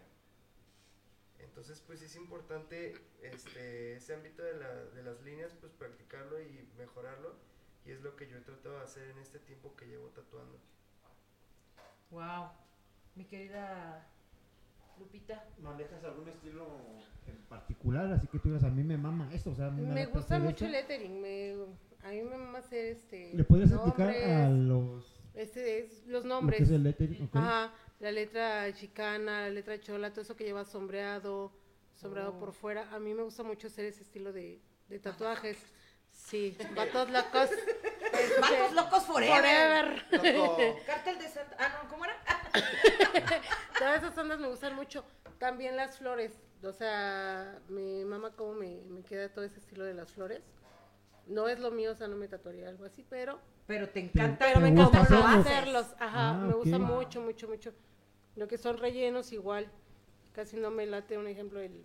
[SPEAKER 6] Entonces, pues es importante este, ese ámbito de, la- de las líneas, pues practicarlo y mejorarlo. Y es lo que yo he tratado de hacer en este tiempo que llevo tatuando.
[SPEAKER 3] Wow. Mi querida Lupita.
[SPEAKER 21] ¿Manejas algún estilo en
[SPEAKER 22] particular, así que tú digas, a mí me mama esto, o sea, a mí
[SPEAKER 12] Me
[SPEAKER 22] gusta
[SPEAKER 12] gusta
[SPEAKER 22] hacer
[SPEAKER 12] mucho el
[SPEAKER 22] esto.
[SPEAKER 12] lettering. Me, a mí me mama hacer este.
[SPEAKER 22] ¿Le podrías
[SPEAKER 12] nombres,
[SPEAKER 22] explicar a los
[SPEAKER 12] Este es los nombres.
[SPEAKER 22] Lo que es el lettering, ok.
[SPEAKER 12] Ajá, la letra chicana, la letra chola, todo eso que lleva sombreado, sombreado
[SPEAKER 3] Oh.
[SPEAKER 12] por fuera. A mí me gusta mucho hacer ese estilo de, de tatuajes. Sí, vatos locos.
[SPEAKER 3] Vatos locos forever.
[SPEAKER 12] Forever.
[SPEAKER 3] Cártel de Santa. Ah, no, ¿cómo era?
[SPEAKER 12] Todas esas ondas me gustan mucho. También las flores. O sea, mi mamá como me, me queda todo ese estilo de las flores. No es lo mío, o sea, no me tatuaría algo así, pero...
[SPEAKER 3] Pero te encanta
[SPEAKER 12] encanta, pero me
[SPEAKER 3] cómo
[SPEAKER 12] encanta
[SPEAKER 3] lo haces.
[SPEAKER 12] hacerlos. Ajá,
[SPEAKER 3] Ah,
[SPEAKER 12] me gusta
[SPEAKER 3] ok.
[SPEAKER 12] mucho, mucho, mucho. Lo que son rellenos igual. Casi no me late, un ejemplo, el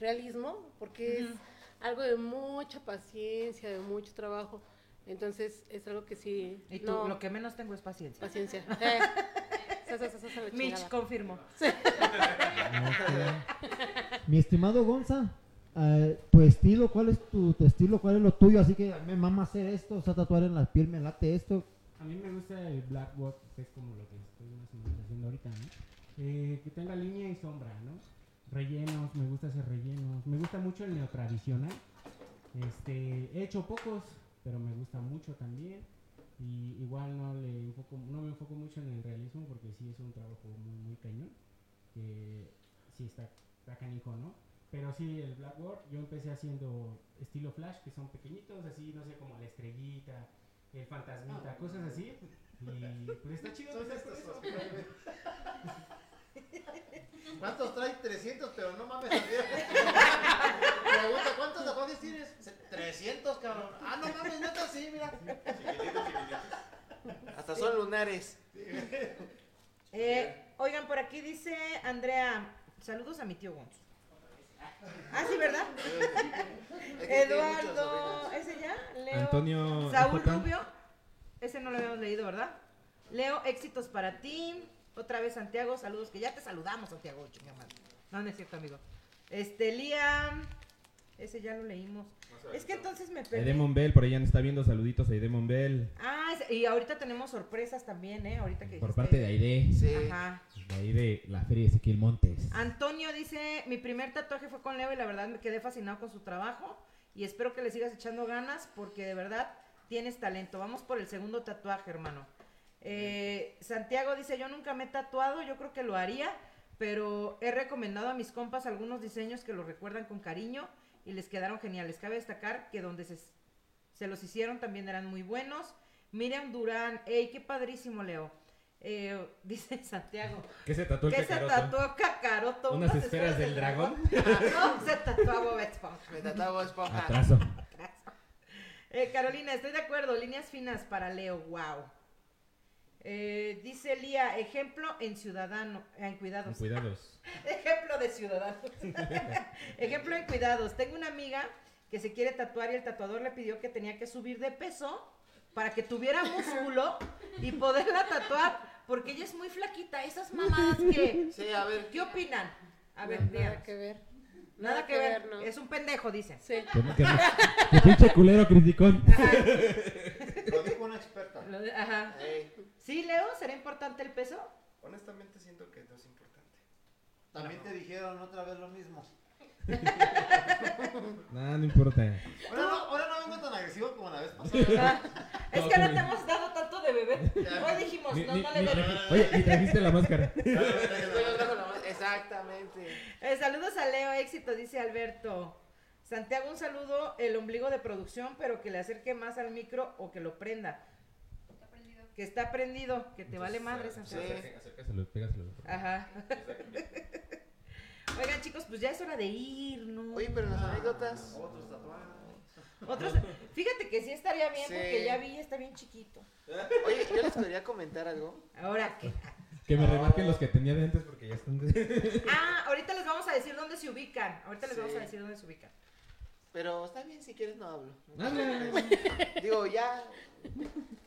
[SPEAKER 12] realismo, porque es algo de mucha paciencia, de mucho trabajo. Entonces, es algo que sí...
[SPEAKER 3] Y tú,
[SPEAKER 12] no-
[SPEAKER 3] lo que menos tengo es paciencia.
[SPEAKER 12] Paciencia. Eh. Sa, sa, sa, sa, sa, la
[SPEAKER 3] Mitch,
[SPEAKER 12] chingada.
[SPEAKER 3] confirmo.
[SPEAKER 12] Sí.
[SPEAKER 22] Mi estimado Gonza, eh, tu estilo, ¿cuál es tu, tu estilo? ¿Cuál es lo tuyo? Así que a mí me mama hacer esto, o sea, tatuar en la piel, me late esto.
[SPEAKER 14] A mí me gusta el black walk, que es como lo que estoy más o menos haciendo ahorita, ¿no? Eh, que tenga línea y sombra, ¿no? Rellenos, me gusta hacer rellenos. Me gusta mucho el neotradicional. Este, he hecho pocos, pero me gusta mucho también. Y igual no le enfoco, no me enfoco mucho en el realismo porque sí es un trabajo muy, muy cañón. Que sí está, está canijo, ¿no? Pero sí, el blackboard, yo empecé haciendo estilo flash, que son pequeñitos, así, no sé, como la estrellita, el fantasmita,
[SPEAKER 6] Ah,
[SPEAKER 14] cosas así. Y pues está chido.
[SPEAKER 7] Son
[SPEAKER 14] empezar
[SPEAKER 7] estos
[SPEAKER 14] por
[SPEAKER 7] los
[SPEAKER 14] eso.
[SPEAKER 7] ¿Cuántos trae? 300, pero no mames. amigo. Pregunta, ¿cuántos tatuajes tienes? 300, cabrón. Ah, no mames, neta, sí, mira.
[SPEAKER 5] Hasta son lunares.
[SPEAKER 3] Eh, oigan, por aquí dice Andrea, saludos a mi tío Gonzo. Ah, sí, ¿verdad? Eduardo, ¿ese ya? Leo.
[SPEAKER 1] Antonio
[SPEAKER 3] Saúl
[SPEAKER 1] J.
[SPEAKER 3] Rubio, ese no lo habíamos leído, ¿verdad? Leo, éxitos para ti. Otra vez Santiago, saludos, que ya te saludamos, Santiago, chinga madre. No, no es cierto, amigo. Este, Liam, ese ya lo leímos. Es que entonces me perdí.
[SPEAKER 1] Edemon Bell, por allá nos está viendo. Saluditos a Edemon Bell.
[SPEAKER 3] Ah, es- y ahorita tenemos sorpresas también, ¿eh? Ahorita que
[SPEAKER 1] Por
[SPEAKER 3] dijiste-
[SPEAKER 1] parte de Aide.
[SPEAKER 3] Ajá.
[SPEAKER 1] De ahí de la feria de Ezequiel Montes.
[SPEAKER 3] Antonio dice, mi primer tatuaje fue con Leo y la verdad me quedé fascinado con su trabajo y espero que le sigas echando ganas porque de verdad tienes talento. Vamos por el segundo tatuaje, hermano. Eh, Santiago dice, yo nunca me he tatuado, yo creo que lo haría, pero he recomendado a mis compas algunos diseños que los recuerdan con cariño y les quedaron geniales. Cabe destacar que donde se, se los hicieron también eran muy buenos. Miriam Durán, ¡ey, qué padrísimo, Leo! Eh, dice Santiago.
[SPEAKER 1] ¿Qué se tatuó el
[SPEAKER 3] ¿Qué se
[SPEAKER 1] cacaroto?
[SPEAKER 3] tatuó Cacaroto?
[SPEAKER 1] ¿Unas esferas del dragón?
[SPEAKER 3] Ah, no, se tatuó Bob Esponja.
[SPEAKER 5] Me trataba esponja.
[SPEAKER 1] Atraso.
[SPEAKER 3] Eh, Carolina, estoy de acuerdo. Líneas finas para Leo, wow. Eh, dice Lía, ejemplo en ciudadano, eh, en
[SPEAKER 1] Con
[SPEAKER 3] cuidados.
[SPEAKER 1] cuidados.
[SPEAKER 3] Ejemplo de ciudadano. Ejemplo en cuidados. Tengo una amiga que se quiere tatuar y el tatuador le pidió que tenía que subir de peso para que tuviera músculo y poderla tatuar porque ella es muy flaquita. Esas mamadas que...
[SPEAKER 5] Sí, a ver.
[SPEAKER 3] ¿Qué opinan? A ver,
[SPEAKER 12] No,
[SPEAKER 3] díganos.
[SPEAKER 12] nada que ver.
[SPEAKER 3] Nada, que, ver.
[SPEAKER 12] no.
[SPEAKER 3] Es un pendejo, dicen.
[SPEAKER 12] Sí.
[SPEAKER 1] Que no- que no- que pinche culero criticón.
[SPEAKER 21] Lo dijo una experta.
[SPEAKER 3] Lo de- Ajá.
[SPEAKER 5] Ey,
[SPEAKER 3] Sí, Leo, ¿será importante el peso?
[SPEAKER 6] Honestamente siento que no es importante.
[SPEAKER 21] También te dijeron otra vez lo mismo.
[SPEAKER 1] No, no importa.
[SPEAKER 21] Ahora no, ahora no vengo tan agresivo como la vez pasada.
[SPEAKER 3] Ah, es que no te hemos dado tanto de beber. Hoy dijimos,
[SPEAKER 1] Ni-
[SPEAKER 3] no,
[SPEAKER 1] ni-
[SPEAKER 3] no le
[SPEAKER 1] ni-
[SPEAKER 3] den.
[SPEAKER 1] Oye, ni trajiste la máscara.
[SPEAKER 5] estoy hablando con la mano. Exactamente.
[SPEAKER 3] Eh, saludos a Leo, éxito, dice Alberto. Santiago, un saludo, el ombligo de producción, pero que le acerque más al micro o que lo prenda. Que está prendido, que te vale madre, Santiago.
[SPEAKER 1] Ah.
[SPEAKER 5] Sí.
[SPEAKER 1] Acércaselo, pégaselo.
[SPEAKER 3] Ajá. Oigan, chicos, pues ya es hora de irnos.
[SPEAKER 5] Oye, pero las anécdotas.
[SPEAKER 3] Otros tatuajes. Fíjate que sí estaría bien
[SPEAKER 5] Sí.
[SPEAKER 3] porque ya vi, está bien chiquito.
[SPEAKER 5] Oye, yo les quería comentar algo.
[SPEAKER 3] Ahora qué.
[SPEAKER 1] Que me remarquen los que tenía de antes porque ya están de...
[SPEAKER 3] Ah, ahorita les vamos a decir dónde se ubican. Ahorita les
[SPEAKER 5] Sí.
[SPEAKER 3] vamos a decir dónde se ubican.
[SPEAKER 5] Pero está bien, si quieres no hablo.
[SPEAKER 1] Habla.
[SPEAKER 5] Digo, ya.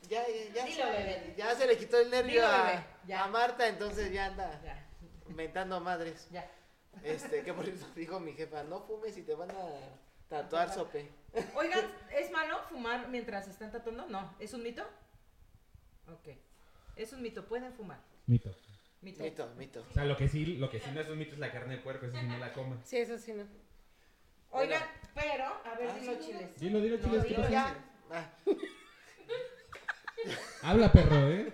[SPEAKER 5] Ya, ya,
[SPEAKER 3] Dilo, bebé.
[SPEAKER 5] se, ya se le quitó el nervio
[SPEAKER 3] Dilo,
[SPEAKER 5] a,
[SPEAKER 3] bebé, ya.
[SPEAKER 5] a Marta, entonces ya anda
[SPEAKER 3] Ya,
[SPEAKER 5] inventando madres.
[SPEAKER 3] ya.
[SPEAKER 5] Este, que por eso dijo mi jefa, no fumes y te van a tatuar sope.
[SPEAKER 3] Oigan, ¿es malo fumar mientras están tatuando? No. ¿Es un mito? Ok. Es un mito. Pueden fumar.
[SPEAKER 1] Mito.
[SPEAKER 3] Mito.
[SPEAKER 5] Mito, mito.
[SPEAKER 1] O sea, lo que, sí, lo que sí no es un mito es la carne de puerco, eso sí no la coman.
[SPEAKER 12] Sí, eso sí, no.
[SPEAKER 3] Oigan, pero, a ver,
[SPEAKER 5] Ah,
[SPEAKER 3] dilo
[SPEAKER 5] sí,
[SPEAKER 3] chiles.
[SPEAKER 1] Dilo, dilo, chiles, ¿qué
[SPEAKER 3] dilo
[SPEAKER 1] pasa?
[SPEAKER 3] ya.
[SPEAKER 5] Ah,
[SPEAKER 1] Habla, perro, ¿eh?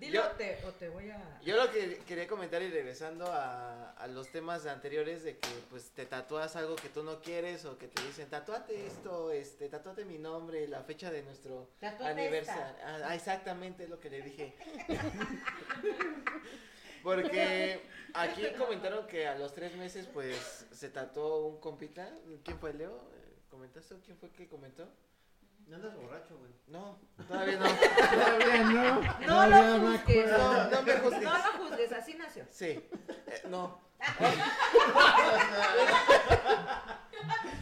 [SPEAKER 3] Dilo
[SPEAKER 5] Yo-
[SPEAKER 3] o te, o te voy a.
[SPEAKER 5] yo lo que quería comentar y regresando a, a los temas anteriores de que pues te tatúas algo que tú no quieres o que te dicen tatuate esto, este, tatuate mi nombre, la fecha de nuestro
[SPEAKER 3] Tatúate esta.
[SPEAKER 5] aniversario. Ah, ah, exactamente es lo que le dije. Porque aquí comentaron que a los tres meses, pues, se tatuó un compita. ¿Quién fue Leo? Eh, ¿Comentaste? ¿Quién fue que comentó?
[SPEAKER 15] No andas borracho, güey.
[SPEAKER 5] No, todavía no.
[SPEAKER 1] Todavía no.
[SPEAKER 3] No
[SPEAKER 1] todavía
[SPEAKER 3] lo
[SPEAKER 1] me
[SPEAKER 3] juzgues.
[SPEAKER 1] acuerdo.
[SPEAKER 5] No, no me juzgues.
[SPEAKER 3] No lo juzgues, así nació.
[SPEAKER 5] Sí. Eh, no.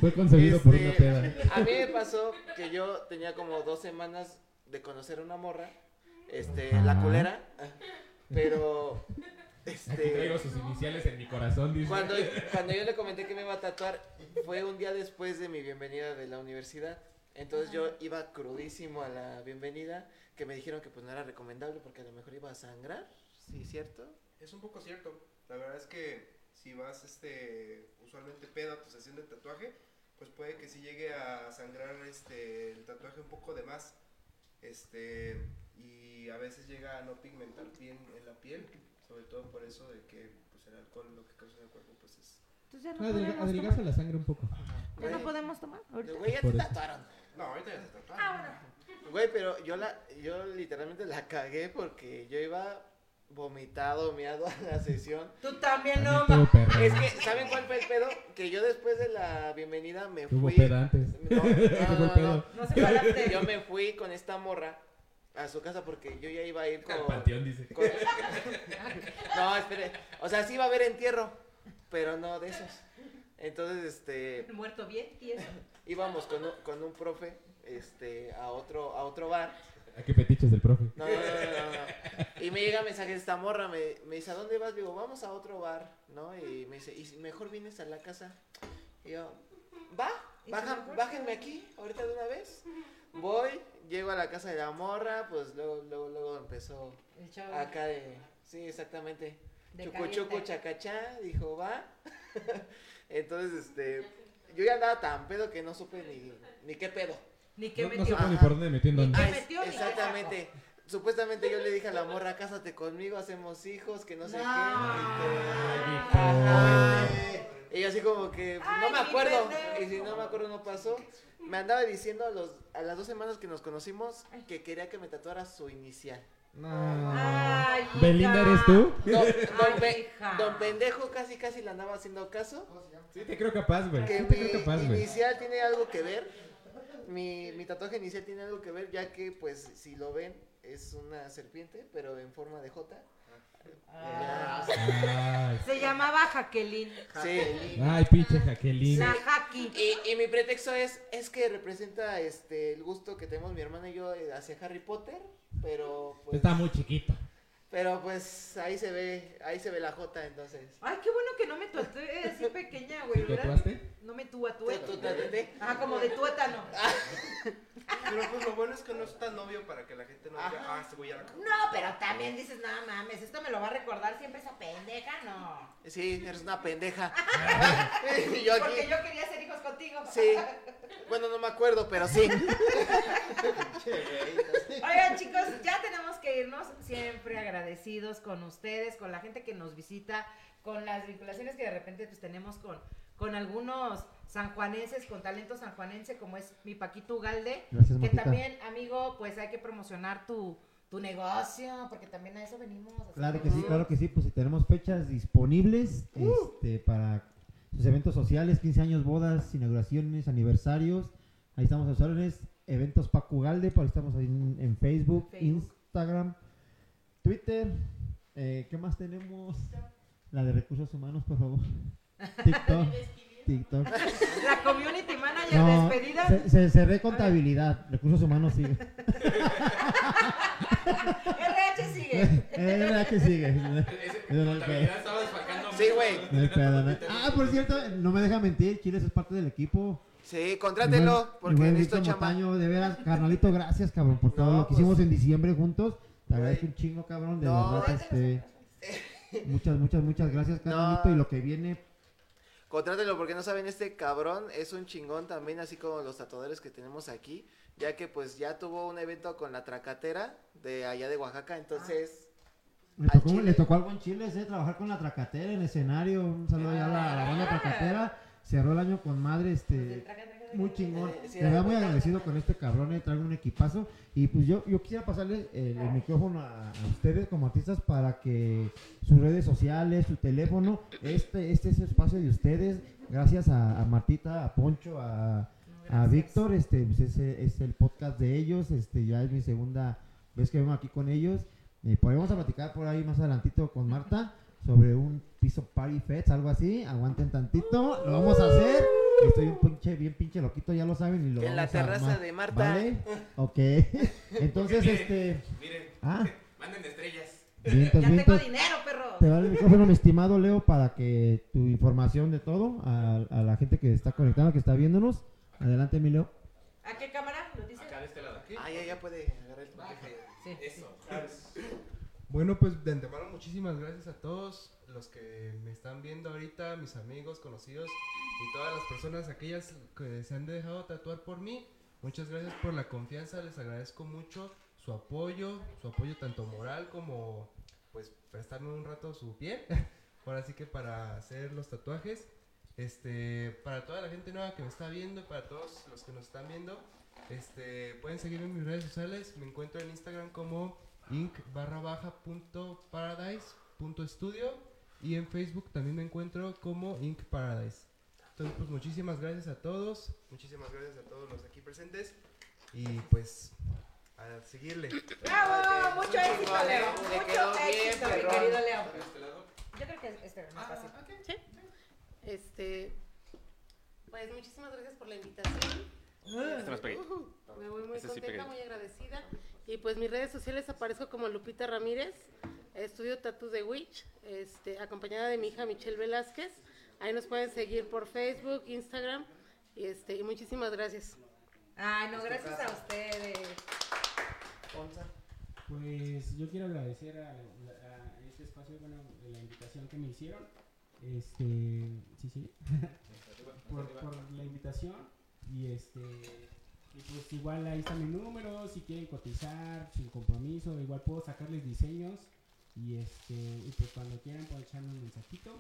[SPEAKER 1] Fue concebido por una
[SPEAKER 5] Este,
[SPEAKER 1] peda.
[SPEAKER 5] A mí me pasó que yo tenía como dos semanas de conocer a una morra, este, la
[SPEAKER 1] Ajá.
[SPEAKER 5] culera, pero,
[SPEAKER 1] Aquí
[SPEAKER 5] este,
[SPEAKER 1] traigo sus iniciales en mi corazón, dice.
[SPEAKER 5] cuando, cuando yo le comenté que me iba a tatuar, fue un día después de mi bienvenida de la universidad. Entonces yo iba crudísimo a la bienvenida, que me dijeron que pues no era recomendable porque a lo mejor iba a sangrar, ¿sí cierto?
[SPEAKER 6] Es un poco cierto. La verdad es que si vas este usualmente pedo a tu sesión de tatuaje, pues puede que sí llegue a sangrar este el tatuaje un poco de más. Este y a veces llega a no pigmentar bien en la piel, sobre todo por eso de que pues el alcohol lo que causa en el cuerpo pues es
[SPEAKER 3] Entonces ya no
[SPEAKER 1] Adelga-
[SPEAKER 3] podemos
[SPEAKER 1] Adelgaza
[SPEAKER 3] tomar.
[SPEAKER 1] la sangre un poco.
[SPEAKER 3] Ya no
[SPEAKER 5] Güey,
[SPEAKER 3] podemos tomar. Ahorita.
[SPEAKER 5] Güey, ya te
[SPEAKER 1] Por eso.
[SPEAKER 5] tatuaron.
[SPEAKER 6] No, ahorita ya se tatuaron.
[SPEAKER 5] Güey, pero yo la, yo literalmente la cagué porque yo iba vomitado, meado a la sesión.
[SPEAKER 3] Tú también no.
[SPEAKER 1] También tuvo perro.
[SPEAKER 5] Es que, ¿saben cuál fue el pedo? Que yo después de la bienvenida me
[SPEAKER 1] Tuvo
[SPEAKER 5] fui.
[SPEAKER 1] peda antes.
[SPEAKER 5] No, no,
[SPEAKER 1] Tuvo
[SPEAKER 5] no, no,
[SPEAKER 1] pedo.
[SPEAKER 3] No separaste.
[SPEAKER 5] Yo me fui con esta morra a su casa porque yo ya iba a ir con.
[SPEAKER 1] Al panteón, dice.
[SPEAKER 5] con- No, espere. O sea, sí iba a haber entierro, pero no de esos. Entonces, este.
[SPEAKER 3] Muerto bien, tieso.
[SPEAKER 5] Íbamos con un, con un profe este, a, otro, a otro bar.
[SPEAKER 1] ¿A qué petiches del profe?
[SPEAKER 5] No, no, no, no, no. Y me llega mensaje de esta morra, me, me dice, ¿a dónde vas? Digo, vamos a otro bar, ¿no? Y me dice, ¿y si mejor vienes a la casa? Y yo, va,
[SPEAKER 3] ¿Y
[SPEAKER 5] baja-
[SPEAKER 3] si mejor?
[SPEAKER 5] bájenme aquí, ahorita de una vez. Voy, llego a la casa de la morra, pues luego, luego, luego empezó
[SPEAKER 3] El chavo.
[SPEAKER 5] acá de, sí, exactamente.
[SPEAKER 3] Ah. de
[SPEAKER 5] Chucu
[SPEAKER 3] caliente.
[SPEAKER 5] chucu chacachá, dijo, va. Entonces, este, yo ya andaba tan pedo que no supe ni, ni qué pedo.
[SPEAKER 3] Ni que
[SPEAKER 1] No, no
[SPEAKER 3] metió.
[SPEAKER 1] supo ni
[SPEAKER 5] Ajá.
[SPEAKER 1] por dónde metió en dónde.
[SPEAKER 3] Ni
[SPEAKER 5] Ah,
[SPEAKER 3] que
[SPEAKER 5] es-
[SPEAKER 3] metió, ni que
[SPEAKER 5] exactamente. Supuestamente yo le dije a la morra, cásate conmigo, hacemos hijos, que no sé
[SPEAKER 3] No.
[SPEAKER 5] qué.
[SPEAKER 3] Ay,
[SPEAKER 1] hijo.
[SPEAKER 5] Ajá. Y yo así como que pues,
[SPEAKER 3] Ay,
[SPEAKER 5] no me
[SPEAKER 3] mi
[SPEAKER 5] acuerdo.
[SPEAKER 3] pendejo.
[SPEAKER 5] Y si no me acuerdo no pasó. Me andaba diciendo a, los, a las dos semanas que nos conocimos que quería que me tatuara su inicial.
[SPEAKER 1] No.
[SPEAKER 3] Ay, hija.
[SPEAKER 1] ¿Belinda eres tú?
[SPEAKER 5] Don, don
[SPEAKER 3] Ay,
[SPEAKER 5] pe-
[SPEAKER 3] hija.
[SPEAKER 5] don pendejo casi casi le andaba haciendo caso.
[SPEAKER 1] Sí, te creo capaz, güey.
[SPEAKER 5] que
[SPEAKER 1] Sí, te creo capaz,
[SPEAKER 5] mi
[SPEAKER 1] güey.
[SPEAKER 5] inicial tiene algo que ver. Mi, mi tatuaje inicial tiene algo que ver, ya que, pues, si lo ven, es una serpiente, pero en forma de J.
[SPEAKER 3] Ah.
[SPEAKER 1] Ay,
[SPEAKER 3] Se llamaba Jaqueline.
[SPEAKER 5] Sí.
[SPEAKER 1] ay, pinche Jaqueline.
[SPEAKER 3] La Jaqui.
[SPEAKER 5] Y, y mi pretexto es, es que representa este el gusto que tenemos mi hermana y yo eh, hacia Harry Potter, pero pues,
[SPEAKER 1] Está muy chiquita.
[SPEAKER 5] pero pues ahí se ve, ahí se ve la J entonces.
[SPEAKER 3] Ay, qué bueno que no me tatué así pequeña, güey.
[SPEAKER 5] Pues
[SPEAKER 1] ¿Te
[SPEAKER 3] ¿verdad?
[SPEAKER 1] tatuaste?
[SPEAKER 3] No me tuatué.
[SPEAKER 5] Tú- tú tatuaste.
[SPEAKER 3] Ah, como de tuétano.
[SPEAKER 5] Ah.
[SPEAKER 6] Pero pues lo bueno es que no es tan obvio para que la gente no diga,
[SPEAKER 5] Ajá.
[SPEAKER 6] ah, este güey ya la cagó".
[SPEAKER 3] No, pero también dices, no mames, esto me lo va a recordar siempre esa pendeja, no.
[SPEAKER 5] Sí, eres una pendeja. Y yo
[SPEAKER 3] Porque
[SPEAKER 5] aquí.
[SPEAKER 3] yo quería ser hijos contigo.
[SPEAKER 5] Sí. Bueno, no me acuerdo, pero sí.
[SPEAKER 3] Oigan, chicos, ya tenemos que irnos siempre agradecidos con ustedes, con la gente que nos visita, con las vinculaciones que de repente pues tenemos con, con algunos sanjuanenses, con talento sanjuanense como es mi Paquito Ugalde,
[SPEAKER 1] Gracias,
[SPEAKER 3] que
[SPEAKER 1] Martita.
[SPEAKER 3] también, amigo, pues hay que promocionar tu,
[SPEAKER 23] tu negocio, porque también a eso venimos. a hacer
[SPEAKER 1] Claro que sí,
[SPEAKER 23] negocio.
[SPEAKER 1] claro que sí, pues si tenemos fechas disponibles este, para sus eventos sociales, 15 años, bodas, inauguraciones, aniversarios, ahí estamos a sus órdenes, eventos Paco Galde, por ahí estamos ahí en, en Facebook, Instagram, Twitter, eh, ¿qué más tenemos? La de recursos humanos, por favor. TikTok. TikTok.
[SPEAKER 3] La community manager
[SPEAKER 1] No,
[SPEAKER 3] despedida.
[SPEAKER 1] se, se cerré contabilidad, recursos humanos sigue.
[SPEAKER 3] RH
[SPEAKER 1] Eh,
[SPEAKER 3] sigue.
[SPEAKER 1] eh, que sigue. Eso no hay pedo.
[SPEAKER 5] Sí, güey.
[SPEAKER 1] No hay pedo, no hay- Ah, por cierto, no me deja mentir, Chiles es parte del equipo.
[SPEAKER 5] Sí,
[SPEAKER 1] Mi buen-
[SPEAKER 5] contrátelo,
[SPEAKER 1] mi
[SPEAKER 5] porque
[SPEAKER 1] buen
[SPEAKER 5] necesito
[SPEAKER 1] Víctor
[SPEAKER 5] chamba.
[SPEAKER 1] Montaño, de veras, carnalito, gracias, cabrón, por todo lo que hicimos en diciembre juntos. Te agradezco un chingo, cabrón, de
[SPEAKER 5] No,
[SPEAKER 1] verdad, este... Muchas, muchas, muchas gracias, carnalito, y lo que viene...
[SPEAKER 5] Contrátelo porque no saben, este cabrón es un chingón también, así como los tatuadores que tenemos aquí, ya que pues ya tuvo un evento con la tracatera de allá de Oaxaca, entonces...
[SPEAKER 3] Ah,
[SPEAKER 1] Le
[SPEAKER 5] al
[SPEAKER 1] tocó,
[SPEAKER 5] chile.
[SPEAKER 1] le tocó algo en Chiles, eh, trabajar con la Tracatera en escenario. Un saludo ya a la, a la
[SPEAKER 5] Ah.
[SPEAKER 1] banda Tracatera. Cerró el año con madre, este... Muy chingón.
[SPEAKER 5] Eh, sí,
[SPEAKER 1] De verdad,
[SPEAKER 5] era
[SPEAKER 1] muy
[SPEAKER 5] muy
[SPEAKER 1] agradecido con este cabrón, eh, traigo un equipazo. Y pues yo, yo quisiera pasarle el, el micrófono a, a ustedes como artistas para que sus redes sociales, su teléfono, este, este es el espacio de ustedes. Gracias a, a Martita, a Poncho, a, a Víctor, este pues ese es el podcast de ellos, este ya es mi segunda vez que vengo aquí con ellos. Eh, por ahí vamos a platicar por ahí más adelantito con Marta sobre un piso party fest, algo así. Aguanten tantito, lo vamos a hacer. Estoy un pinche, bien pinche loquito, ya lo saben. Y lo
[SPEAKER 5] En la
[SPEAKER 1] vamos a
[SPEAKER 5] terraza
[SPEAKER 1] armar,
[SPEAKER 5] de Marta.
[SPEAKER 1] ¿Vale? Ok. Entonces,
[SPEAKER 24] Miren,
[SPEAKER 1] este.
[SPEAKER 24] miren,
[SPEAKER 1] Ah.
[SPEAKER 24] manden estrellas.
[SPEAKER 3] Ya
[SPEAKER 1] Vientos,
[SPEAKER 3] tengo
[SPEAKER 1] vientos.
[SPEAKER 3] dinero, perros.
[SPEAKER 1] Te va el micrófono, mi estimado Leo, para que tu información de todo a, a la gente que está conectada, que está viéndonos. Adelante, mi Leo.
[SPEAKER 3] ¿A qué cámara? ¿Lo dices?
[SPEAKER 24] Acá de este lado. Aquí.
[SPEAKER 5] Ah, ya, ya puede agarrar el
[SPEAKER 3] Sí.
[SPEAKER 24] Eso.
[SPEAKER 6] Bueno, pues de antemano muchísimas gracias a todos los que me están viendo ahorita, mis amigos, conocidos y todas las personas, aquellas que se han dejado tatuar por mí. Muchas gracias por la confianza, les agradezco mucho su apoyo, su apoyo tanto moral como pues prestarme un rato su piel, ahora sí que para hacer los tatuajes. Este, para toda la gente nueva que me está viendo, para todos los que nos están viendo, este, pueden seguirme en mis redes sociales, me encuentro en Instagram como inc barra baja punto paradise punto estudio y en Facebook también me encuentro como Inc Paradise. Entonces, pues muchísimas gracias a todos, muchísimas gracias a todos los aquí presentes y pues a seguirle.
[SPEAKER 3] ¡Bravo! Mucho éxito, Leo.
[SPEAKER 5] Le
[SPEAKER 3] Mucho
[SPEAKER 5] quedó
[SPEAKER 3] éxito,
[SPEAKER 5] bien,
[SPEAKER 3] mi
[SPEAKER 5] perrón.
[SPEAKER 3] querido Leo.
[SPEAKER 5] este
[SPEAKER 3] Yo creo que es- este es más
[SPEAKER 5] Ah,
[SPEAKER 3] fácil.
[SPEAKER 12] Sí. Este, pues muchísimas gracias por la invitación.
[SPEAKER 24] Este más pegué.
[SPEAKER 12] Me voy muy
[SPEAKER 24] Este sí
[SPEAKER 12] contenta,
[SPEAKER 24] pegué.
[SPEAKER 12] muy agradecida. Y pues mis redes sociales aparezco como Lupita Ramírez, estudio Tatu de Witch, este, acompañada de mi hija Michelle Velázquez. Ahí nos pueden seguir por Facebook, Instagram. Y, este, y muchísimas gracias.
[SPEAKER 3] Ay,
[SPEAKER 5] Este
[SPEAKER 3] no, gracias a ustedes.
[SPEAKER 25] Pues yo quiero agradecer a, la- a este espacio, bueno, de la invitación que me hicieron. Este, sí, sí. por, por la invitación. Y este, y pues igual ahí está mi número, si quieren cotizar, sin compromiso, igual puedo sacarles diseños. Y este, y pues cuando quieran pueden echarme un mensajito.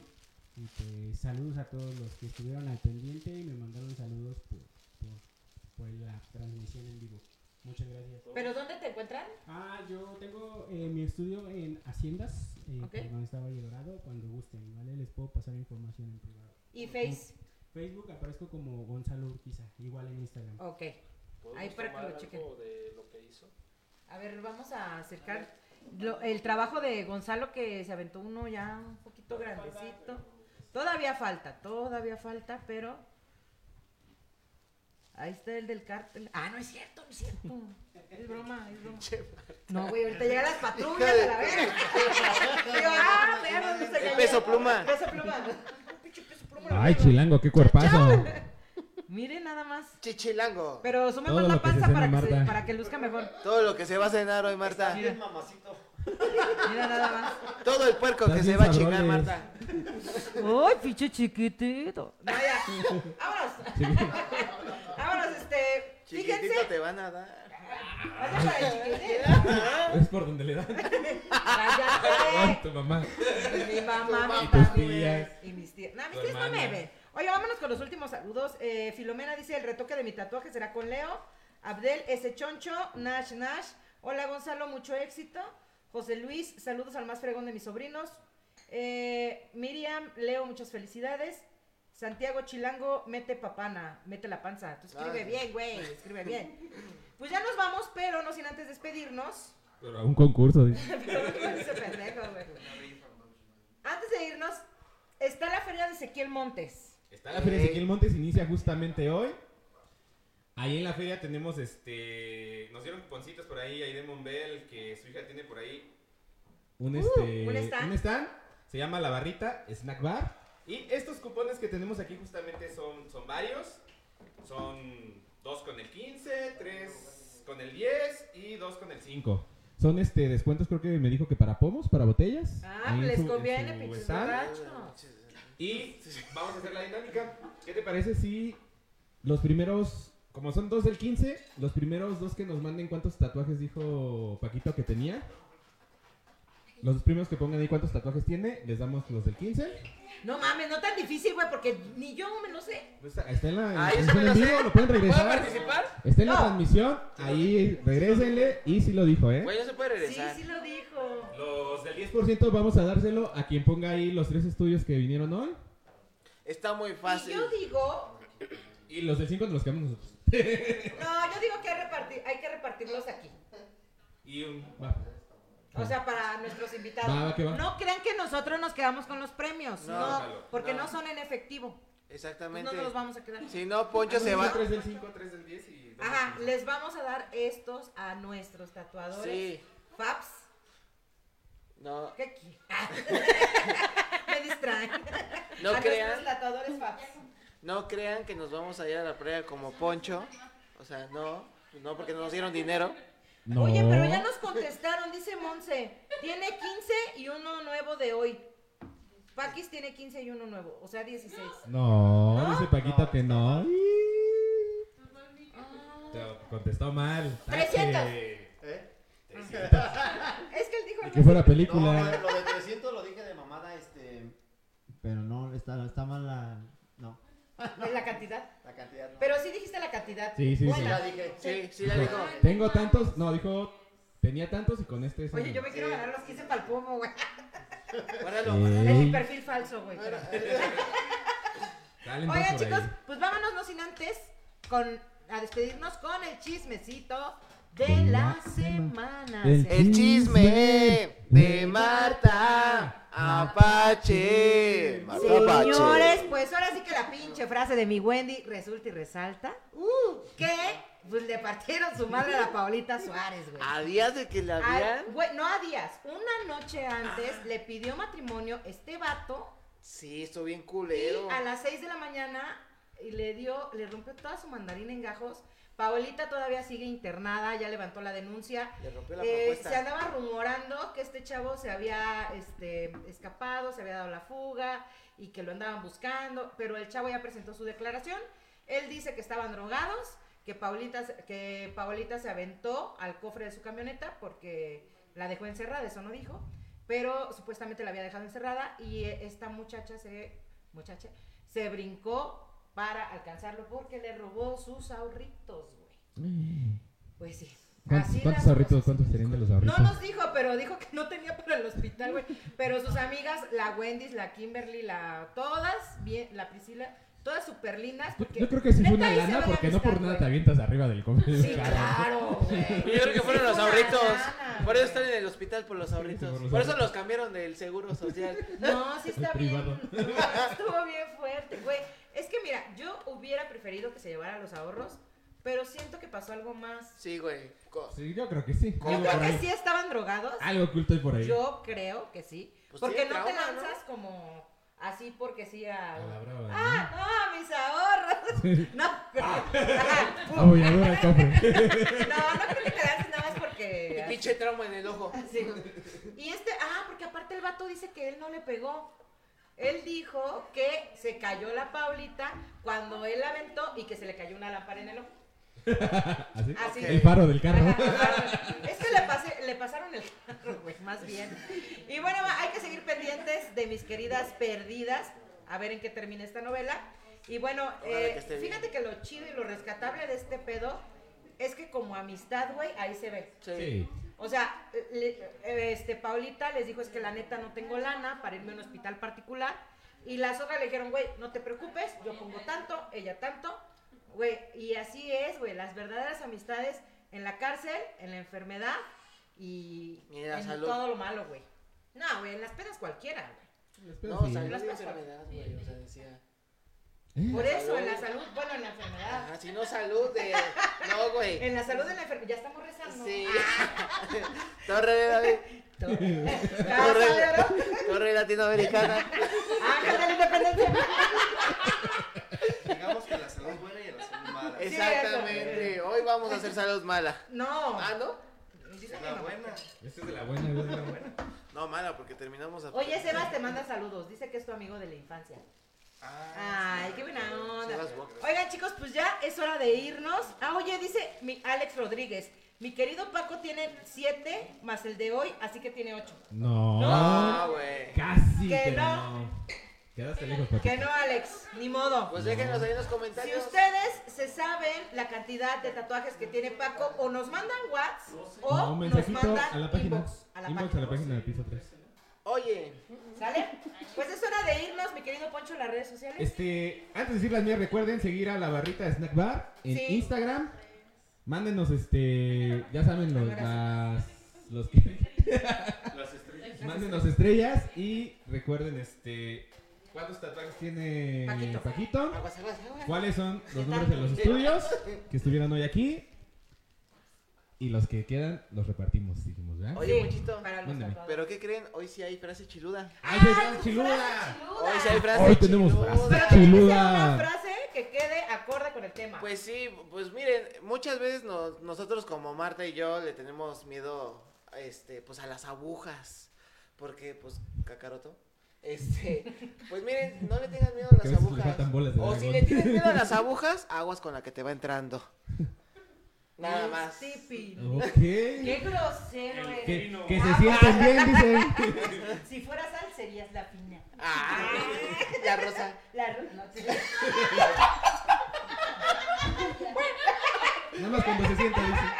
[SPEAKER 25] Y pues saludos a todos los que estuvieron al pendiente y me mandaron saludos por, por, por la transmisión en vivo. Muchas gracias.
[SPEAKER 3] ¿Pero dónde te encuentran?
[SPEAKER 25] Ah, yo tengo eh, mi estudio en Haciendas, eh,
[SPEAKER 3] Ok.
[SPEAKER 25] por donde estaba Valle Dorado, cuando gusten, ¿vale? Les puedo pasar información en privado.
[SPEAKER 3] ¿Y Face?
[SPEAKER 25] Facebook aparezco como Gonzalo Urquiza, igual en Instagram.
[SPEAKER 3] Ok. Ahí para que lo chequen. A ver, vamos a acercar lo- el trabajo de Gonzalo que se aventó uno ya un poquito grandecito. Todavía falta, todavía falta, pero ahí está el del cártel. Ah, no es cierto, no es cierto. Es broma, es broma. No, güey, ahorita llegan las patrullas a la vez. Yo, ah, vean dónde se
[SPEAKER 5] El
[SPEAKER 3] cayó.
[SPEAKER 5] peso pluma.
[SPEAKER 3] Peso pluma. Pinche peso pluma.
[SPEAKER 26] Ay, chilango, qué cuerpazo.
[SPEAKER 3] Miren nada más.
[SPEAKER 5] Chichilango.
[SPEAKER 3] Pero sumemos
[SPEAKER 26] Todo
[SPEAKER 3] la
[SPEAKER 26] lo que se
[SPEAKER 3] panza
[SPEAKER 26] cena,
[SPEAKER 3] para que, se-
[SPEAKER 26] Marta.
[SPEAKER 3] para que luzca mejor.
[SPEAKER 5] Todo lo que se va a cenar hoy, Marta.
[SPEAKER 3] Mira. Mira nada más.
[SPEAKER 5] Todo el puerco
[SPEAKER 26] Estás
[SPEAKER 5] que se
[SPEAKER 26] bien
[SPEAKER 5] va a chingar,
[SPEAKER 26] sabrones.
[SPEAKER 5] Marta.
[SPEAKER 3] ¡Ay, pinche chiquitito! No, ya. Vámonos. Vámonos, este.
[SPEAKER 5] Chiquitito
[SPEAKER 3] Fíjense.
[SPEAKER 5] te van a dar.
[SPEAKER 3] Vaya para el chiquitito.
[SPEAKER 26] Es por donde le dan
[SPEAKER 3] Cállate.
[SPEAKER 26] a tu mamá.
[SPEAKER 3] Mi mamá,
[SPEAKER 26] Y
[SPEAKER 3] mi
[SPEAKER 26] tus
[SPEAKER 3] papi,
[SPEAKER 26] tías.
[SPEAKER 3] Y mis tías. No, mis
[SPEAKER 26] Tu
[SPEAKER 3] tías no me
[SPEAKER 26] hermana.
[SPEAKER 3] ven. Oye, vámonos con los últimos saludos. Eh, Filomena dice: el retoque de mi tatuaje será con Leo. Abdel S. Choncho, Nash Nash, Hola Gonzalo, mucho éxito. José Luis, saludos al más fregón de mis sobrinos. Eh, Miriam, Leo, muchas felicidades. Santiago Chilango, mete papana, mete la panza. Tú escribe
[SPEAKER 27] Ah.
[SPEAKER 3] bien, güey, escribe bien. Pues ya nos vamos, pero no sin antes despedirnos.
[SPEAKER 1] Pero a un concurso, dice.
[SPEAKER 3] Pero no con ese pendejo, güey. Antes de irnos, está la feria de Ezequiel Montes.
[SPEAKER 1] Está La feria Ezequiel Montes inicia justamente hoy.
[SPEAKER 6] Ahí en la feria tenemos este. Nos dieron cuponcitos por ahí a Irene Mombel, que su hija tiene por ahí.
[SPEAKER 3] Uh,
[SPEAKER 1] Un, este,
[SPEAKER 6] ¿un stand?
[SPEAKER 1] Se llama La Barrita, Snack Bar.
[SPEAKER 6] Y estos cupones que tenemos aquí justamente son, son varios. Son dos con el 15, tres con el 10 y dos con el
[SPEAKER 1] Cinco.
[SPEAKER 6] 5.
[SPEAKER 1] Son este descuentos, creo que me dijo que para pomos, para botellas.
[SPEAKER 3] Ah,
[SPEAKER 1] Ahí en
[SPEAKER 3] les
[SPEAKER 1] su- en
[SPEAKER 3] conviene,
[SPEAKER 1] su
[SPEAKER 3] pinches
[SPEAKER 1] stand.
[SPEAKER 3] borrachos.
[SPEAKER 6] Y vamos a hacer la dinámica. ¿Qué te
[SPEAKER 1] ¿Te parece si los primeros, como son dos del 15, los primeros dos que nos manden cuántos tatuajes dijo Paquito que tenía? Los dos primeros que pongan ahí cuántos tatuajes tiene, les damos los del 15.
[SPEAKER 3] No mames, no tan difícil, güey, porque ni yo me lo sé.
[SPEAKER 1] Pues, Está en la
[SPEAKER 3] Ah,
[SPEAKER 1] en
[SPEAKER 3] yo
[SPEAKER 1] la
[SPEAKER 3] sí me lo
[SPEAKER 1] transmisión en vivo,
[SPEAKER 3] sé.
[SPEAKER 1] lo pueden
[SPEAKER 3] ¿Puedo
[SPEAKER 1] regresar.
[SPEAKER 3] participar?
[SPEAKER 1] Está en la
[SPEAKER 3] No.
[SPEAKER 1] transmisión, ahí regrésenle y sí lo dijo, ¿eh?
[SPEAKER 5] Bueno, se puede
[SPEAKER 3] Sí,
[SPEAKER 5] regresar.
[SPEAKER 3] sí lo dijo.
[SPEAKER 6] Los del 10
[SPEAKER 1] 10% vamos a dárselo a quien ponga ahí los tres estudios que vinieron hoy.
[SPEAKER 5] Está muy fácil.
[SPEAKER 3] Yo digo,
[SPEAKER 1] Y los del 5 nos los quedamos nosotros.
[SPEAKER 3] no, yo digo que hay, repartir, hay que repartirlos aquí.
[SPEAKER 6] Y un.
[SPEAKER 1] Va.
[SPEAKER 3] O sea, para nuestros invitados.
[SPEAKER 1] Va, va, que va.
[SPEAKER 3] No crean que nosotros nos quedamos con los premios.
[SPEAKER 5] No,
[SPEAKER 3] No,
[SPEAKER 5] Jalo,
[SPEAKER 3] porque
[SPEAKER 5] no.
[SPEAKER 3] no. son en efectivo.
[SPEAKER 5] Exactamente.
[SPEAKER 3] Pues No nos Ah, los vamos a quedar.
[SPEAKER 5] Si no, Poncho se va.
[SPEAKER 1] Tres del
[SPEAKER 6] 5, 3 del 10 y. dos
[SPEAKER 3] Ajá,
[SPEAKER 6] del
[SPEAKER 3] les vamos a dar estos a nuestros tatuadores.
[SPEAKER 5] Sí.
[SPEAKER 3] Fabs,
[SPEAKER 5] No,
[SPEAKER 3] ¿qué aquí? Me distraen.
[SPEAKER 5] No
[SPEAKER 3] a
[SPEAKER 5] crean.
[SPEAKER 3] nuestros tatuadores Fabs.
[SPEAKER 5] no crean que nos vamos a ir a la playa como Poncho. O sea, no. No, porque no nos dieron dinero.
[SPEAKER 1] No.
[SPEAKER 3] Oye, pero ya nos contestaron, dice Monse. Tiene 15 y uno nuevo de hoy. Paquis tiene 15 y uno nuevo, o sea, 16.
[SPEAKER 1] No,
[SPEAKER 3] ¿No?
[SPEAKER 1] dice Paquito que no. Te contestó mal.
[SPEAKER 3] 300.
[SPEAKER 7] ¿Eh?
[SPEAKER 3] Es que él dijo
[SPEAKER 1] Y que fuera película.
[SPEAKER 7] No, lo de 300 lo dije de mamada, este.
[SPEAKER 28] Pero no, está, está mal la... No.
[SPEAKER 3] de la cantidad.
[SPEAKER 7] La cantidad, no.
[SPEAKER 3] Pero sí dijiste la cantidad.
[SPEAKER 1] Sí, sí,
[SPEAKER 3] Buena.
[SPEAKER 1] sí.
[SPEAKER 5] Sí, sí,
[SPEAKER 1] Dijo,
[SPEAKER 5] la dijo.
[SPEAKER 1] Tengo tantos. No, dijo. Tenía tantos y con este. es
[SPEAKER 3] Oye,
[SPEAKER 1] uno".
[SPEAKER 3] yo me quiero ganar los 15 para el pomo, güey.
[SPEAKER 5] Guárdalo.
[SPEAKER 1] Ey.
[SPEAKER 3] Es mi perfil falso, güey.
[SPEAKER 1] Dale, entonces,
[SPEAKER 3] Oigan,
[SPEAKER 1] por ahí.
[SPEAKER 3] chicos, pues vámonos no sin antes con, a despedirnos con el chismecito de la semana.
[SPEAKER 5] El chisme de Marta Apache. Marta Apache.
[SPEAKER 3] Señores, pues ahora sí que la pinche frase de mi Wendy resulta y resalta que pues le partieron su madre a la Paulita Suárez, güey.
[SPEAKER 5] A días de que la
[SPEAKER 3] Al-
[SPEAKER 5] vean.
[SPEAKER 3] güey, no a días, una noche antes le pidió matrimonio este vato
[SPEAKER 5] Sí, estuvo bien
[SPEAKER 3] y
[SPEAKER 5] culero.
[SPEAKER 3] a las 6 de la mañana y le dio, le rompió toda su mandarina en gajos. Paulita todavía sigue internada, ya levantó la denuncia.
[SPEAKER 5] Le rompió la
[SPEAKER 3] Eh,
[SPEAKER 5] propuesta.
[SPEAKER 3] se andaba rumorando que este chavo se había este, escapado, se había dado la fuga y que lo andaban buscando, pero el chavo ya presentó su declaración. Él dice que estaban drogados, que Paulita, se- que Paulita se aventó al cofre de su camioneta porque la dejó encerrada, eso no dijo, pero supuestamente la había dejado encerrada y eh, esta muchacha se, muchacha, se brincó para alcanzarlo porque le robó sus ahorritos, güey. Pues sí.
[SPEAKER 1] ¿Cuántos,
[SPEAKER 3] Así
[SPEAKER 1] cuántos
[SPEAKER 3] las
[SPEAKER 1] ahorritos? ¿Cuántos serían de los
[SPEAKER 3] no
[SPEAKER 1] ahorritos?
[SPEAKER 3] nos dijo, pero dijo que no tenía para el hospital, güey. Pero sus amigas, la Wendy, la Kimberly, la todas, bien, la Priscila, todas súper lindas. Porque
[SPEAKER 1] Yo creo que sí
[SPEAKER 3] neta
[SPEAKER 1] fue una
[SPEAKER 3] ahí se ve
[SPEAKER 1] lana
[SPEAKER 3] la
[SPEAKER 1] porque no por
[SPEAKER 3] amistad,
[SPEAKER 1] nada te
[SPEAKER 3] güey.
[SPEAKER 1] avientas arriba del cofre.
[SPEAKER 3] Sí, claro, güey.
[SPEAKER 5] Yo creo que
[SPEAKER 3] Sí,
[SPEAKER 5] fueron los
[SPEAKER 3] fue una
[SPEAKER 5] ahorritos.
[SPEAKER 3] lana,
[SPEAKER 5] Por eso
[SPEAKER 3] güey.
[SPEAKER 5] están en el hospital por los ahorritos.
[SPEAKER 1] por los
[SPEAKER 5] Por eso
[SPEAKER 1] ahorritos.
[SPEAKER 5] los cambiaron del seguro social.
[SPEAKER 3] No, sí está bien.
[SPEAKER 1] privado.
[SPEAKER 3] no, Estuvo bien fuerte, güey. Es que mira, yo hubiera preferido que se llevara los ahorros, pero siento que pasó algo más.
[SPEAKER 5] Sí, güey. Co-
[SPEAKER 1] Sí, yo creo que sí.
[SPEAKER 3] Yo
[SPEAKER 1] Algo
[SPEAKER 3] creo
[SPEAKER 1] por
[SPEAKER 3] que
[SPEAKER 1] ahí. Ah,
[SPEAKER 3] sí estaban drogados.
[SPEAKER 1] Algo oculto hay por ahí.
[SPEAKER 3] Yo creo que sí.
[SPEAKER 5] Pues
[SPEAKER 3] porque
[SPEAKER 5] tiene
[SPEAKER 3] no te
[SPEAKER 5] trauma, ¿no?
[SPEAKER 3] lanzas como así porque sí a...
[SPEAKER 1] A la brava, ¿no?
[SPEAKER 3] ¡Ah, no! ¡Mis ahorros! no.
[SPEAKER 1] Ah, voy a ver al cofre.
[SPEAKER 3] no, no creo que te lances nada más
[SPEAKER 5] Y
[SPEAKER 3] porque...
[SPEAKER 5] pinche trauma en el ojo.
[SPEAKER 3] Sí. Y este... Ah, porque aparte el vato dice que él no le pegó. Él dijo que se cayó la Paulita cuando él la aventó y que se le cayó una lámpara en el ojo.
[SPEAKER 1] Así.
[SPEAKER 3] Así.
[SPEAKER 1] El faro del carro.
[SPEAKER 3] Ajá, claro. Es que le, pasé- le pasaron el carro, güey, más bien. Y bueno, va, hay que seguir pendientes de mis queridas perdidas, a ver en qué termina esta novela. Y bueno,
[SPEAKER 5] Ojalá
[SPEAKER 3] eh,
[SPEAKER 5] que esté bien.
[SPEAKER 3] fíjate que lo chido y lo rescatable de este pedo es que que como amistad, güey, ahí se ve.
[SPEAKER 5] Sí. Sí.
[SPEAKER 3] O sea, le- eh, este, Paulita les dijo, es que la neta no tengo lana para irme a un hospital particular. Y las otras le dijeron, güey, no te preocupes, yo pongo tanto, ella tanto. Güey, y así es, güey, las verdaderas amistades en la cárcel, en la enfermedad y,
[SPEAKER 5] Y en la
[SPEAKER 3] en
[SPEAKER 5] salud.
[SPEAKER 3] todo lo malo, güey. No, güey, en las pedas cualquiera, güey.
[SPEAKER 5] No, o sea,
[SPEAKER 3] En
[SPEAKER 5] no
[SPEAKER 3] las
[SPEAKER 5] había
[SPEAKER 3] pedas
[SPEAKER 5] enfermedad, güey. O sea, decía.
[SPEAKER 3] Por eso, en
[SPEAKER 5] Salud.
[SPEAKER 3] la salud, bueno, en la enfermedad.
[SPEAKER 5] Ajá, "Ah, si no salud, de. No, güey.
[SPEAKER 3] En la salud de la enfermedad, ya estamos rezando. Ah,
[SPEAKER 5] Sí. Torre, David.
[SPEAKER 3] Ah,
[SPEAKER 5] Torre. Torre latinoamericana.
[SPEAKER 3] Ángel de Ah, la independencia.
[SPEAKER 29] Digamos que la salud buena y la salud mala.
[SPEAKER 5] Exactamente. Hoy vamos a hacer salud mala.
[SPEAKER 3] No.
[SPEAKER 5] Ah, ¿no?
[SPEAKER 29] Es la buena.
[SPEAKER 1] Esta es de la buena, güey.
[SPEAKER 5] No, mala, porque terminamos a.
[SPEAKER 3] Oye, Sebas te manda saludos. Dice que es tu amigo de la infancia. Ay, qué buena onda.
[SPEAKER 5] Sebas Bocas.
[SPEAKER 3] Oigan, chicos, pues ya es hora de irnos. Ah, oye, dice mi Alex Rodríguez. Mi querido Paco tiene siete más el de hoy, así que tiene ocho.
[SPEAKER 1] No.
[SPEAKER 5] No, güey.
[SPEAKER 1] Casi.
[SPEAKER 3] Que
[SPEAKER 1] pero
[SPEAKER 3] no.
[SPEAKER 1] Quedaste lejos, papá.
[SPEAKER 3] Que no, Alex, ni modo.
[SPEAKER 5] Pues déjenos ahí en los
[SPEAKER 3] Si
[SPEAKER 5] comentarios.
[SPEAKER 3] ustedes se saben la cantidad de tatuajes que tiene Paco, o nos mandan WhatsApp o
[SPEAKER 1] No,
[SPEAKER 3] nos
[SPEAKER 1] mensajito
[SPEAKER 3] mandan
[SPEAKER 1] a la página.
[SPEAKER 3] inbox a la
[SPEAKER 1] Inbox
[SPEAKER 3] página.
[SPEAKER 1] a la página del piso 3.
[SPEAKER 5] Oye,
[SPEAKER 3] ¿Sale? Pues es hora de irnos, mi querido Poncho, en las redes sociales.
[SPEAKER 1] Este, antes de decir las mías, recuerden seguir a la barrita de Snack Bar en
[SPEAKER 3] Sí.
[SPEAKER 1] Instagram. Mándenos, este, ya saben, los, las, los que-
[SPEAKER 30] Las estrellas.
[SPEAKER 1] Mándenos estrellas y recuerden, este, ¿cuántos tatuajes tiene Paquito?
[SPEAKER 5] aguas, aguas, aguas.
[SPEAKER 1] ¿Cuáles son los nombres de los estudios que estuvieron hoy aquí? Y los que quedan los repartimos, dijimos, ¿verdad?
[SPEAKER 5] Oye, muchito.
[SPEAKER 3] Para los
[SPEAKER 1] Mándeme.
[SPEAKER 3] tatuajes.
[SPEAKER 5] ¿Pero qué creen? Hoy sí hay frase chiluda.
[SPEAKER 1] ¡Ay, está chiluda!
[SPEAKER 5] Hoy sí hay frase
[SPEAKER 1] Hoy tenemos
[SPEAKER 5] chiluda.
[SPEAKER 1] frase
[SPEAKER 3] Tiene que ser una
[SPEAKER 1] chiluda.
[SPEAKER 3] frase que quede acorde con el tema.
[SPEAKER 5] Pues sí, pues miren, muchas veces no- nosotros como Marta y yo le tenemos miedo, este, pues a las agujas, porque pues cacaroto. Este, pues miren, no le tengan miedo a
[SPEAKER 1] Que a
[SPEAKER 5] las
[SPEAKER 1] veces le
[SPEAKER 5] agujas.
[SPEAKER 1] faltan bolas de
[SPEAKER 5] o si
[SPEAKER 1] dragón.
[SPEAKER 5] le tienes miedo a las agujas, aguas con la que te va entrando. Nada
[SPEAKER 3] Este,
[SPEAKER 5] más.
[SPEAKER 3] Stipi.
[SPEAKER 1] Ok.
[SPEAKER 3] Qué grosero eres. Ah,
[SPEAKER 1] Que, que se sientan bien, dicen.
[SPEAKER 3] Si fuera sal, serías la fina.
[SPEAKER 5] Ah, la rosa.
[SPEAKER 3] La ru- no, sí.
[SPEAKER 1] Nada más cuando se sientan, dicen.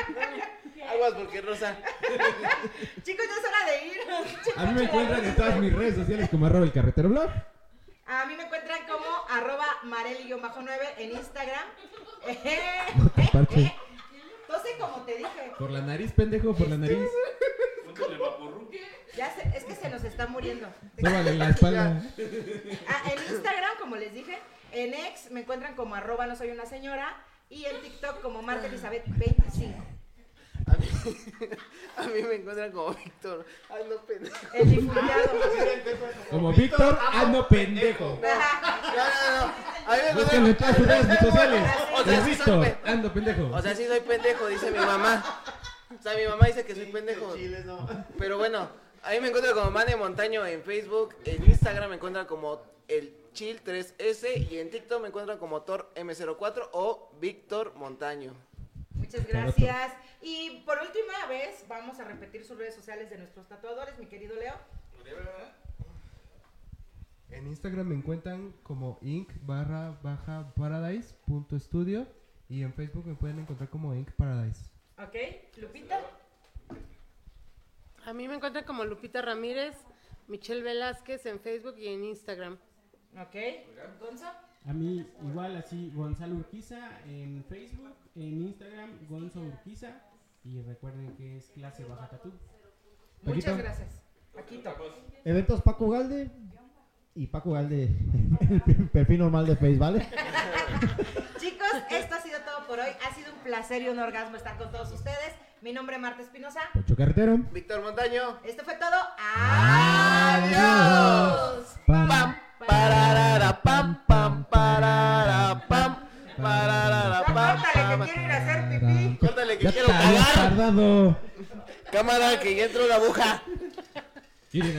[SPEAKER 5] Aguas porque rosa.
[SPEAKER 3] Chicos, ya es hora de irnos.
[SPEAKER 1] A mí me encuentran en todas mis redes sociales como arroba el carretero blog.
[SPEAKER 3] A mí me encuentran como arroba mareli-9 en Instagram. Eh,
[SPEAKER 1] No te parches.
[SPEAKER 3] Entonces, como te dije,
[SPEAKER 1] Por la nariz, pendejo, por la nariz.
[SPEAKER 30] Póntale vaporru.
[SPEAKER 3] ya se- es que se nos está muriendo.
[SPEAKER 1] Sóbale la espalda.
[SPEAKER 3] Ah, en Instagram, como les dije, en ex me encuentran como arroba no soy una señora y en TikTok como Marta Elizabeth 25.
[SPEAKER 5] A mí, a mí me encuentran como Víctor. Ay, no pendejo.
[SPEAKER 3] El difundiado.
[SPEAKER 1] Como Víctor, ando pendejo.
[SPEAKER 5] No, no, no. A mí me
[SPEAKER 1] Búsquenlo en
[SPEAKER 5] encuentran.
[SPEAKER 1] todas sus redes sociales.
[SPEAKER 5] O sea,
[SPEAKER 1] Como
[SPEAKER 5] sí
[SPEAKER 1] Víctor,
[SPEAKER 5] soy pe-
[SPEAKER 1] ando pendejo.
[SPEAKER 5] O sea, sí soy pendejo, dice mi mamá. O sea, mi mamá dice que soy pendejo.
[SPEAKER 29] Chiles, no.
[SPEAKER 5] Pero bueno, ahí me encuentro como Mane Montaño en Facebook, en Instagram me encuentran como el Chill 3S y en TikTok me encuentran como Thor M04 o Víctor Montaño.
[SPEAKER 3] Muchas gracias. Y por última vez, vamos a repetir sus redes sociales de nuestros tatuadores, mi querido Leo.
[SPEAKER 6] En Instagram me encuentran como inc barra baja paradise punto estudio y en Facebook me pueden encontrar como inc paradise.
[SPEAKER 3] ¿Ok? Lupita.
[SPEAKER 12] A mí me encuentran como Lupita Ramírez, Michelle Velázquez en Facebook y en Instagram.
[SPEAKER 3] ¿Ok? Gonza.
[SPEAKER 14] A mí igual así, Gonzalo Urquiza en Facebook, en Instagram, Gonzo Urquiza. Y recuerden que es clase baja tatú.
[SPEAKER 3] Muchas
[SPEAKER 1] Paquito.
[SPEAKER 3] gracias. Paquito.
[SPEAKER 31] Eventos Paco Galde y Paco Galde, perfil normal de Face, ¿vale?
[SPEAKER 3] Chicos, esto ha sido todo por hoy. Ha sido un placer y un orgasmo estar con todos ustedes. Mi nombre es Marta Espinosa.
[SPEAKER 1] Ocho carretero.
[SPEAKER 5] Víctor Montaño.
[SPEAKER 3] Esto fue todo.
[SPEAKER 5] Adiós. Pam, pararara, pam, pam, parara, pam, pararara, pam, pam. Córtale que
[SPEAKER 1] Ya te
[SPEAKER 5] quiero
[SPEAKER 1] habías
[SPEAKER 5] cagar.
[SPEAKER 1] tardado.
[SPEAKER 5] Cámara, que ya entró la aguja.
[SPEAKER 1] Miren,